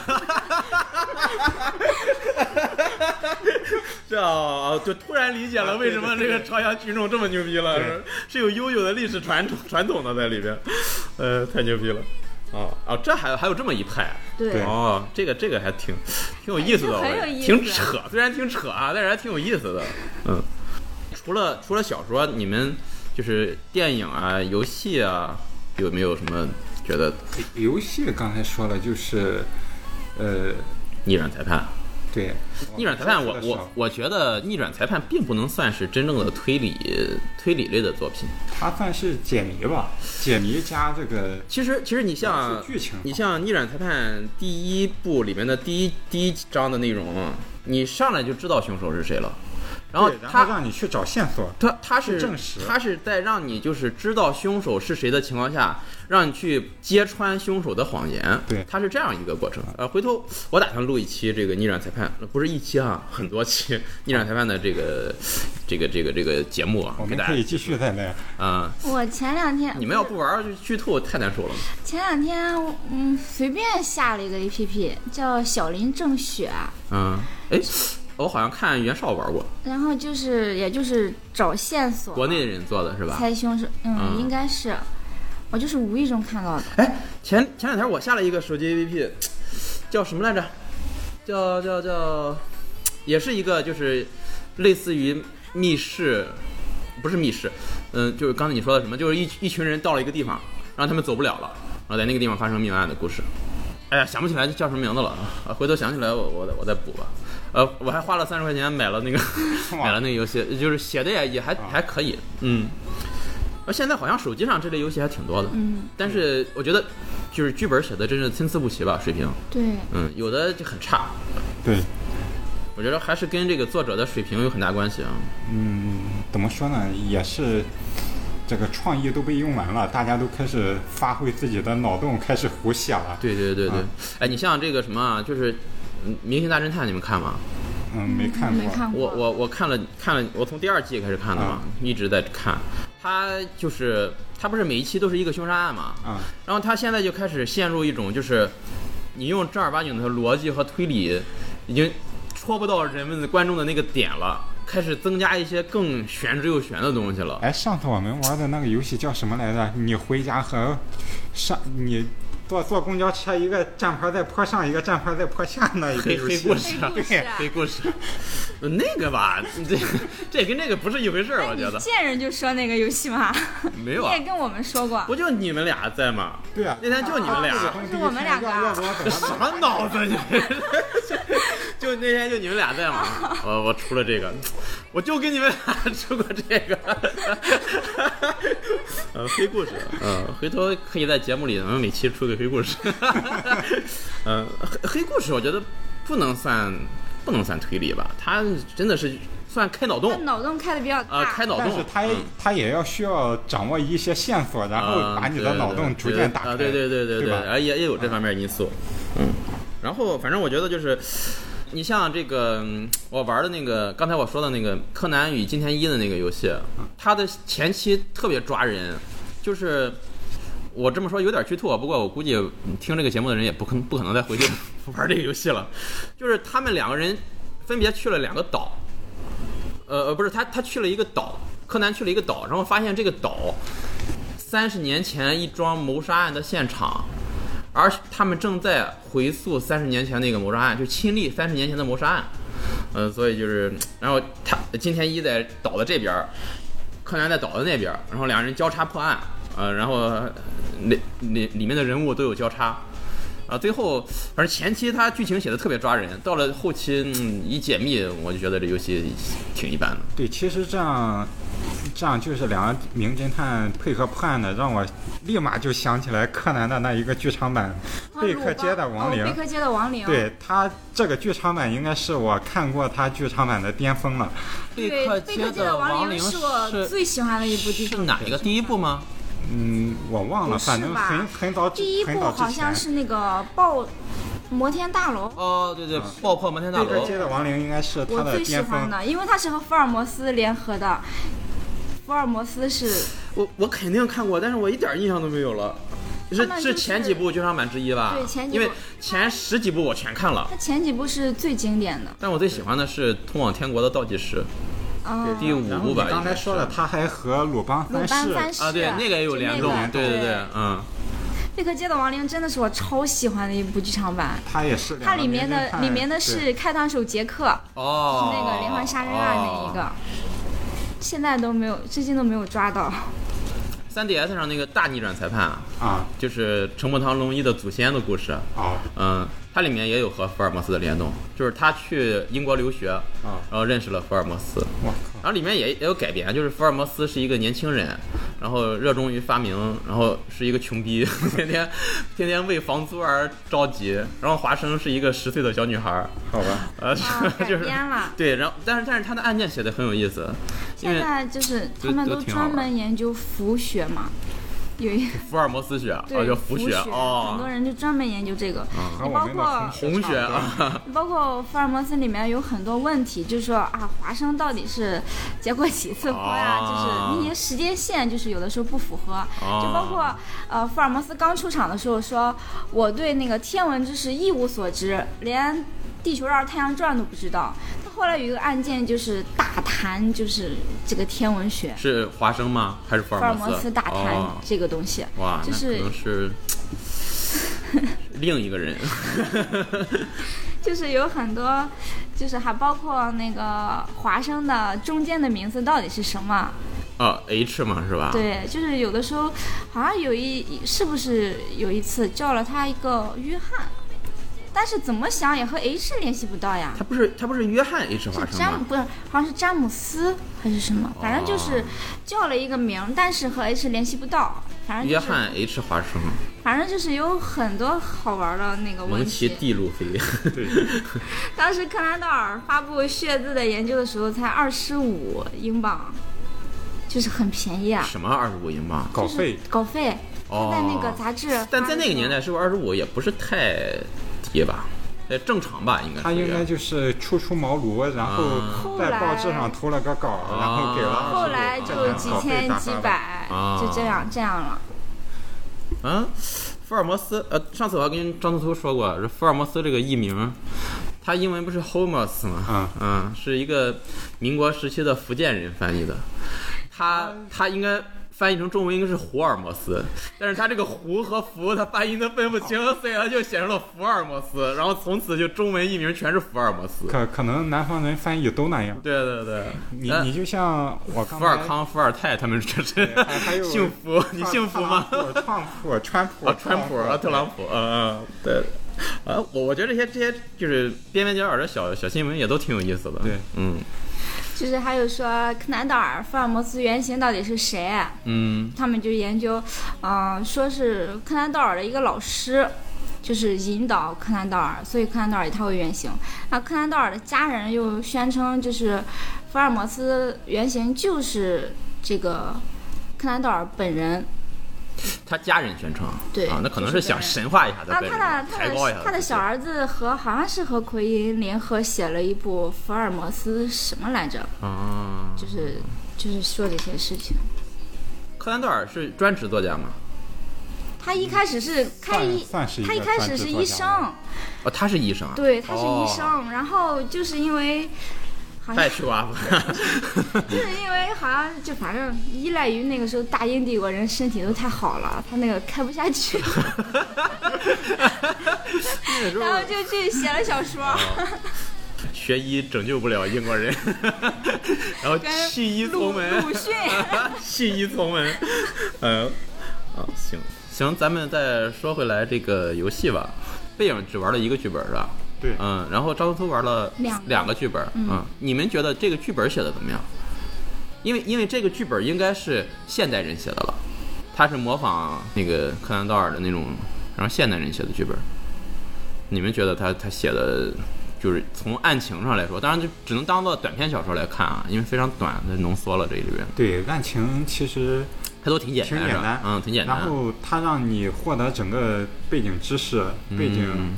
[SPEAKER 1] 这啊就突然理解了为什么这个朝阳群众这么牛逼了，
[SPEAKER 2] 对
[SPEAKER 1] 是是有悠久的历史传统传统的在里边，呃，太牛逼了。哦哦，这还有还有这么一派
[SPEAKER 3] 对
[SPEAKER 2] 对
[SPEAKER 1] 哦，这个这个还挺挺有意思的，
[SPEAKER 3] 很有
[SPEAKER 1] 我
[SPEAKER 3] 意思
[SPEAKER 1] 挺扯，虽然挺扯啊，但是还挺有意思的。嗯，除了除了小说，你们就是电影啊、游戏啊，有没有什么觉得
[SPEAKER 2] 游戏刚才说了，就是，呃，
[SPEAKER 1] 逆转裁判？
[SPEAKER 2] 对，
[SPEAKER 1] 逆转裁判，我
[SPEAKER 2] 我
[SPEAKER 1] 我我觉得逆转裁判并不能算是真正的推理推理类的作品。
[SPEAKER 2] 它算是解谜吧，解谜加这个
[SPEAKER 1] 其实其实你像
[SPEAKER 2] 是剧情
[SPEAKER 1] 嗯你像逆转裁判第一部里面的第一第一章的内容啊，你上来就知道凶手是谁了，然后
[SPEAKER 2] 对然后
[SPEAKER 1] 他。
[SPEAKER 2] 让你去找线索，
[SPEAKER 1] 他他是
[SPEAKER 2] 证实
[SPEAKER 1] 他是在让你就是知道凶手是谁的情况下，让你去揭穿凶手的谎言。
[SPEAKER 2] 对
[SPEAKER 1] 他是这样一个过程。呃，回头我打算录一期这个逆转裁判，呃不是一期啊，很多期 (laughs) 逆转裁判的这个这个这个这个节目啊
[SPEAKER 2] 我，
[SPEAKER 1] 给
[SPEAKER 2] 们
[SPEAKER 1] 大
[SPEAKER 2] 可
[SPEAKER 1] 家
[SPEAKER 2] 以继续再来。
[SPEAKER 1] 啊、
[SPEAKER 3] 我前两天
[SPEAKER 1] 你们要不玩儿就剧透太难受了。
[SPEAKER 3] 前两天嗯随便下了一个 A P P 叫小林正雪，
[SPEAKER 1] 嗯，哎，我好像看袁绍玩过，
[SPEAKER 3] 然后就是也就是找线索，
[SPEAKER 1] 国内人做的是吧？
[SPEAKER 3] 猜凶手，嗯，
[SPEAKER 1] 嗯
[SPEAKER 3] 应该是，我就是无意中看到的。
[SPEAKER 1] 哎，前前两天我下了一个手机 APP，叫什么来着？叫叫叫，也是一个就是类似于密室，不是密室，嗯，就是刚才你说的什么，就是一一群人到了一个地方，然后他们走不了了，然后在那个地方发生命案的故事。哎呀，想不起来叫什么名字了啊！回头想起来我我再我再补吧。呃，我还花了三十块钱买了那个 (laughs) 买了那个游戏，就是写的也也还还可以，嗯。而现在好像手机上这类游戏还挺多的，
[SPEAKER 3] 嗯，
[SPEAKER 1] 但是我觉得就是剧本写的真是参差不齐吧，水平，
[SPEAKER 3] 对，
[SPEAKER 1] 嗯，有的就很差，
[SPEAKER 2] 对，
[SPEAKER 1] 我觉得还是跟这个作者的水平有很大关系啊。
[SPEAKER 2] 嗯，怎么说呢，也是这个创意都被用完了，大家都开始发挥自己的脑洞，开始胡写了。
[SPEAKER 1] 对对对对
[SPEAKER 2] 啊，
[SPEAKER 1] 哎，你像这个什么啊，就是。嗯明星大侦探，你们看吗？
[SPEAKER 2] 嗯，没看过。
[SPEAKER 3] 没看过。
[SPEAKER 1] 我我我看了看了，我从第二季开始看的嘛，
[SPEAKER 2] 啊
[SPEAKER 1] 一直在看。他就是他不是每一期都是一个凶杀案嘛，
[SPEAKER 2] 啊，
[SPEAKER 1] 然后他现在就开始陷入一种就是，你用正儿八经的逻辑和推理，已经戳不到人们的观众的那个点了，开始增加一些更玄之又玄的东西了。
[SPEAKER 2] 哎，上次我们玩的那个游戏叫什么来着？你回家和上你坐坐公交车，一个站牌在坡上，一个站牌在坡下那一个
[SPEAKER 1] 黑
[SPEAKER 2] 游
[SPEAKER 1] 黑
[SPEAKER 2] 戏。
[SPEAKER 1] 故事啊，
[SPEAKER 3] 黑故事啊
[SPEAKER 1] 黑故事，那个吧，这这跟那个不是一回事儿，我觉
[SPEAKER 3] 你
[SPEAKER 1] 得
[SPEAKER 3] 见人就说那个游戏吗？
[SPEAKER 1] 没有
[SPEAKER 3] 你
[SPEAKER 1] 啊
[SPEAKER 3] 也，跟我们说过，
[SPEAKER 1] 不就你们俩在吗？
[SPEAKER 2] 对啊，
[SPEAKER 1] 那天就你们俩
[SPEAKER 2] 啊这个
[SPEAKER 3] 是我们两个啊
[SPEAKER 2] 要不我怎么
[SPEAKER 1] 啥脑子你们？ (laughs) 就那天就你们俩在嘛，我我出了这个，我就跟你们俩出过这个， (laughs) 呃，黑故事，嗯、回头可以在节目里咱们每期出个黑故 (laughs) 事，嗯、黑黑故事我觉得不能算不能算推理吧，它真的是算开脑
[SPEAKER 3] 他
[SPEAKER 1] 洞，
[SPEAKER 3] 脑洞开的比较大。
[SPEAKER 1] 呃，开脑
[SPEAKER 2] 但
[SPEAKER 1] 洞，
[SPEAKER 2] 是他也
[SPEAKER 1] 嗯
[SPEAKER 2] 他也要需要掌握一些线索，然后把你的脑洞逐渐打开。
[SPEAKER 1] 啊，对对对
[SPEAKER 2] 对
[SPEAKER 1] 对，
[SPEAKER 2] 吧
[SPEAKER 1] 啊也也有这方面因素，嗯，然后反正我觉得就是。你像这个，嗯我玩的那个，刚才我说的那个《柯南与金田一》的那个游戏，
[SPEAKER 2] 嗯
[SPEAKER 1] 它的前期特别抓人，就是我这么说有点剧透啊，不过我估计听这个节目的人也不可不可能再回去 (laughs) 玩这个游戏了。就是他们两个人分别去了两个岛，呃呃，不是他他去了一个岛，柯南去了一个岛，然后发现这个岛三十年前一桩谋杀案的现场，而他们正在回溯三十年前那个谋杀案，就亲历三十年前的谋杀案。嗯、所以就是，然后他金田一在岛的这边儿，柯南在岛的那边儿，然后两人交叉破案，呃，然后里里里面的人物都有交叉。啊，最后反正前期他剧情写的特别抓人，到了后期、嗯、一解密，我就觉得这游戏挺一般的。
[SPEAKER 2] 对，其实这样，这样就是两个名侦探配合破案的，让我立马就想起来柯南的那一个剧场版
[SPEAKER 3] 啊
[SPEAKER 2] 《贝克街的亡灵
[SPEAKER 3] 鲁邦哦贝》。克街的亡灵。，
[SPEAKER 2] 对他这个剧场版应该是我看过他剧场版的巅峰了。
[SPEAKER 3] 对，
[SPEAKER 1] 贝克
[SPEAKER 3] 贝克街
[SPEAKER 1] 的
[SPEAKER 3] 亡
[SPEAKER 1] 灵
[SPEAKER 3] 是我最喜欢的一部剧
[SPEAKER 1] 是
[SPEAKER 3] 情。
[SPEAKER 1] 哪一个？第一部吗？
[SPEAKER 2] 嗯，我忘了，
[SPEAKER 3] 不是
[SPEAKER 2] 反正
[SPEAKER 3] 吧
[SPEAKER 2] 很很早之，
[SPEAKER 3] 第一
[SPEAKER 2] 很
[SPEAKER 3] 部
[SPEAKER 2] 早
[SPEAKER 3] 好
[SPEAKER 2] 之前
[SPEAKER 3] 像。是那个爆摩天大楼，
[SPEAKER 1] 哦，对对，爆破摩天大
[SPEAKER 2] 贝克
[SPEAKER 1] 楼。
[SPEAKER 2] 街的亡灵应该是他
[SPEAKER 3] 我
[SPEAKER 2] 的
[SPEAKER 3] 最喜
[SPEAKER 2] 巅
[SPEAKER 3] 欢
[SPEAKER 2] 峰。
[SPEAKER 3] 的，因为它是和福尔摩斯联合的。福尔摩斯是
[SPEAKER 1] 我我肯定看过，但是我一点印象都没有了。是
[SPEAKER 3] 他们
[SPEAKER 1] 是
[SPEAKER 3] 就是
[SPEAKER 1] 前几部剧场版之一吧？
[SPEAKER 3] 对前几
[SPEAKER 1] 因
[SPEAKER 3] 部
[SPEAKER 1] 为前十几部我全看了，
[SPEAKER 3] 它前几部是最经典的，
[SPEAKER 1] 但我最喜欢的是《通往天国的倒计时
[SPEAKER 3] 嗯，》
[SPEAKER 1] 第五
[SPEAKER 2] 然后
[SPEAKER 1] 部
[SPEAKER 2] 你
[SPEAKER 1] 吧。
[SPEAKER 2] 刚才说了，
[SPEAKER 1] 应
[SPEAKER 2] 他还和鲁邦
[SPEAKER 3] 鲁
[SPEAKER 2] 三
[SPEAKER 3] 班
[SPEAKER 2] 世
[SPEAKER 3] 三世
[SPEAKER 1] 该是啊，对，那个也有
[SPEAKER 3] 就
[SPEAKER 1] 联
[SPEAKER 3] 那
[SPEAKER 1] 动
[SPEAKER 3] 个，
[SPEAKER 1] 对对对，嗯，
[SPEAKER 3] 贝克街的亡灵真的是我超喜欢的一部剧场版，
[SPEAKER 2] 他也是两
[SPEAKER 3] 它
[SPEAKER 2] 个
[SPEAKER 3] 里面
[SPEAKER 2] 名侦
[SPEAKER 3] 的
[SPEAKER 2] 探
[SPEAKER 3] 里面的
[SPEAKER 2] 对
[SPEAKER 3] 是开膛手杰克，是
[SPEAKER 1] 哦，
[SPEAKER 3] 那个连环杀人案那一
[SPEAKER 1] 哦。
[SPEAKER 3] 个，现在都没有，最近都没有抓到。
[SPEAKER 1] 3DS 上那个大逆转裁判啊，
[SPEAKER 2] 啊
[SPEAKER 1] 就是成木堂龙一的祖先的故事。
[SPEAKER 2] 哦
[SPEAKER 1] 嗯，它里面也有和福尔摩斯的联动，就是他去英国留学，
[SPEAKER 2] 啊，
[SPEAKER 1] 然后认识了福尔摩斯。
[SPEAKER 2] 我靠，
[SPEAKER 1] 然后里面也也有改编，就是福尔摩斯是一个年轻人，然后热衷于发明，然后是一个穷逼， (laughs) 天天天天为房租而着急。然后华生是一个十岁的小女孩儿，
[SPEAKER 2] 好吧，
[SPEAKER 1] 呃，
[SPEAKER 3] 啊，
[SPEAKER 1] (laughs)
[SPEAKER 3] 改
[SPEAKER 1] 就是
[SPEAKER 3] 编了。
[SPEAKER 1] 对，然后但是但是他的案件写的很有意思，因
[SPEAKER 3] 现
[SPEAKER 1] 为
[SPEAKER 3] 在就是
[SPEAKER 1] 都
[SPEAKER 3] 他们
[SPEAKER 1] 都
[SPEAKER 3] 都
[SPEAKER 1] 挺好玩
[SPEAKER 3] 专门研究浮学嘛，有一
[SPEAKER 1] 福尔摩斯学啊，
[SPEAKER 3] 对
[SPEAKER 1] 叫
[SPEAKER 3] 浮
[SPEAKER 1] 浮学
[SPEAKER 3] 很多
[SPEAKER 1] 哦，
[SPEAKER 3] 人就专门研究这个。
[SPEAKER 2] 和我
[SPEAKER 3] 包
[SPEAKER 2] 们
[SPEAKER 3] 括
[SPEAKER 2] 的
[SPEAKER 1] 红学啊， (laughs)
[SPEAKER 3] 包括福尔摩斯里面有很多问题，就是说啊，华生到底是结过几次婚呀、
[SPEAKER 1] 啊
[SPEAKER 3] 就是那些时间线，就是有的时候不符合。就包
[SPEAKER 1] 哦
[SPEAKER 3] 括呃，福尔摩斯刚出场的时候说，我对那个天文知识一无所知，连地球绕太阳转都不知道。他后来有一个案件就是大谈，就是这个天文学，
[SPEAKER 1] 是华生吗？还是福
[SPEAKER 3] 福尔
[SPEAKER 1] 尔
[SPEAKER 3] 摩
[SPEAKER 1] 摩
[SPEAKER 3] 斯
[SPEAKER 1] 斯？
[SPEAKER 3] 大谈
[SPEAKER 1] 哦
[SPEAKER 3] 这个东西。
[SPEAKER 1] 哇，
[SPEAKER 3] 就
[SPEAKER 1] 那
[SPEAKER 3] 是
[SPEAKER 1] 可能是另一个人。 (laughs)
[SPEAKER 3] 就是有很多，就是还包括那个华生的中间的名字到底是什么？
[SPEAKER 1] 啊 h 嘛是吧？，
[SPEAKER 3] 对，就是有的时候好像有一是不是有一次叫了他一个约翰，但是怎么想也和 H 联系不到呀
[SPEAKER 1] 他。不是他不是约翰 H 华
[SPEAKER 3] 是
[SPEAKER 1] 生
[SPEAKER 3] 詹姆
[SPEAKER 1] 吗？
[SPEAKER 3] 不是，好像是詹姆斯还是什么，反
[SPEAKER 1] 哦
[SPEAKER 3] 正就是叫了一个名儿，但是和 H 联系不到。反正
[SPEAKER 1] 约
[SPEAKER 3] 哎就是，
[SPEAKER 1] 翰 H 华生，
[SPEAKER 3] 反正就是有很多好玩儿的那个问
[SPEAKER 1] 蒙
[SPEAKER 3] 题
[SPEAKER 1] 奇。D 路飞，
[SPEAKER 3] 当时柯南道尔发布血字的研究的时候才二十五英镑，就是很便宜
[SPEAKER 1] (laughs)
[SPEAKER 3] 啊，
[SPEAKER 1] 什么二十五英镑？
[SPEAKER 2] 稿费
[SPEAKER 3] 稿费。他
[SPEAKER 1] 哦，
[SPEAKER 3] 在那个杂志发的时候，
[SPEAKER 1] 但在那个年代，是不是二十五也不是太低吧？呃，正常吧，应该是。
[SPEAKER 2] 他应该就是初出茅庐，然
[SPEAKER 1] 啊
[SPEAKER 2] 后在报纸上投了个稿，然后给了
[SPEAKER 3] 后来就几千几百
[SPEAKER 1] 啊，
[SPEAKER 3] 就这样这样了。
[SPEAKER 1] 嗯，福尔摩斯，呃，上次我还跟张图图说过，这福尔摩斯这个译名，他英文不是 Holmes 吗？啊
[SPEAKER 2] 嗯
[SPEAKER 1] 是一个民国时期的福建人翻译的，他他应该。翻译成中文应该是胡尔摩斯，但是他这个胡和福他发音都分不清，所以他就写成了福尔摩斯，然后从此就中文译名全是福尔摩斯。
[SPEAKER 2] 可可能南方人翻译都那样。
[SPEAKER 1] 对对对，
[SPEAKER 2] 你
[SPEAKER 1] 呃
[SPEAKER 2] 你就像我刚才
[SPEAKER 1] 伏尔康、伏尔泰他们这是
[SPEAKER 2] 对还还有
[SPEAKER 1] 幸福，你
[SPEAKER 2] 特
[SPEAKER 1] 幸福吗？
[SPEAKER 2] 特朗普特朗普、川普、
[SPEAKER 1] 啊，川普啊，特朗
[SPEAKER 2] 普，
[SPEAKER 1] 普，嗯嗯，对，啊，我我觉得这些这些就是边边角角的小小新闻也都挺有意思的。
[SPEAKER 2] 对，
[SPEAKER 1] 嗯
[SPEAKER 3] 就是还有说柯南道尔福尔摩斯原型到底是谁，
[SPEAKER 1] 嗯，
[SPEAKER 3] 他们就研究，嗯、说是柯南道尔的一个老师。就是引导柯南道尔，所以柯南道尔以他为原型。那柯南道尔的家人又宣称，就是福尔摩斯原型就是这个柯南道尔本人。
[SPEAKER 1] 他家人宣称，
[SPEAKER 3] 对
[SPEAKER 1] 啊，那可能
[SPEAKER 3] 就是是家
[SPEAKER 1] 想
[SPEAKER 3] 人
[SPEAKER 1] 神化一下他
[SPEAKER 3] 啊，
[SPEAKER 1] 本
[SPEAKER 3] 他
[SPEAKER 1] 人，
[SPEAKER 3] 的他
[SPEAKER 1] 抬高一下
[SPEAKER 3] 的他的小儿子和好像是和奎因联合写了一部《福尔摩斯》什么来着？
[SPEAKER 1] 啊，
[SPEAKER 3] 就是就是说这些事情。
[SPEAKER 1] 柯南道尔是专职作家吗？
[SPEAKER 3] 他一开始是开医，
[SPEAKER 2] 嗯算是一个
[SPEAKER 3] 他一开始是医生，
[SPEAKER 1] 哦，他是医生啊，
[SPEAKER 3] 对，他是医
[SPEAKER 1] 哦
[SPEAKER 3] 生。然后就是因为好
[SPEAKER 1] 他
[SPEAKER 3] 像
[SPEAKER 1] 也去过阿富汗，
[SPEAKER 3] (laughs) 就是因为好像就反正依赖于那个时候大英帝国人身体都太好了，他那个开不
[SPEAKER 2] (laughs)
[SPEAKER 3] 下去，
[SPEAKER 1] 那时候
[SPEAKER 3] 然后就去写了小说。
[SPEAKER 1] (laughs)
[SPEAKER 2] 哦
[SPEAKER 1] 学医拯救不了英国人， (laughs) 然后
[SPEAKER 3] 跟
[SPEAKER 1] 弃医
[SPEAKER 3] 鲁
[SPEAKER 1] 从文，
[SPEAKER 2] (laughs)
[SPEAKER 3] 鲁迅。
[SPEAKER 1] 弃医从文。嗯，啊，行行，咱们再说回来这个游戏吧。背影只玩了一个剧本是吧？
[SPEAKER 2] 对
[SPEAKER 1] 嗯，然后张图玩了
[SPEAKER 3] 两个
[SPEAKER 1] 两个剧本，嗯，你们觉得这个剧本写的怎么样？因为因为这个剧本应该是现代人写的了，他是模仿那个柯南道尔的那种，然后现代人写的剧本。你们觉得他他写的，就是从案情上来说，当然就只能当做短篇小说来看啊，因为非常短，它浓缩了这里边。
[SPEAKER 2] 对案情其实
[SPEAKER 1] 它都挺简
[SPEAKER 2] 挺
[SPEAKER 1] 单，是
[SPEAKER 2] 简单
[SPEAKER 1] 吧？，嗯，挺简单。
[SPEAKER 2] 然后他让你获得整个背景知识，背景
[SPEAKER 1] 嗯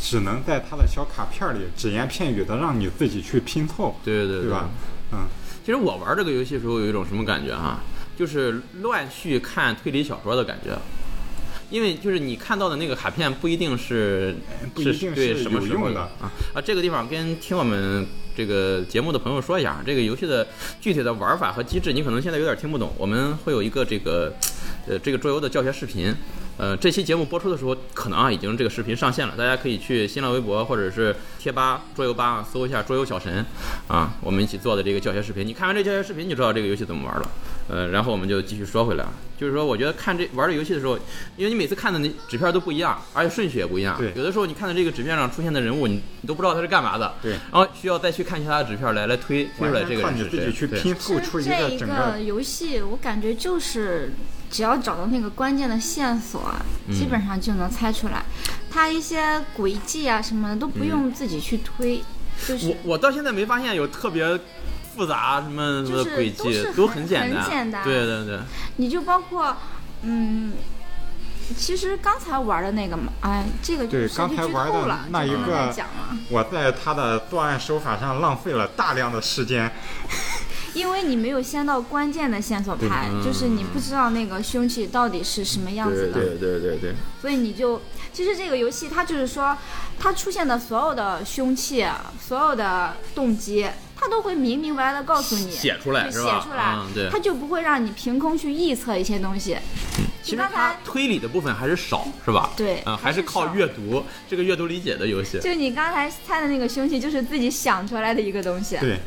[SPEAKER 2] 只能在他的小卡片里只言片语的让你自己去拼凑，
[SPEAKER 1] 对对
[SPEAKER 2] 对吧？嗯，
[SPEAKER 1] 其实我玩这个游戏的时候有一种什么感觉哈，就是乱序看推理小说的感觉。因为就是你看到的那个卡片不一定是
[SPEAKER 2] 不一定
[SPEAKER 1] 对
[SPEAKER 2] 是
[SPEAKER 1] 什么
[SPEAKER 2] 有
[SPEAKER 1] 时候
[SPEAKER 2] 用的
[SPEAKER 1] 啊啊！这个地方跟听我们这个节目的朋友说一下，这个游戏的具体的玩法和机制，你可能现在有点听不懂。我们会有一个这个呃这个桌游的教学视频，呃，这期节目播出的时候，可能啊已经这个视频上线了，大家可以去新浪微博或者是呃贴吧、桌游吧啊呃搜一下“桌游小神”，啊，我们一起做的这个教学视频。你看完这教学视频，你就知道这个游戏怎么玩了。呃，然后我们就继续说回来，就是说，我觉得看这玩这游戏的时候，因为你每次看的那纸片都不一样，而且顺序也不一样
[SPEAKER 2] 对。
[SPEAKER 1] 有的时候你看的这个纸片上出现的人物，你你都不知道他是干嘛的。
[SPEAKER 2] 对
[SPEAKER 1] 然后需要再去看其他的纸片来来推推出来这个
[SPEAKER 2] 靠
[SPEAKER 1] 人
[SPEAKER 2] 你
[SPEAKER 1] 是
[SPEAKER 2] 自己
[SPEAKER 1] 谁。
[SPEAKER 2] 去
[SPEAKER 1] 对
[SPEAKER 2] 拼凑
[SPEAKER 3] 其
[SPEAKER 2] 出
[SPEAKER 3] 实
[SPEAKER 2] 一
[SPEAKER 3] 这一
[SPEAKER 2] 整个
[SPEAKER 3] 个游戏，我感觉就是只要找到那个关键的线索，啊
[SPEAKER 1] 嗯
[SPEAKER 3] 基本上就能猜出来。它一些轨迹啊什么的都
[SPEAKER 2] 嗯
[SPEAKER 3] 不用自己去推，就是
[SPEAKER 1] 我我到现在没发现有特别复杂什么什么
[SPEAKER 3] 就是
[SPEAKER 1] 轨迹
[SPEAKER 3] 都是，
[SPEAKER 1] 都
[SPEAKER 3] 很
[SPEAKER 1] 简单。
[SPEAKER 3] 很简单
[SPEAKER 1] 对对对，
[SPEAKER 3] 你就包括嗯。其实刚才玩的那个嘛，哎，这个就
[SPEAKER 2] 对
[SPEAKER 3] 是
[SPEAKER 2] 刚
[SPEAKER 3] 就
[SPEAKER 2] 才
[SPEAKER 3] 剧
[SPEAKER 2] 玩
[SPEAKER 3] 透
[SPEAKER 2] 的
[SPEAKER 3] 了，
[SPEAKER 2] 那
[SPEAKER 3] 就
[SPEAKER 2] 一
[SPEAKER 3] 不能再
[SPEAKER 2] 个
[SPEAKER 3] 讲了，
[SPEAKER 2] 我在他的作案手法上浪费了大量的时间。
[SPEAKER 3] 因为你没有先到关键的线索牌，就是你不知道那个凶器到底是什么样子的。
[SPEAKER 2] 对对对，
[SPEAKER 3] 所以你就，其实这个游戏它就是说，它出现的所有的凶器、所有的动机，它都会明明白白的告诉你，
[SPEAKER 1] 写出来
[SPEAKER 3] 对
[SPEAKER 1] 是
[SPEAKER 3] 写
[SPEAKER 1] 吧？
[SPEAKER 3] 出来，
[SPEAKER 1] 嗯，对。嗯
[SPEAKER 3] 它就不会让你凭空去臆测一些东西。
[SPEAKER 1] 其
[SPEAKER 3] 就
[SPEAKER 1] 实
[SPEAKER 3] 刚
[SPEAKER 1] 它
[SPEAKER 3] 才，
[SPEAKER 1] 推理的部分还是少，是吧？
[SPEAKER 3] 对
[SPEAKER 1] 嗯，还
[SPEAKER 3] 还
[SPEAKER 1] 是
[SPEAKER 3] 是
[SPEAKER 1] 靠
[SPEAKER 3] 少
[SPEAKER 1] 阅读这个阅读理解的游戏。
[SPEAKER 3] 就你刚才猜的那个凶器，就是自己想出来的一个东西。
[SPEAKER 2] 对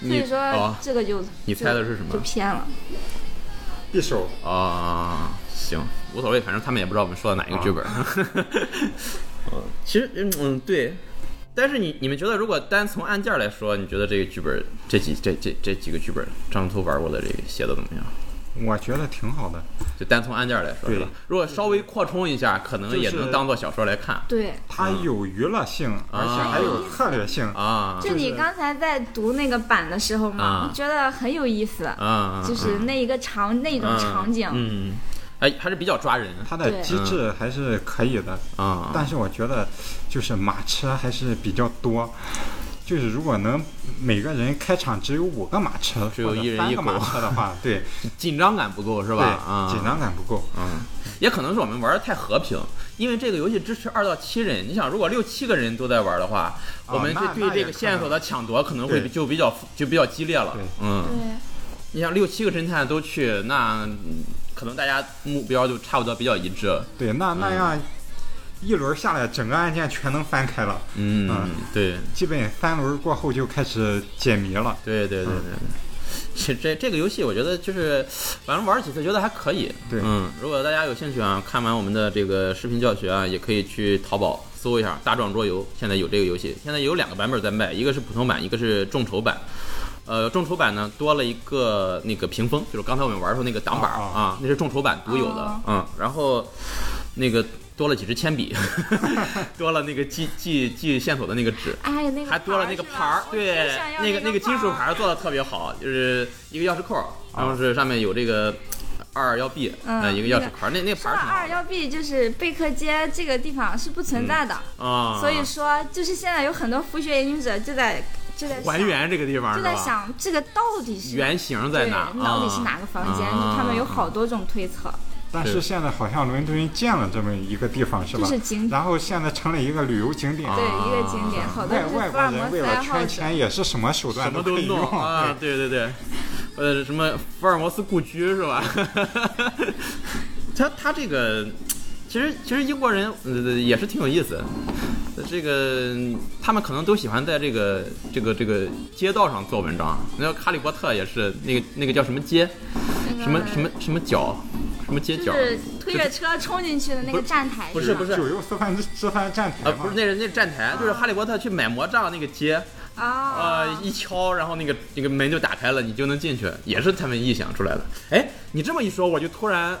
[SPEAKER 3] 所以
[SPEAKER 1] 你
[SPEAKER 3] 说
[SPEAKER 1] 哦
[SPEAKER 3] 这个就
[SPEAKER 1] 你
[SPEAKER 3] 就
[SPEAKER 1] 猜的是什么
[SPEAKER 3] 就偏了。
[SPEAKER 2] 匕首
[SPEAKER 1] 啊，行，无所谓，反正他们也不知道我们说的哪一个剧本。
[SPEAKER 2] 哦
[SPEAKER 1] 嗯， (laughs) 其实嗯嗯对，但是你你们觉得，如果单从按件来说，你觉得这个剧本这几这这这几个剧本，张图玩过的这个写的怎么样？
[SPEAKER 2] 我觉得挺好的。
[SPEAKER 1] 就单从按件来说，
[SPEAKER 2] 对
[SPEAKER 1] 是吧？如果稍微扩充一下，可能也
[SPEAKER 2] 就是
[SPEAKER 1] 能当做小说来看
[SPEAKER 3] 对，
[SPEAKER 2] 它有娱乐性，而且还有策略性。
[SPEAKER 1] 啊
[SPEAKER 3] 就你刚才在读那个版的时候
[SPEAKER 1] 啊
[SPEAKER 3] 嘛，我觉得很有意思，
[SPEAKER 1] 啊，
[SPEAKER 3] 就是那一个场那种
[SPEAKER 1] 嗯
[SPEAKER 3] 场景，
[SPEAKER 1] 嗯，哎，还是比较抓人
[SPEAKER 2] 它的
[SPEAKER 3] 对
[SPEAKER 2] 机制还是可以的，
[SPEAKER 1] 啊。
[SPEAKER 2] 但是我觉得就是马车还是比较多。就是如果能每个人开场只有五个马车，
[SPEAKER 1] 只有
[SPEAKER 2] 或者
[SPEAKER 1] 一人
[SPEAKER 2] 三
[SPEAKER 1] 一
[SPEAKER 2] 个
[SPEAKER 1] 口
[SPEAKER 2] 马车的
[SPEAKER 1] (laughs)
[SPEAKER 2] 话，对
[SPEAKER 1] 紧张感不够是
[SPEAKER 2] 对
[SPEAKER 1] 吧？啊，，
[SPEAKER 2] 紧张感不够。
[SPEAKER 1] 嗯，也可能是我们玩的太和平，因为这个游戏支持二到七人。你想，如果六七个人都在玩的话，
[SPEAKER 2] 哦
[SPEAKER 1] 我们
[SPEAKER 2] 那
[SPEAKER 1] 这对
[SPEAKER 2] 那也
[SPEAKER 1] 这个
[SPEAKER 2] 可能
[SPEAKER 1] 线索的抢夺可能会
[SPEAKER 2] 对
[SPEAKER 1] 就比较复就比较激烈了
[SPEAKER 2] 对。
[SPEAKER 1] 嗯，
[SPEAKER 3] 对。
[SPEAKER 1] 你想六七个侦探都去，那嗯可能大家目标就差不多比较一致。
[SPEAKER 2] 对，那那
[SPEAKER 1] 嗯
[SPEAKER 2] 样一轮下来，整个案件全能翻开了，
[SPEAKER 1] 嗯，
[SPEAKER 2] 嗯
[SPEAKER 1] 对
[SPEAKER 2] 基本三轮过后就开始解谜了。
[SPEAKER 1] 对对对对对。其实这这个游戏，我觉得就是，反正玩几次觉得还可以。
[SPEAKER 2] 对
[SPEAKER 1] 嗯，如果大家有兴趣啊，看完我们的这个视频教学啊，也可以去淘宝搜一下《大壮桌游》，现在有这个游戏，现在有两个版本在卖，一个是普通版，一个是众筹版。呃，众筹版呢多了一个那个屏风，就是刚才我们玩的时候那个挡板儿
[SPEAKER 2] 哦哦
[SPEAKER 1] 啊，那是众筹版独有的
[SPEAKER 3] 哦。
[SPEAKER 1] 嗯，然后那个多了几支铅笔， (laughs) 多了那个记记记线索的那个纸。
[SPEAKER 3] 哎，那个
[SPEAKER 1] 还多了那个
[SPEAKER 3] 个
[SPEAKER 1] 牌儿，对，那个那个金属牌，儿做的特别好，就是一个钥匙扣儿，然后是上面有这个二幺 B，
[SPEAKER 3] 嗯
[SPEAKER 1] 呃，一个钥匙扣儿，那那牌
[SPEAKER 3] 说
[SPEAKER 1] 儿
[SPEAKER 3] 到
[SPEAKER 1] 挺好
[SPEAKER 3] 二
[SPEAKER 1] 的
[SPEAKER 3] 幺 B，就是贝克街这个地方是不存在的，
[SPEAKER 1] 啊，
[SPEAKER 3] 所以说就是现在有很多复学研究者就在就在想
[SPEAKER 1] 还原这个地方
[SPEAKER 3] 就是在
[SPEAKER 1] 吧？
[SPEAKER 3] 想这个到底是
[SPEAKER 1] 原型在哪？
[SPEAKER 3] 对到底是哪
[SPEAKER 1] 啊
[SPEAKER 3] 个房间？
[SPEAKER 1] 啊
[SPEAKER 3] 就他们有好多种推测，
[SPEAKER 2] 但
[SPEAKER 1] 是
[SPEAKER 2] 是现在好像伦敦建了这么一个地方，是
[SPEAKER 3] 就
[SPEAKER 2] 吧？
[SPEAKER 3] 是景
[SPEAKER 2] 然后现在成了一个旅游景点。
[SPEAKER 1] 啊
[SPEAKER 3] 对一个景点，好多
[SPEAKER 2] 外
[SPEAKER 3] 就是
[SPEAKER 2] 外
[SPEAKER 3] 福
[SPEAKER 2] 国
[SPEAKER 3] 尔摩
[SPEAKER 2] 人为
[SPEAKER 3] 斯
[SPEAKER 2] 了
[SPEAKER 3] 爱好
[SPEAKER 2] 圈
[SPEAKER 3] 者。
[SPEAKER 2] 钱也是什么手段
[SPEAKER 1] 什么
[SPEAKER 2] 可
[SPEAKER 1] 都
[SPEAKER 2] 以用
[SPEAKER 1] 弄啊，对对对，呃，什么福尔摩斯故居是吧？ (laughs) 他他这个，其实其实英国人呃也是挺有意思的，这个他们可能都喜欢在这个这个这个街道上做文章。那《哈利波特》也是那个那个叫什么街，
[SPEAKER 3] 那个
[SPEAKER 1] 什么什么什么角，什么街
[SPEAKER 3] 就
[SPEAKER 1] 角。
[SPEAKER 3] 是推着车冲进去的那个站台，
[SPEAKER 1] 不
[SPEAKER 3] 是
[SPEAKER 1] 是
[SPEAKER 3] 吧
[SPEAKER 1] 不是
[SPEAKER 2] 九又四分之三站台
[SPEAKER 1] 呃，
[SPEAKER 2] 嘛
[SPEAKER 1] 不是，那是那是站台，就是哈利波特去买魔杖那个街，
[SPEAKER 3] 啊
[SPEAKER 1] 呃，，一敲，然后那个那个门就打开了，你就能进去，也是他们臆想出来的。哎，你这么一说，我就突然，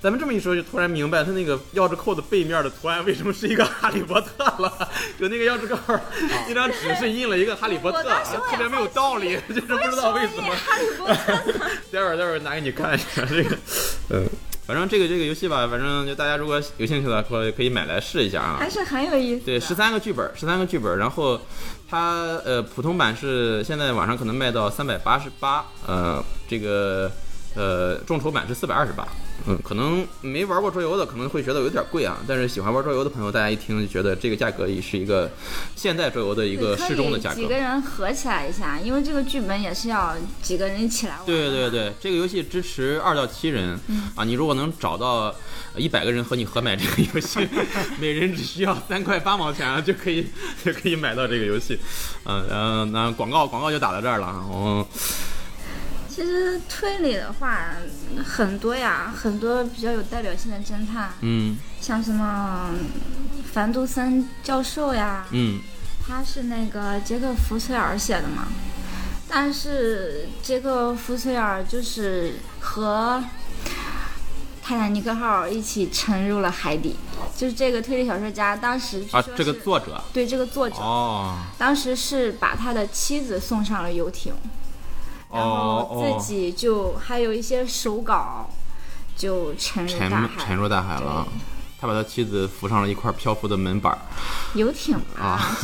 [SPEAKER 1] 咱们这么一说，就突然明白他那个钥匙扣的背面的图案为什么是一个哈利波特了， (laughs) 就那个钥匙扣儿，那张纸是印了一个哈利波特，
[SPEAKER 3] 我当时我
[SPEAKER 1] 特
[SPEAKER 3] 也
[SPEAKER 1] 别没有道理，就是不知道为什
[SPEAKER 3] 所以
[SPEAKER 1] 么。
[SPEAKER 3] 哈利波特 (laughs) 呢
[SPEAKER 1] (laughs) 待会儿待会儿拿给你看一下这 (laughs) 个，嗯。反正这个这个游戏吧，反正就大家如果有兴趣的，可以可以买来试一下啊。
[SPEAKER 3] 还是很有意思的。
[SPEAKER 1] 对，十三个剧本，十三个剧本，然后它呃普通版是现在网上可能卖到三百八十八，呃这个呃众筹版是四百二十八，嗯，可能没玩过桌游的可能会觉得有点贵啊，但是喜欢玩桌游的朋友，大家一听就觉得这个价格也是一个现代桌游的一个
[SPEAKER 3] 对
[SPEAKER 1] 适中的价
[SPEAKER 3] 可
[SPEAKER 1] 格
[SPEAKER 3] 以几。个人合起来一下，因为这个剧本也是要几个人一起来玩。
[SPEAKER 1] 对对对，这个游戏支持二到七人、
[SPEAKER 3] 嗯
[SPEAKER 1] 啊，你如果能找到一百个人和你合买这个游
[SPEAKER 3] (laughs)
[SPEAKER 1] 戏，每人只需要三块八毛钱啊就可以 (laughs) 就可啊哦以买到这个游戏。嗯、呃，然后那广告广告就打到这儿了啊。我、
[SPEAKER 3] 其实推理的话很多呀，很多比较有代表性的侦探，
[SPEAKER 1] 嗯
[SPEAKER 3] 像什么凡杜森教授呀，
[SPEAKER 1] 嗯
[SPEAKER 3] 他是那个杰克·福崔尔写的嘛，但是杰克·福崔尔就是和泰坦尼克号一起沉入了海底，就是这个推理小说家当时据
[SPEAKER 1] 啊
[SPEAKER 3] 说，
[SPEAKER 1] 这个
[SPEAKER 3] 是
[SPEAKER 1] 作者
[SPEAKER 3] 对这个作者、
[SPEAKER 1] 哦
[SPEAKER 3] 当时是把他的妻子送上了游艇，然
[SPEAKER 1] 哦
[SPEAKER 3] 后
[SPEAKER 1] 哦
[SPEAKER 3] 自，己就还有一些手稿就沉入
[SPEAKER 1] 沉
[SPEAKER 3] 大海，
[SPEAKER 1] 沉入大海了啊。他把他妻子扶上了一块漂浮的门板儿
[SPEAKER 3] 游艇
[SPEAKER 1] 啊。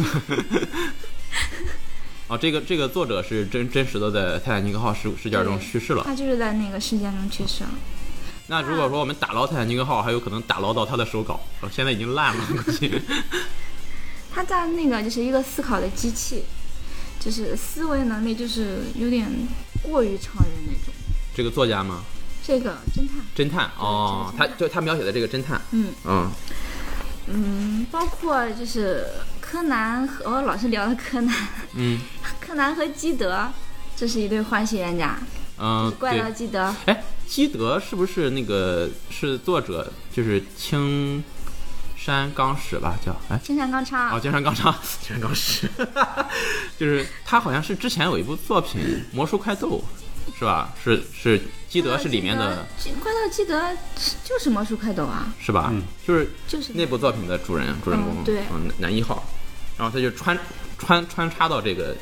[SPEAKER 1] 哦，这个这个作者是真真实的在泰坦尼克号事事件中
[SPEAKER 3] 对
[SPEAKER 1] 去世了。
[SPEAKER 3] (laughs) 他就是在那个事件中去世了。
[SPEAKER 1] 那如果说我们打捞泰坦尼克号，还有可能打捞到他的手稿，呃现在已经 (laughs) 烂了，估计。
[SPEAKER 3] 他在那个就是一个思考的机器，就是思维能力就是有点过于常人那种。
[SPEAKER 1] 这个作家吗？
[SPEAKER 3] 这个侦探，
[SPEAKER 1] 侦探哦，他就他描写的这个侦探，
[SPEAKER 3] 嗯
[SPEAKER 1] 嗯，
[SPEAKER 3] 嗯，包括就是柯南和我老是聊的柯南，
[SPEAKER 1] 嗯
[SPEAKER 3] (laughs) 柯南和基德，这是一对欢喜冤家，
[SPEAKER 1] 嗯，
[SPEAKER 3] 怪盗
[SPEAKER 1] 对，
[SPEAKER 3] 基德，
[SPEAKER 1] 哎，基德是不是那个是作者就是青山刚史吧？叫哎
[SPEAKER 3] 青山刚昌，
[SPEAKER 1] 哦，青山刚昌，青山刚史， (laughs) 就是他好像是之前有一部作品《魔术快斗》，是吧？是是基德是里面的，
[SPEAKER 3] 基怪盗基德就是魔术快斗啊，
[SPEAKER 1] 是吧？
[SPEAKER 2] 嗯
[SPEAKER 1] 就是
[SPEAKER 3] 就是
[SPEAKER 1] 那部作品的主人主人公，
[SPEAKER 3] 嗯对
[SPEAKER 1] 嗯，男一号，然后他就穿穿穿插到这个，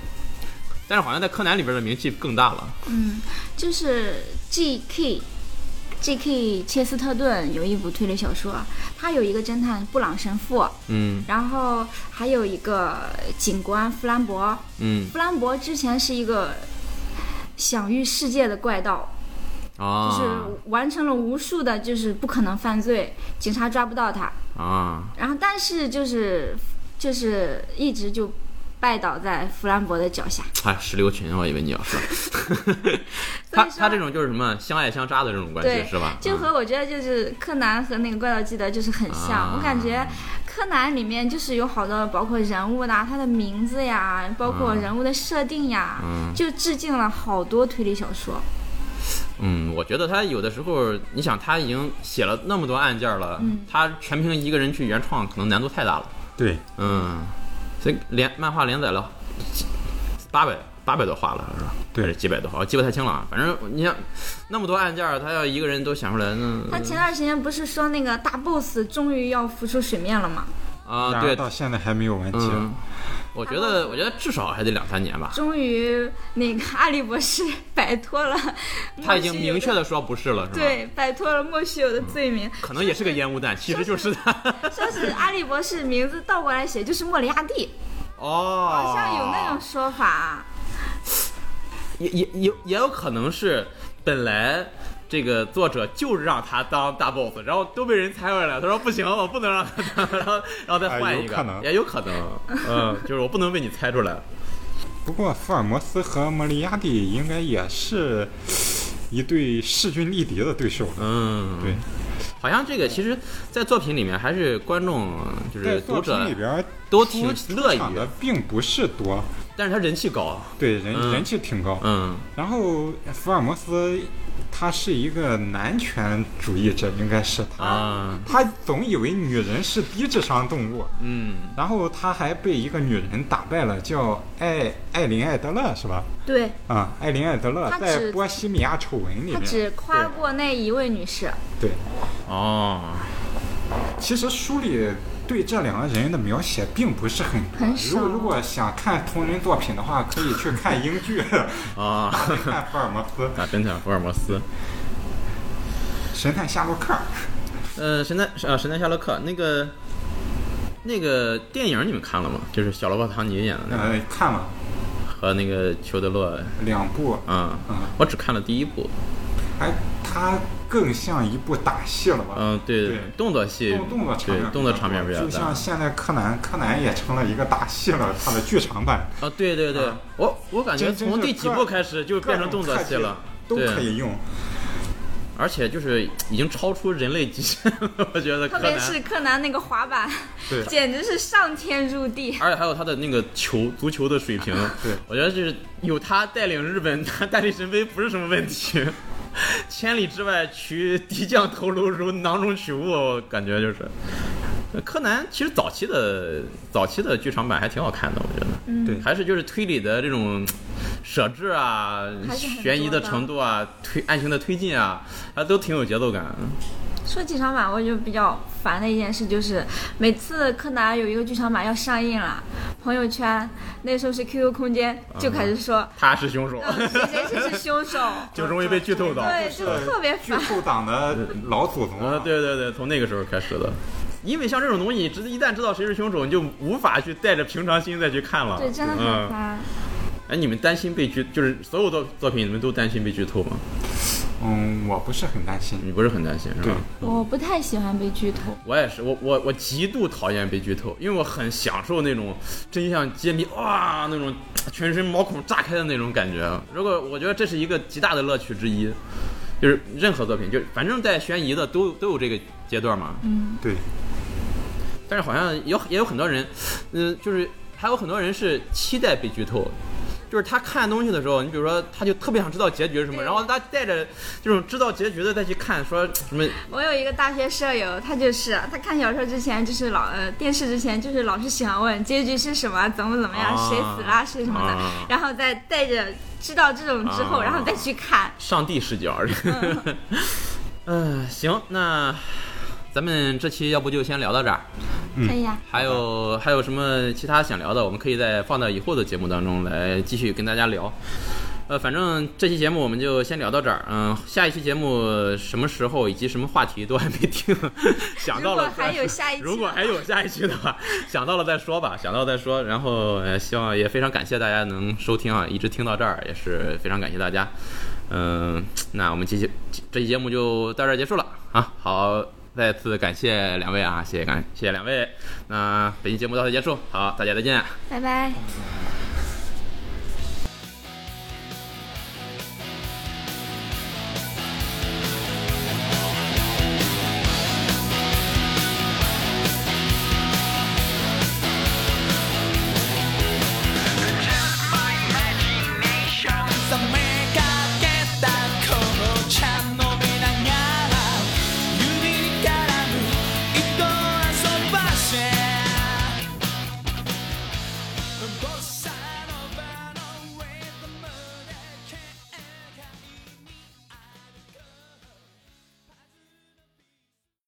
[SPEAKER 1] 但是好像在柯南里边的名气更大了。
[SPEAKER 3] 嗯，就是 G K。G.K. 切斯特顿有一部推理小说，他有一个侦探布朗神父，
[SPEAKER 1] 嗯
[SPEAKER 3] 然后还有一个警官弗兰博，
[SPEAKER 1] 嗯
[SPEAKER 3] 弗兰博之前是一个享誉世界的怪盗，就
[SPEAKER 1] 啊，
[SPEAKER 3] 是完成了无数的就是不可能犯罪，警察抓不到他。
[SPEAKER 1] 啊，
[SPEAKER 3] 然后但是就是就是一直就拜倒在弗兰博的脚下。
[SPEAKER 1] 哎，石榴裙，我以为你要
[SPEAKER 3] (laughs)
[SPEAKER 1] 说，
[SPEAKER 3] 所
[SPEAKER 1] 他
[SPEAKER 3] 以
[SPEAKER 1] 他这
[SPEAKER 3] 说。
[SPEAKER 1] 种就是什么相爱相杀的这种关
[SPEAKER 3] 对
[SPEAKER 1] 系是吧？
[SPEAKER 3] 就和我觉得就是柯南和那个怪盗基德就是很像，
[SPEAKER 1] 啊
[SPEAKER 3] 我感觉柯南里面就是有好多包括人物呐，他的名字呀，包
[SPEAKER 1] 啊
[SPEAKER 3] 括人物的设定呀，
[SPEAKER 1] 嗯
[SPEAKER 3] 就致敬了好多推理小说。
[SPEAKER 1] 嗯，我觉得他有的时候，你想他已经写了那么多案件了，
[SPEAKER 3] 嗯
[SPEAKER 1] 他全凭一个人去原创，可能难度太大了。
[SPEAKER 2] 对，
[SPEAKER 1] 嗯，所以连漫画连载了八百八百多话了，是吧？
[SPEAKER 2] 对
[SPEAKER 1] 还是几百多话，我记不太清了啊。反正你想那么多案件儿，他要一个人都想出来，
[SPEAKER 3] 他
[SPEAKER 1] 那
[SPEAKER 3] 前段时间不是说那个大 boss 终于要浮出水面了吗？
[SPEAKER 1] 啊，
[SPEAKER 2] 然
[SPEAKER 1] 对
[SPEAKER 2] 而，到现在还没有完结。
[SPEAKER 1] 嗯，我觉得我觉得至少还得两三年吧。
[SPEAKER 3] 终于那个阿笠博士 (laughs) 摆脱了，
[SPEAKER 1] 他已经明确的说不是了，嗯是吧？，
[SPEAKER 3] 对摆脱了莫须有的罪名，
[SPEAKER 1] 可能也是个烟雾弹，其实就是他。
[SPEAKER 3] 说是阿笠博士名字倒过来写就是莫里亚蒂，
[SPEAKER 1] 哦，
[SPEAKER 3] (laughs) 好像有那种说法。啊
[SPEAKER 1] 也也也也有可能是本来这个作者就是让他当大 boss，然后都被人裁回来了，他说不行，我不能让他当，然 (laughs) 后然后再换一个，
[SPEAKER 2] 哎有可能
[SPEAKER 1] 也有可能，嗯，就是我不能被你猜出来。
[SPEAKER 2] 不过福尔摩斯和莫里亚蒂应该也是一对势均力敌的对手。
[SPEAKER 1] 嗯，
[SPEAKER 2] (laughs) 对，
[SPEAKER 1] 好像这个其实，在作品里面还是观众就
[SPEAKER 2] 在
[SPEAKER 1] 是
[SPEAKER 2] 作
[SPEAKER 1] 读者
[SPEAKER 2] 品里边
[SPEAKER 1] 都挺
[SPEAKER 2] 出
[SPEAKER 1] 乐于
[SPEAKER 2] 出，场的并不是多，
[SPEAKER 1] 但是他人气高，
[SPEAKER 2] 对人、
[SPEAKER 1] 嗯
[SPEAKER 2] 人气挺高。
[SPEAKER 1] 嗯
[SPEAKER 2] 然后福尔摩斯他是一个男权主义者，应该是他，
[SPEAKER 1] 啊
[SPEAKER 2] 他总以为女人是低智商动物。
[SPEAKER 1] 嗯
[SPEAKER 2] 然后他还被一个女人打败了，叫艾艾琳艾德勒是吧？
[SPEAKER 3] 对
[SPEAKER 2] 啊、艾琳艾德勒
[SPEAKER 3] 他
[SPEAKER 2] 在
[SPEAKER 3] 只
[SPEAKER 2] 《波西米亚丑闻》里
[SPEAKER 3] 他
[SPEAKER 2] 面，
[SPEAKER 3] 只夸过那一位女士，
[SPEAKER 2] 对，
[SPEAKER 1] 哦，
[SPEAKER 2] 其实书里对这两个人的描写并不是很多。
[SPEAKER 3] 很少
[SPEAKER 2] 如果如果想看同人作品的话，可以去看英
[SPEAKER 3] (laughs)
[SPEAKER 2] 剧，
[SPEAKER 1] (laughs) 啊，
[SPEAKER 2] 看福尔摩斯、
[SPEAKER 1] 啊，真的福尔摩斯。
[SPEAKER 2] 神探夏洛克。
[SPEAKER 1] 呃，神探啊，神探夏洛克那个那个电影你们看了吗？就是小罗伯特唐尼演的那个、
[SPEAKER 2] 呃，看了
[SPEAKER 1] 和那个裘德洛，
[SPEAKER 2] 两部，
[SPEAKER 1] 啊、
[SPEAKER 2] 嗯
[SPEAKER 1] 我只看了第一部，
[SPEAKER 2] 还它更像一部打戏了吧？
[SPEAKER 1] 嗯、对，
[SPEAKER 2] 对
[SPEAKER 1] 动作戏，
[SPEAKER 2] 动动作场面比
[SPEAKER 1] 对，动作场面比较
[SPEAKER 2] 较多，就像
[SPEAKER 1] 大。
[SPEAKER 2] 现在柯南，柯南也成了一个打戏了，它的剧场版
[SPEAKER 1] 啊，对对对，
[SPEAKER 2] 啊
[SPEAKER 1] 我我感觉
[SPEAKER 2] 真真
[SPEAKER 1] 从
[SPEAKER 2] 是
[SPEAKER 1] 第几
[SPEAKER 2] 各
[SPEAKER 1] 部开始就变成动作戏了，
[SPEAKER 2] 各种特技都可
[SPEAKER 1] 对
[SPEAKER 2] 以用。
[SPEAKER 1] 而且就是已经超出人类极限了，我觉得
[SPEAKER 3] 特
[SPEAKER 1] 柯
[SPEAKER 3] 别
[SPEAKER 1] 南。
[SPEAKER 3] 是柯南那个滑板，
[SPEAKER 2] 对
[SPEAKER 3] (laughs) 简直是上天入地。
[SPEAKER 1] 而且还有他的那个球足球的水 (laughs) 平，
[SPEAKER 2] 对
[SPEAKER 1] 我觉得就是有他带领日本， (laughs) 他带领神杯不是什么问题。 (laughs) 千里之外取敌将头颅如囊中取物，我感觉就是。柯南其实早期的早期的剧场版还挺好看的，我觉得。
[SPEAKER 3] 嗯
[SPEAKER 2] 对
[SPEAKER 1] 还是就是推理的这种设置啊
[SPEAKER 3] 还，是很多的
[SPEAKER 1] 悬疑的程度啊，推案情的推进啊，它都挺有节奏感。
[SPEAKER 3] 说剧场版，我就比较烦的一件事就是，每次柯南有一个剧场版要上映了，朋友圈那时候是 QQ 空间就开始说，
[SPEAKER 1] 他是凶手，
[SPEAKER 3] 嗯谁谁谁是凶手，
[SPEAKER 1] 就容易被剧透到。
[SPEAKER 3] 对，就特别
[SPEAKER 2] 剧
[SPEAKER 3] 烦。
[SPEAKER 2] 透党的老祖宗
[SPEAKER 1] (laughs) 啊，
[SPEAKER 2] 了，
[SPEAKER 1] 对对对，从那个时候开始的。因为像这种东西，你知一旦知道谁是凶手，你就无法去带着平常心再去看了。
[SPEAKER 3] 对，真的很
[SPEAKER 1] 嗯，
[SPEAKER 3] 烦。
[SPEAKER 1] 哎，你们担心被剧，就是所有的作品，你们都担心被剧透吗？
[SPEAKER 2] 嗯，我不是很担心。
[SPEAKER 1] 你不是很担心是
[SPEAKER 2] 对
[SPEAKER 1] 吧？
[SPEAKER 3] 我不太喜欢被剧透，
[SPEAKER 1] 我也是，我我我极度讨厌被剧透，因为我很享受那种真相揭秘，哇，那种全身毛孔炸开的那种感觉。啊如果我觉得这是一个极大的乐趣之一，就是任何作品，就反正带悬疑的都都有这个阶段嘛。
[SPEAKER 2] 对，
[SPEAKER 1] 但是好像有也有很多人，嗯、就是还有很多人是期待被剧透，就是他看东西的时候，你比如说他就特别想知道结局是什么，
[SPEAKER 3] 对
[SPEAKER 1] 然后他带着这种知道结局的再去看，说什么
[SPEAKER 3] 我有一个大学舍友，他就是他看小说之前就是老呃电视之前就是老是喜欢问结局是什么，怎么怎么样，
[SPEAKER 1] 啊
[SPEAKER 3] 谁死啦，谁什么的，
[SPEAKER 1] 啊
[SPEAKER 3] 然后再带着知道这种之后，
[SPEAKER 1] 啊
[SPEAKER 3] 然后再去看。
[SPEAKER 1] 上帝视角。 (laughs) 嗯、行，那咱们这期要不就先聊到这儿。
[SPEAKER 2] 嗯
[SPEAKER 3] 可以啊呀、
[SPEAKER 1] 还有还有什么其他想聊的，我们可以再放到以后的节目当中来继续跟大家聊。呃，反正这期节目我们就先聊到这儿。嗯、下一期节目什么时候以及什么话题都还没定，想
[SPEAKER 3] 如
[SPEAKER 1] 到
[SPEAKER 3] 果
[SPEAKER 1] 了再
[SPEAKER 3] 还有下一期，
[SPEAKER 1] 如果还有下一期的话，想到了再说吧，想到了再说。然后呃，希望也非常感谢大家能收听啊，一直听到这儿也是非常感谢大家。嗯、那我们这期这期节目就到这儿结束了啊。好，再次感谢两位啊，谢谢感谢谢两位。那本期节目到此结束，好，大家再见。
[SPEAKER 3] 拜拜。
[SPEAKER 2] 拜